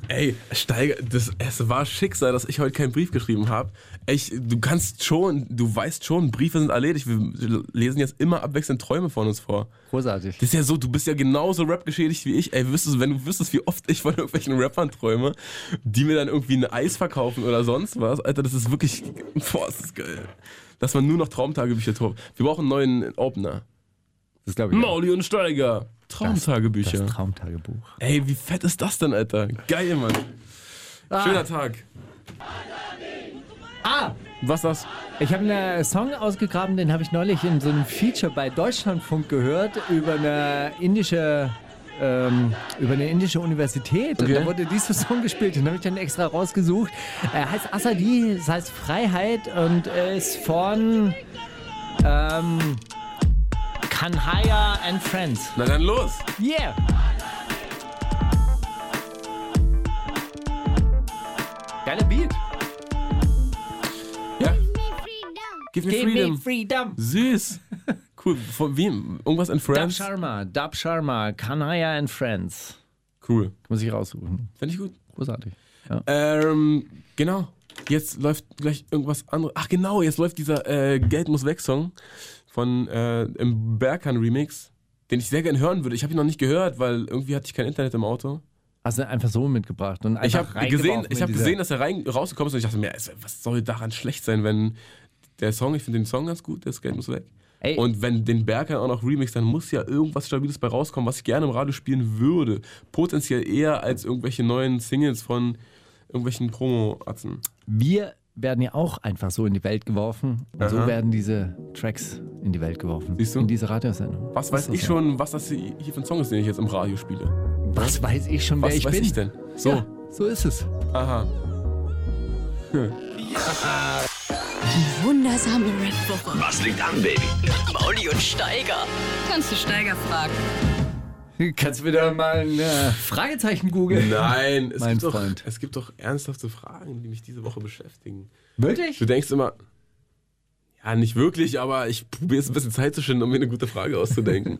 Speaker 7: Ey, Steiger, das, es war Schicksal, dass ich heute keinen Brief geschrieben habe. Ich, du kannst schon, du weißt schon, Briefe sind erledigt. Wir lesen jetzt immer abwechselnd Träume von uns vor.
Speaker 6: Großartig.
Speaker 7: Das ist ja so, du bist ja genauso Rap-geschädigt wie ich. Ey, wüsstest, wenn du wüsstest, wie oft ich von irgendwelchen Rappern träume, die mir dann irgendwie ein Eis verkaufen oder sonst was. Alter, das ist wirklich, boah, das ist geil. Dass man nur noch Traumtagebücher träumt. Wir brauchen einen neuen Opener.
Speaker 6: Das glaube ich. auch.
Speaker 7: Mauli und Steiger. Traumtagebücher.
Speaker 6: Das Traumtagebuch.
Speaker 7: Ey, wie fett ist das denn, Alter? Geil, Mann. Schöner Tag.
Speaker 6: Ah,
Speaker 7: Was das?
Speaker 6: ich habe einen Song ausgegraben, den habe ich neulich in so einem Feature bei Deutschlandfunk gehört über eine indische ähm, über eine indische Universität. Und
Speaker 7: Okay.
Speaker 6: da wurde dieser Song gespielt. Den habe ich dann extra rausgesucht. Er heißt Asadi, es heißt Freiheit und er ist von ähm, Kanhaya and Friends.
Speaker 7: Na dann los.
Speaker 6: Yeah! Geiler Beat.
Speaker 7: Ja. Give me
Speaker 6: Give me
Speaker 7: freedom.
Speaker 6: freedom.
Speaker 7: Süß. Cool. Von wem? Irgendwas in
Speaker 6: Dub
Speaker 7: Friends?
Speaker 6: Sharma, Dub Sharma, Kanaya and Friends.
Speaker 7: Cool.
Speaker 6: Muss ich raussuchen.
Speaker 7: Finde ich gut.
Speaker 6: Großartig.
Speaker 7: Ähm, genau. Jetzt läuft gleich irgendwas anderes. Ach genau, jetzt läuft dieser äh, Geld muss weg Song von äh, im Berkan Remix, den ich sehr gerne hören würde. Ich habe ihn noch nicht gehört, weil irgendwie hatte ich kein Internet im Auto.
Speaker 6: Hast du einfach so mitgebracht und
Speaker 7: Ich
Speaker 6: einfach
Speaker 7: habe gesehen,
Speaker 6: reingeworfen
Speaker 7: ich
Speaker 6: in
Speaker 7: habe
Speaker 6: diese-
Speaker 7: gesehen, dass er rein, rausgekommen ist und ich dachte mir, es- was soll daran schlecht sein, wenn der Song, ich finde den Song ganz gut, das Geld muss weg.
Speaker 6: Ey.
Speaker 7: Und wenn den Berkan auch noch remix, dann muss ja irgendwas Stabiles bei rauskommen, was ich gerne im Radio spielen würde. Potenziell eher als irgendwelche neuen Singles von irgendwelchen Promo-Atzen.
Speaker 6: wir werden ja auch einfach so in die Welt geworfen. Und so
Speaker 7: Aha.
Speaker 6: werden diese Tracks in die Welt geworfen.
Speaker 7: Siehst du?
Speaker 6: In diese Radiosendung.
Speaker 7: Was weiß
Speaker 6: Ist das
Speaker 7: ich
Speaker 6: so?
Speaker 7: schon, was das hier für ein Song ist, den ich jetzt im Radio spiele?
Speaker 6: Was weiß ich schon, wer
Speaker 7: Was
Speaker 6: ich
Speaker 7: weiß
Speaker 6: bin?
Speaker 7: ich denn? So,
Speaker 6: Ja, so ist es.
Speaker 7: aha.
Speaker 2: Wundersame Rap-Woche.
Speaker 3: Was liegt an, Baby?
Speaker 2: Mauli und Steiger. Kannst du Steiger fragen?
Speaker 6: Kannst du wieder mal ein
Speaker 7: ne?
Speaker 6: äh, Fragezeichen googeln?
Speaker 7: Nein, es,
Speaker 6: Mein
Speaker 7: gibt doch,
Speaker 6: Freund.
Speaker 7: es gibt doch ernsthafte Fragen, die mich diese Woche beschäftigen. Du
Speaker 6: Wirklich?
Speaker 7: denkst immer, ja, nicht wirklich, aber ich probiere jetzt ein bisschen Zeit zu schinden, um mir eine gute Frage auszudenken.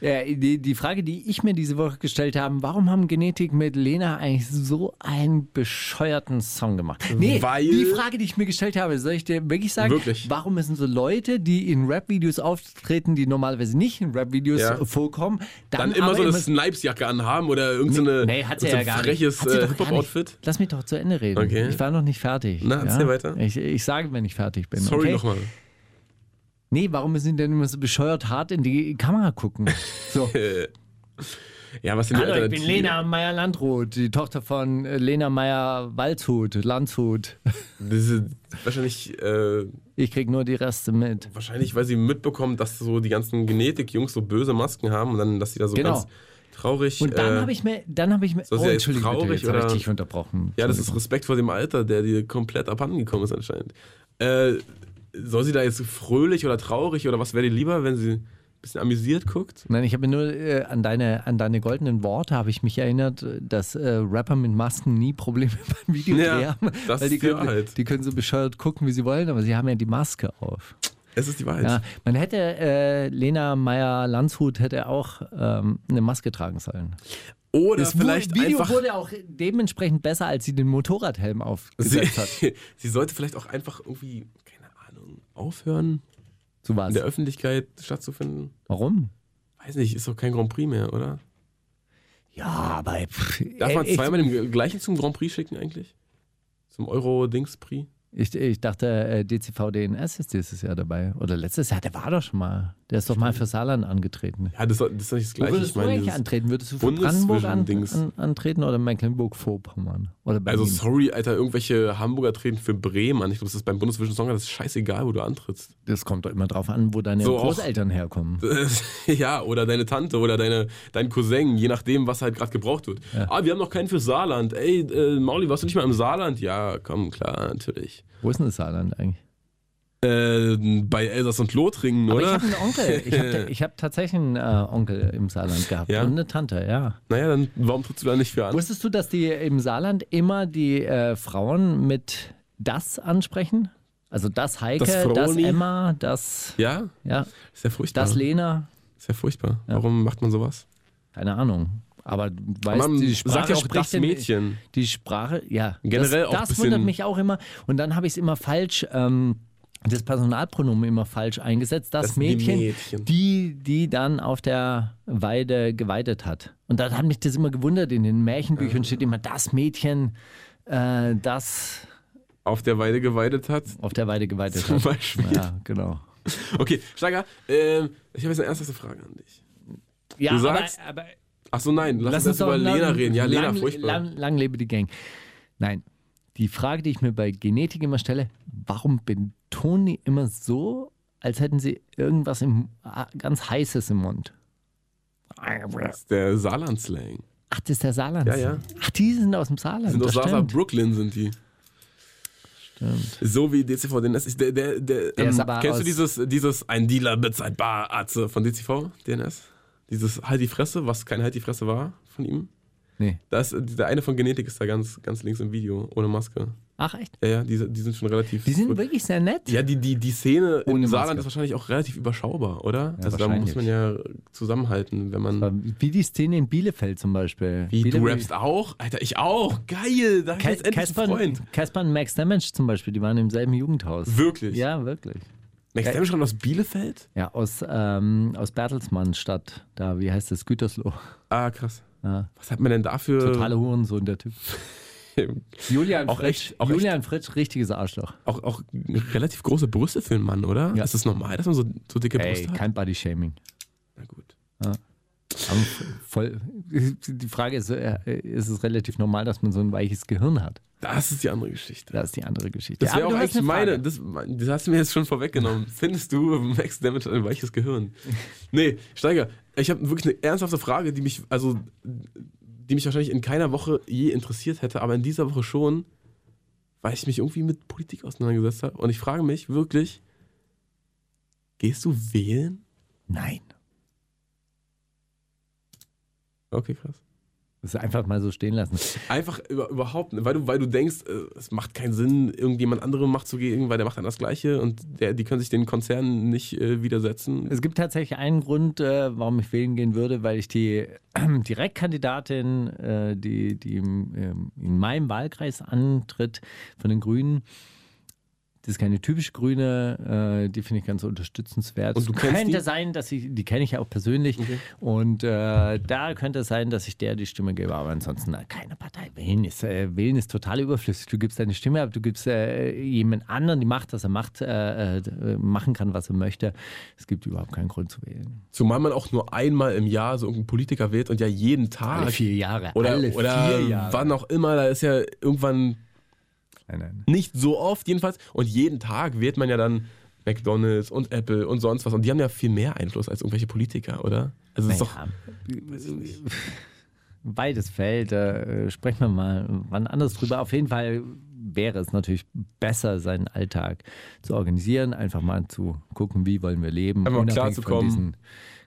Speaker 6: Ja, die, die Frage, die ich mir diese Woche gestellt habe, warum haben Genetik mit Lena eigentlich so einen bescheuerten Song gemacht? Nee,
Speaker 7: Weil-
Speaker 6: die Frage, die ich mir gestellt habe, soll ich dir wirklich sagen,
Speaker 7: Wirklich?
Speaker 6: warum müssen so Leute, die in Rap-Videos auftreten, die normalerweise nicht in Rap-Videos
Speaker 7: Ja.
Speaker 6: vorkommen, dann,
Speaker 7: Dann immer
Speaker 6: aber
Speaker 7: so eine Snipes-Jacke anhaben oder irgendeine
Speaker 6: Nee, hat sie
Speaker 7: so
Speaker 6: ja gar
Speaker 7: freches
Speaker 6: nicht. Hat sie
Speaker 7: äh,
Speaker 6: doch gar
Speaker 7: Hip-Hop-Outfit.
Speaker 6: nicht. Lass mich doch zu Ende reden.
Speaker 7: Okay.
Speaker 6: Ich war noch nicht fertig.
Speaker 7: Na, erzähl weiter.
Speaker 6: Ich, ich sage, wenn ich fertig bin.
Speaker 7: Sorry
Speaker 6: okay?
Speaker 7: nochmal.
Speaker 6: Nee, warum müssen die denn immer so bescheuert hart in die Kamera gucken? So.
Speaker 7: Ja, was sind die
Speaker 6: Hallo, ich bin
Speaker 7: Alternativen?
Speaker 6: Lena Meyer-Landrut, die Tochter von äh, Lena Meyer-Waldhut, Landshut.
Speaker 7: Das ist wahrscheinlich, äh,
Speaker 6: Ich krieg nur die Reste mit.
Speaker 7: wahrscheinlich, weil sie mitbekommen, dass so die ganzen Genetik-Jungs so böse Masken haben und dann, dass sie da so
Speaker 6: Genau.
Speaker 7: ganz traurig.
Speaker 6: Und dann
Speaker 7: äh,
Speaker 6: habe ich mir, dann habe ich mir,
Speaker 7: soll sie
Speaker 6: oh,
Speaker 7: jetzt
Speaker 6: Entschuldigung, bitte,
Speaker 7: traurig
Speaker 6: jetzt habe ich
Speaker 7: oder-
Speaker 6: dich unterbrochen.
Speaker 7: Ja, das ist Respekt vor dem Alter, der dir komplett abhandengekommen ist anscheinend. Äh, soll sie da jetzt fröhlich oder traurig oder was wäre dir lieber, wenn sie ein bisschen amüsiert guckt?
Speaker 6: Nein, ich habe mir nur äh, an, deine, an deine goldenen Worte habe ich mich erinnert, dass äh, Rapper mit Masken nie Probleme beim Videodreh
Speaker 7: Ja,
Speaker 6: haben.
Speaker 7: das
Speaker 6: weil die
Speaker 7: ist die
Speaker 6: können,
Speaker 7: Wahrheit.
Speaker 6: die können so bescheuert gucken, wie sie wollen, aber sie haben ja die Maske auf.
Speaker 7: Es ist die Wahrheit.
Speaker 6: Ja, man hätte, äh, Lena Meyer-Landshut hätte auch ähm, eine Maske tragen sollen.
Speaker 7: Oder
Speaker 6: Das
Speaker 7: vielleicht
Speaker 6: Video
Speaker 7: einfach.
Speaker 6: wurde auch dementsprechend besser, als sie den Motorradhelm
Speaker 7: Sie,
Speaker 6: aufgesetzt hat.
Speaker 7: sie sollte vielleicht auch einfach irgendwie, keine Ahnung, aufhören,
Speaker 6: So
Speaker 7: in
Speaker 6: war's.
Speaker 7: der Öffentlichkeit stattzufinden.
Speaker 6: Warum?
Speaker 7: Weiß nicht, ist doch kein Grand Prix mehr, oder?
Speaker 6: Ja, aber pff,
Speaker 7: Darf man
Speaker 6: ich,
Speaker 7: zweimal den gleichen zum Grand Prix schicken eigentlich? Zum Euro-Dings-Prix?
Speaker 6: ich, ich dachte, äh, DCV DNS ist dieses Jahr dabei. Oder letztes Jahr, der war doch schon mal. Der ist doch mal für Saarland angetreten.
Speaker 7: Ja, das, das ist doch nicht das
Speaker 6: Wo
Speaker 7: Gleiche.
Speaker 6: würdest
Speaker 7: Ich
Speaker 6: du
Speaker 7: meine,
Speaker 6: eigentlich
Speaker 7: dieses-
Speaker 6: antreten? Würdest du für Brandenburg an,
Speaker 7: Bundesvision-Dings.
Speaker 6: an, antreten oder Mecklenburg-Vorpommern? Oder Berlin?
Speaker 7: Also sorry, Alter, irgendwelche Hamburger treten für Bremen an. Ich glaube, das ist beim Bundesvision Song, das ist scheißegal, wo du antrittst.
Speaker 6: das kommt doch immer drauf an, wo deine
Speaker 7: So auch-
Speaker 6: Großeltern herkommen.
Speaker 7: ja, oder deine Tante oder deine, dein Cousin, je nachdem, was halt gerade gebraucht wird. Ah, wir haben noch keinen für Saarland. Ey, äh, Mauli, warst du nicht mal im Saarland? Ja, komm, klar, natürlich.
Speaker 6: Wo ist denn das Saarland eigentlich?
Speaker 7: Äh, bei Elsass und Lothringen,
Speaker 6: Aber ich
Speaker 7: oder?
Speaker 6: habe einen Onkel. Ich habe ich hab tatsächlich einen äh, Onkel im Saarland gehabt.
Speaker 7: Ja?
Speaker 6: Und eine Tante, ja.
Speaker 7: Naja, dann warum trittst du da nicht für an?
Speaker 6: Wusstest du, dass die im Saarland immer die äh, Frauen mit das ansprechen? Also das Heike,
Speaker 7: Das
Speaker 6: das,
Speaker 7: Froni.
Speaker 6: Emma, das,
Speaker 7: Ja,
Speaker 6: ja,
Speaker 7: ist ja furchtbar.
Speaker 6: das Lena.
Speaker 7: ist ja furchtbar. Warum macht man sowas?
Speaker 6: Keine Ahnung. Aber du weißt,
Speaker 7: man
Speaker 6: die Sprache
Speaker 7: sagt ja auch
Speaker 6: spricht
Speaker 7: das
Speaker 6: in-
Speaker 7: Mädchen.
Speaker 6: Die Sprache, ja.
Speaker 7: Generell
Speaker 6: das,
Speaker 7: auch
Speaker 6: Das
Speaker 7: bisschen-
Speaker 6: wundert mich auch immer. Und dann habe ich es immer falsch, ähm, das Personalpronomen immer falsch eingesetzt. Das,
Speaker 7: Das
Speaker 6: Mädchen,
Speaker 7: Mädchen.
Speaker 6: die, die dann auf der Weide geweidet hat. Und dann hat mich das immer gewundert. In den
Speaker 7: Ah.
Speaker 6: Märchenbüchern steht immer das Mädchen, äh, das
Speaker 7: Auf der Weide geweidet hat,
Speaker 6: auf der Weide geweidet
Speaker 7: zum
Speaker 6: hat.
Speaker 7: Beispiel.
Speaker 6: Ja, genau.
Speaker 7: Okay, Steiger, ähm, ich habe jetzt eine ernsthafte Frage an dich.
Speaker 6: Ja,
Speaker 7: Du sagst,
Speaker 6: aber, aber
Speaker 7: Ach so, nein, lass, uns jetzt über
Speaker 6: doch
Speaker 7: Lena
Speaker 6: lang-
Speaker 7: reden. Ja, Lena,
Speaker 6: lang,
Speaker 7: furchtbar.
Speaker 6: Lang, lang lebe die Gang. Nein, die Frage, die ich mir bei Genetik immer stelle, warum betonen die immer so, als hätten sie irgendwas im, ah, ganz Heißes im Mund?
Speaker 7: Das ist der Saarland-Slang.
Speaker 6: Ach, das ist der Saarland.
Speaker 7: Ja, ja.
Speaker 6: Ach, die sind aus dem Saarland.
Speaker 7: Die sind aus
Speaker 6: das
Speaker 7: Saarland,
Speaker 6: stimmt.
Speaker 7: Brooklyn sind die.
Speaker 6: Stimmt.
Speaker 7: So wie DCV, DNS ist der, der, der, ähm,
Speaker 6: Der ist aber
Speaker 7: kennst du
Speaker 6: aus-
Speaker 7: dieses, dieses ein Dealer bezahlt bar Atze von DCV, DNS? Dieses Halt die Fresse, was kein Halt die Fresse war von ihm?
Speaker 6: Nee.
Speaker 7: Das, der eine von Genetik ist da ganz, ganz links im Video, ohne Maske.
Speaker 6: Ach, echt?
Speaker 7: Ja, ja, die, die sind schon relativ.
Speaker 6: Die sind
Speaker 7: früh.
Speaker 6: wirklich sehr nett.
Speaker 7: Ja, die, die, die Szene
Speaker 6: Ohne
Speaker 7: im
Speaker 6: Maske.
Speaker 7: Saarland ist wahrscheinlich auch relativ überschaubar, oder? also da muss
Speaker 6: wahrscheinlich.
Speaker 7: man ja zusammenhalten, wenn man.
Speaker 6: Aber Wie die Szene in Bielefeld zum Beispiel.
Speaker 7: Wie, du
Speaker 6: Bielefeld-
Speaker 7: rappst auch? Alter, ich auch. Geil, da hab ich
Speaker 6: Ke-
Speaker 7: jetzt endlich
Speaker 6: Casper
Speaker 7: einen Freund.
Speaker 6: Casper und Max Damage zum Beispiel, die waren im selben Jugendhaus.
Speaker 7: Wirklich?
Speaker 6: Ja, wirklich.
Speaker 7: Max Damage kommt aus Bielefeld?
Speaker 6: Ja, aus, ähm, aus Bertelsmannstadt, da, wie heißt das, Gütersloh.
Speaker 7: Ah, krass.
Speaker 6: Ja.
Speaker 7: Was hat man denn dafür?
Speaker 6: Totaler Hurensohn, der Typ. Um- Julian
Speaker 7: Auch
Speaker 6: Fritsch,
Speaker 7: echt- auch
Speaker 6: Julian Fritsch, richtiges Arschloch.
Speaker 7: Auch, auch relativ große Brüste für einen Mann, oder?
Speaker 6: Ja.
Speaker 7: Ist das normal, dass man so, so dicke
Speaker 6: Ey,
Speaker 7: Brüste hat?
Speaker 6: kein Bodyshaming.
Speaker 7: Na gut.
Speaker 6: Aber voll, die Frage ist, äh, ist es relativ normal, dass man so ein weiches Gehirn hat?
Speaker 7: Das ist die andere Geschichte.
Speaker 6: Das ist die andere Geschichte.
Speaker 7: Das wäre
Speaker 6: Aber
Speaker 7: auch
Speaker 6: du hast
Speaker 7: eigentlich
Speaker 6: eine Frage.
Speaker 7: meine. Das, das hast du mir jetzt schon vorweggenommen. Findest du, Max Damage hat ein weiches Gehirn? Nee, Steiger, ich habe wirklich eine ernsthafte Frage, die mich, also, die mich wahrscheinlich in keiner Woche je interessiert hätte, aber in dieser Woche schon, weil ich mich irgendwie mit Politik auseinandergesetzt habe. Und ich frage mich wirklich, gehst du wählen?
Speaker 6: Nein.
Speaker 7: Okay, krass.
Speaker 6: Das ist einfach mal so stehen lassen.
Speaker 7: Einfach über, überhaupt, weil du, weil du denkst, äh, es macht keinen Sinn, irgendjemand anderem Macht zu geben, weil der macht dann das Gleiche und der, die können sich den Konzernen nicht äh, widersetzen.
Speaker 6: Es gibt tatsächlich einen Grund, äh, warum ich wählen gehen würde, weil ich die Direktkandidatin, äh, die, die im, ähm, in meinem Wahlkreis antritt, von den Grünen, Das ist keine typisch grüne, äh, die finde ich ganz unterstützenswert.
Speaker 7: Und du
Speaker 6: Es
Speaker 7: kennst
Speaker 6: könnte
Speaker 7: die?
Speaker 6: sein, dass ich, die kenne ich ja auch persönlich. Und äh, da könnte es sein, dass ich der die Stimme gebe, aber ansonsten na, keine Partei. Wählen ist, äh, Wählen ist total überflüssig. Du gibst deine Stimme ab, du gibst äh, jemand anderen die Macht, dass er macht, äh, äh, machen kann, was er möchte. Es gibt überhaupt keinen Grund zu wählen.
Speaker 7: Zumal man auch nur einmal im Jahr so irgendeinen Politiker wählt und ja jeden Tag.
Speaker 6: Alle vier Jahre.
Speaker 7: Oder,
Speaker 6: alle
Speaker 7: oder
Speaker 6: vier Jahre.
Speaker 7: wann auch immer, da ist ja irgendwann
Speaker 6: Nein, nein.
Speaker 7: nicht so oft jedenfalls. Und jeden Tag wählt man ja dann McDonalds und Apple und sonst was. Und die haben ja viel mehr Einfluss als irgendwelche Politiker, oder? Also es ist doch.
Speaker 6: Naja, weites Feld, äh, sprechen wir mal wann anders drüber. Auf jeden Fall wäre es natürlich besser, seinen Alltag zu organisieren, einfach mal zu gucken, wie wollen wir leben,
Speaker 7: Einfach mal
Speaker 6: unabhängig von
Speaker 7: klarzukommen.
Speaker 6: diesen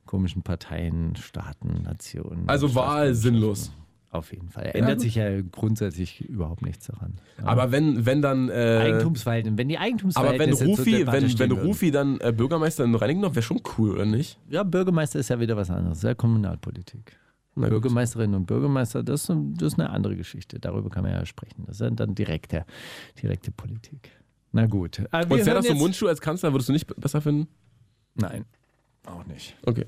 Speaker 6: komischen Parteien, Staaten, Nationen.
Speaker 7: Also Wahl sinnlos.
Speaker 6: Auf jeden Fall. Ändert sich ja grundsätzlich überhaupt nichts daran.
Speaker 7: Aber wenn, wenn dann. Äh,
Speaker 6: Eigentumsverhältnisse, wenn die
Speaker 7: aber wenn
Speaker 6: Eigentumsverhältnisse zur
Speaker 7: Rufi,
Speaker 6: Debatte
Speaker 7: wenn,
Speaker 6: stehen
Speaker 7: wenn
Speaker 6: würden.
Speaker 7: Rufi dann äh, Bürgermeister in Reinigendorf wäre schon cool, oder nicht?
Speaker 6: Ja, Bürgermeister ist ja wieder was anderes, das ist ja Kommunalpolitik.
Speaker 7: Na gut.
Speaker 6: Bürgermeisterinnen und Bürgermeister, das, das ist eine andere Geschichte. Darüber kann man ja sprechen. Das ist ja dann direkte, direkte Politik. Na gut. Aber wir
Speaker 7: Und wäre
Speaker 6: hören
Speaker 7: das so
Speaker 6: jetzt-
Speaker 7: Mundschuh als Kanzler, würdest du nicht besser finden?
Speaker 6: Nein, auch nicht.
Speaker 7: Okay.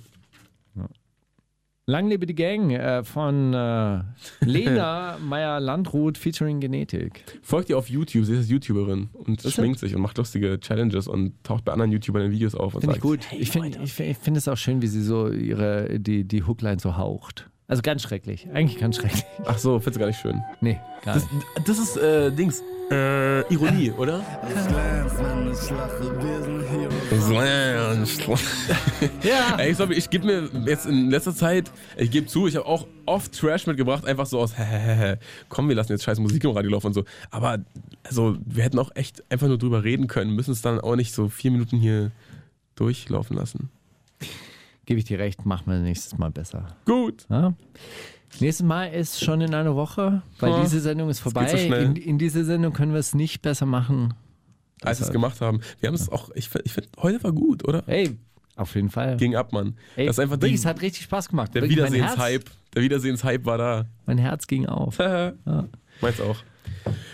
Speaker 6: Lang lebe die Gang äh, von äh, Lena Meyer-Landrut featuring Genetik.
Speaker 7: Folgt ihr auf YouTube, sie ist YouTuberin und
Speaker 6: Ist
Speaker 7: schminkt sich und macht lustige Challenges und taucht bei anderen YouTubern in Videos auf und
Speaker 6: Finde
Speaker 7: sagt,
Speaker 6: ich gut. ich finde ich find, ich find es auch schön, wie sie so ihre, die, die Hookline so haucht. Also ganz schrecklich. Eigentlich ganz schrecklich.
Speaker 7: ach so, findest du gar nicht schön.
Speaker 6: Nee, gar
Speaker 7: Das,
Speaker 6: nicht.
Speaker 7: das ist äh, Dings. Äh, Ironie, oder?
Speaker 6: Ja.
Speaker 7: Ey, ich, glaub, ich gebe mir jetzt in letzter Zeit, ich gebe zu, ich habe auch oft Trash mitgebracht, einfach so aus, komm, wir lassen jetzt scheiß Musik im Radio laufen und so. Aber also, wir hätten auch echt einfach nur drüber reden können, müssen es dann auch nicht so vier Minuten hier durchlaufen lassen.
Speaker 6: Gebe ich dir recht, machen wir nächstes Mal besser.
Speaker 7: Gut.
Speaker 6: Ja. Nächstes Mal ist schon in einer Woche, weil
Speaker 7: Ja.
Speaker 6: diese Sendung ist vorbei.
Speaker 7: so schnell.
Speaker 6: in, in dieser Sendung können wir es nicht besser machen.
Speaker 7: als wir es gemacht haben. Wir haben es auch, ich, find- ich finde, heute war gut, oder?
Speaker 6: Ey, auf jeden Fall.
Speaker 7: Ging ab, Mann.
Speaker 6: Ey,
Speaker 7: das ist einfach
Speaker 6: wirklich,
Speaker 7: die,
Speaker 6: es hat richtig Spaß gemacht.
Speaker 7: der
Speaker 6: Wirklich, mein
Speaker 7: Wiedersehenshype. Der Wiedersehenshype war
Speaker 6: Herz, mein Herz ging auf.
Speaker 7: da. Meins auch.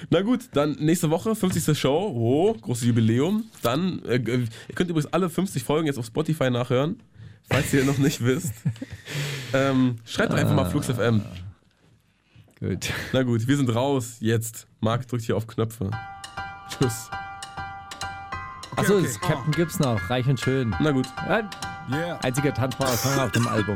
Speaker 7: Na gut, dann nächste Woche, 50. Show. Oh, großes Jubiläum. Dann, äh, ihr könnt übrigens alle 50 Folgen jetzt auf Spotify nachhören, falls ihr noch nicht wisst. Ähm, schreibt doch einfach mal Flux FM.
Speaker 6: Gut.
Speaker 7: Na gut, wir sind raus jetzt. Marc drückt hier auf Knöpfe. Tschüss.
Speaker 6: Achso, es ist Captain Gibbs noch, reich und schön.
Speaker 7: Na gut.
Speaker 6: Äh,
Speaker 1: Yeah.
Speaker 6: Einziger tanzbarer Song auf dem Album.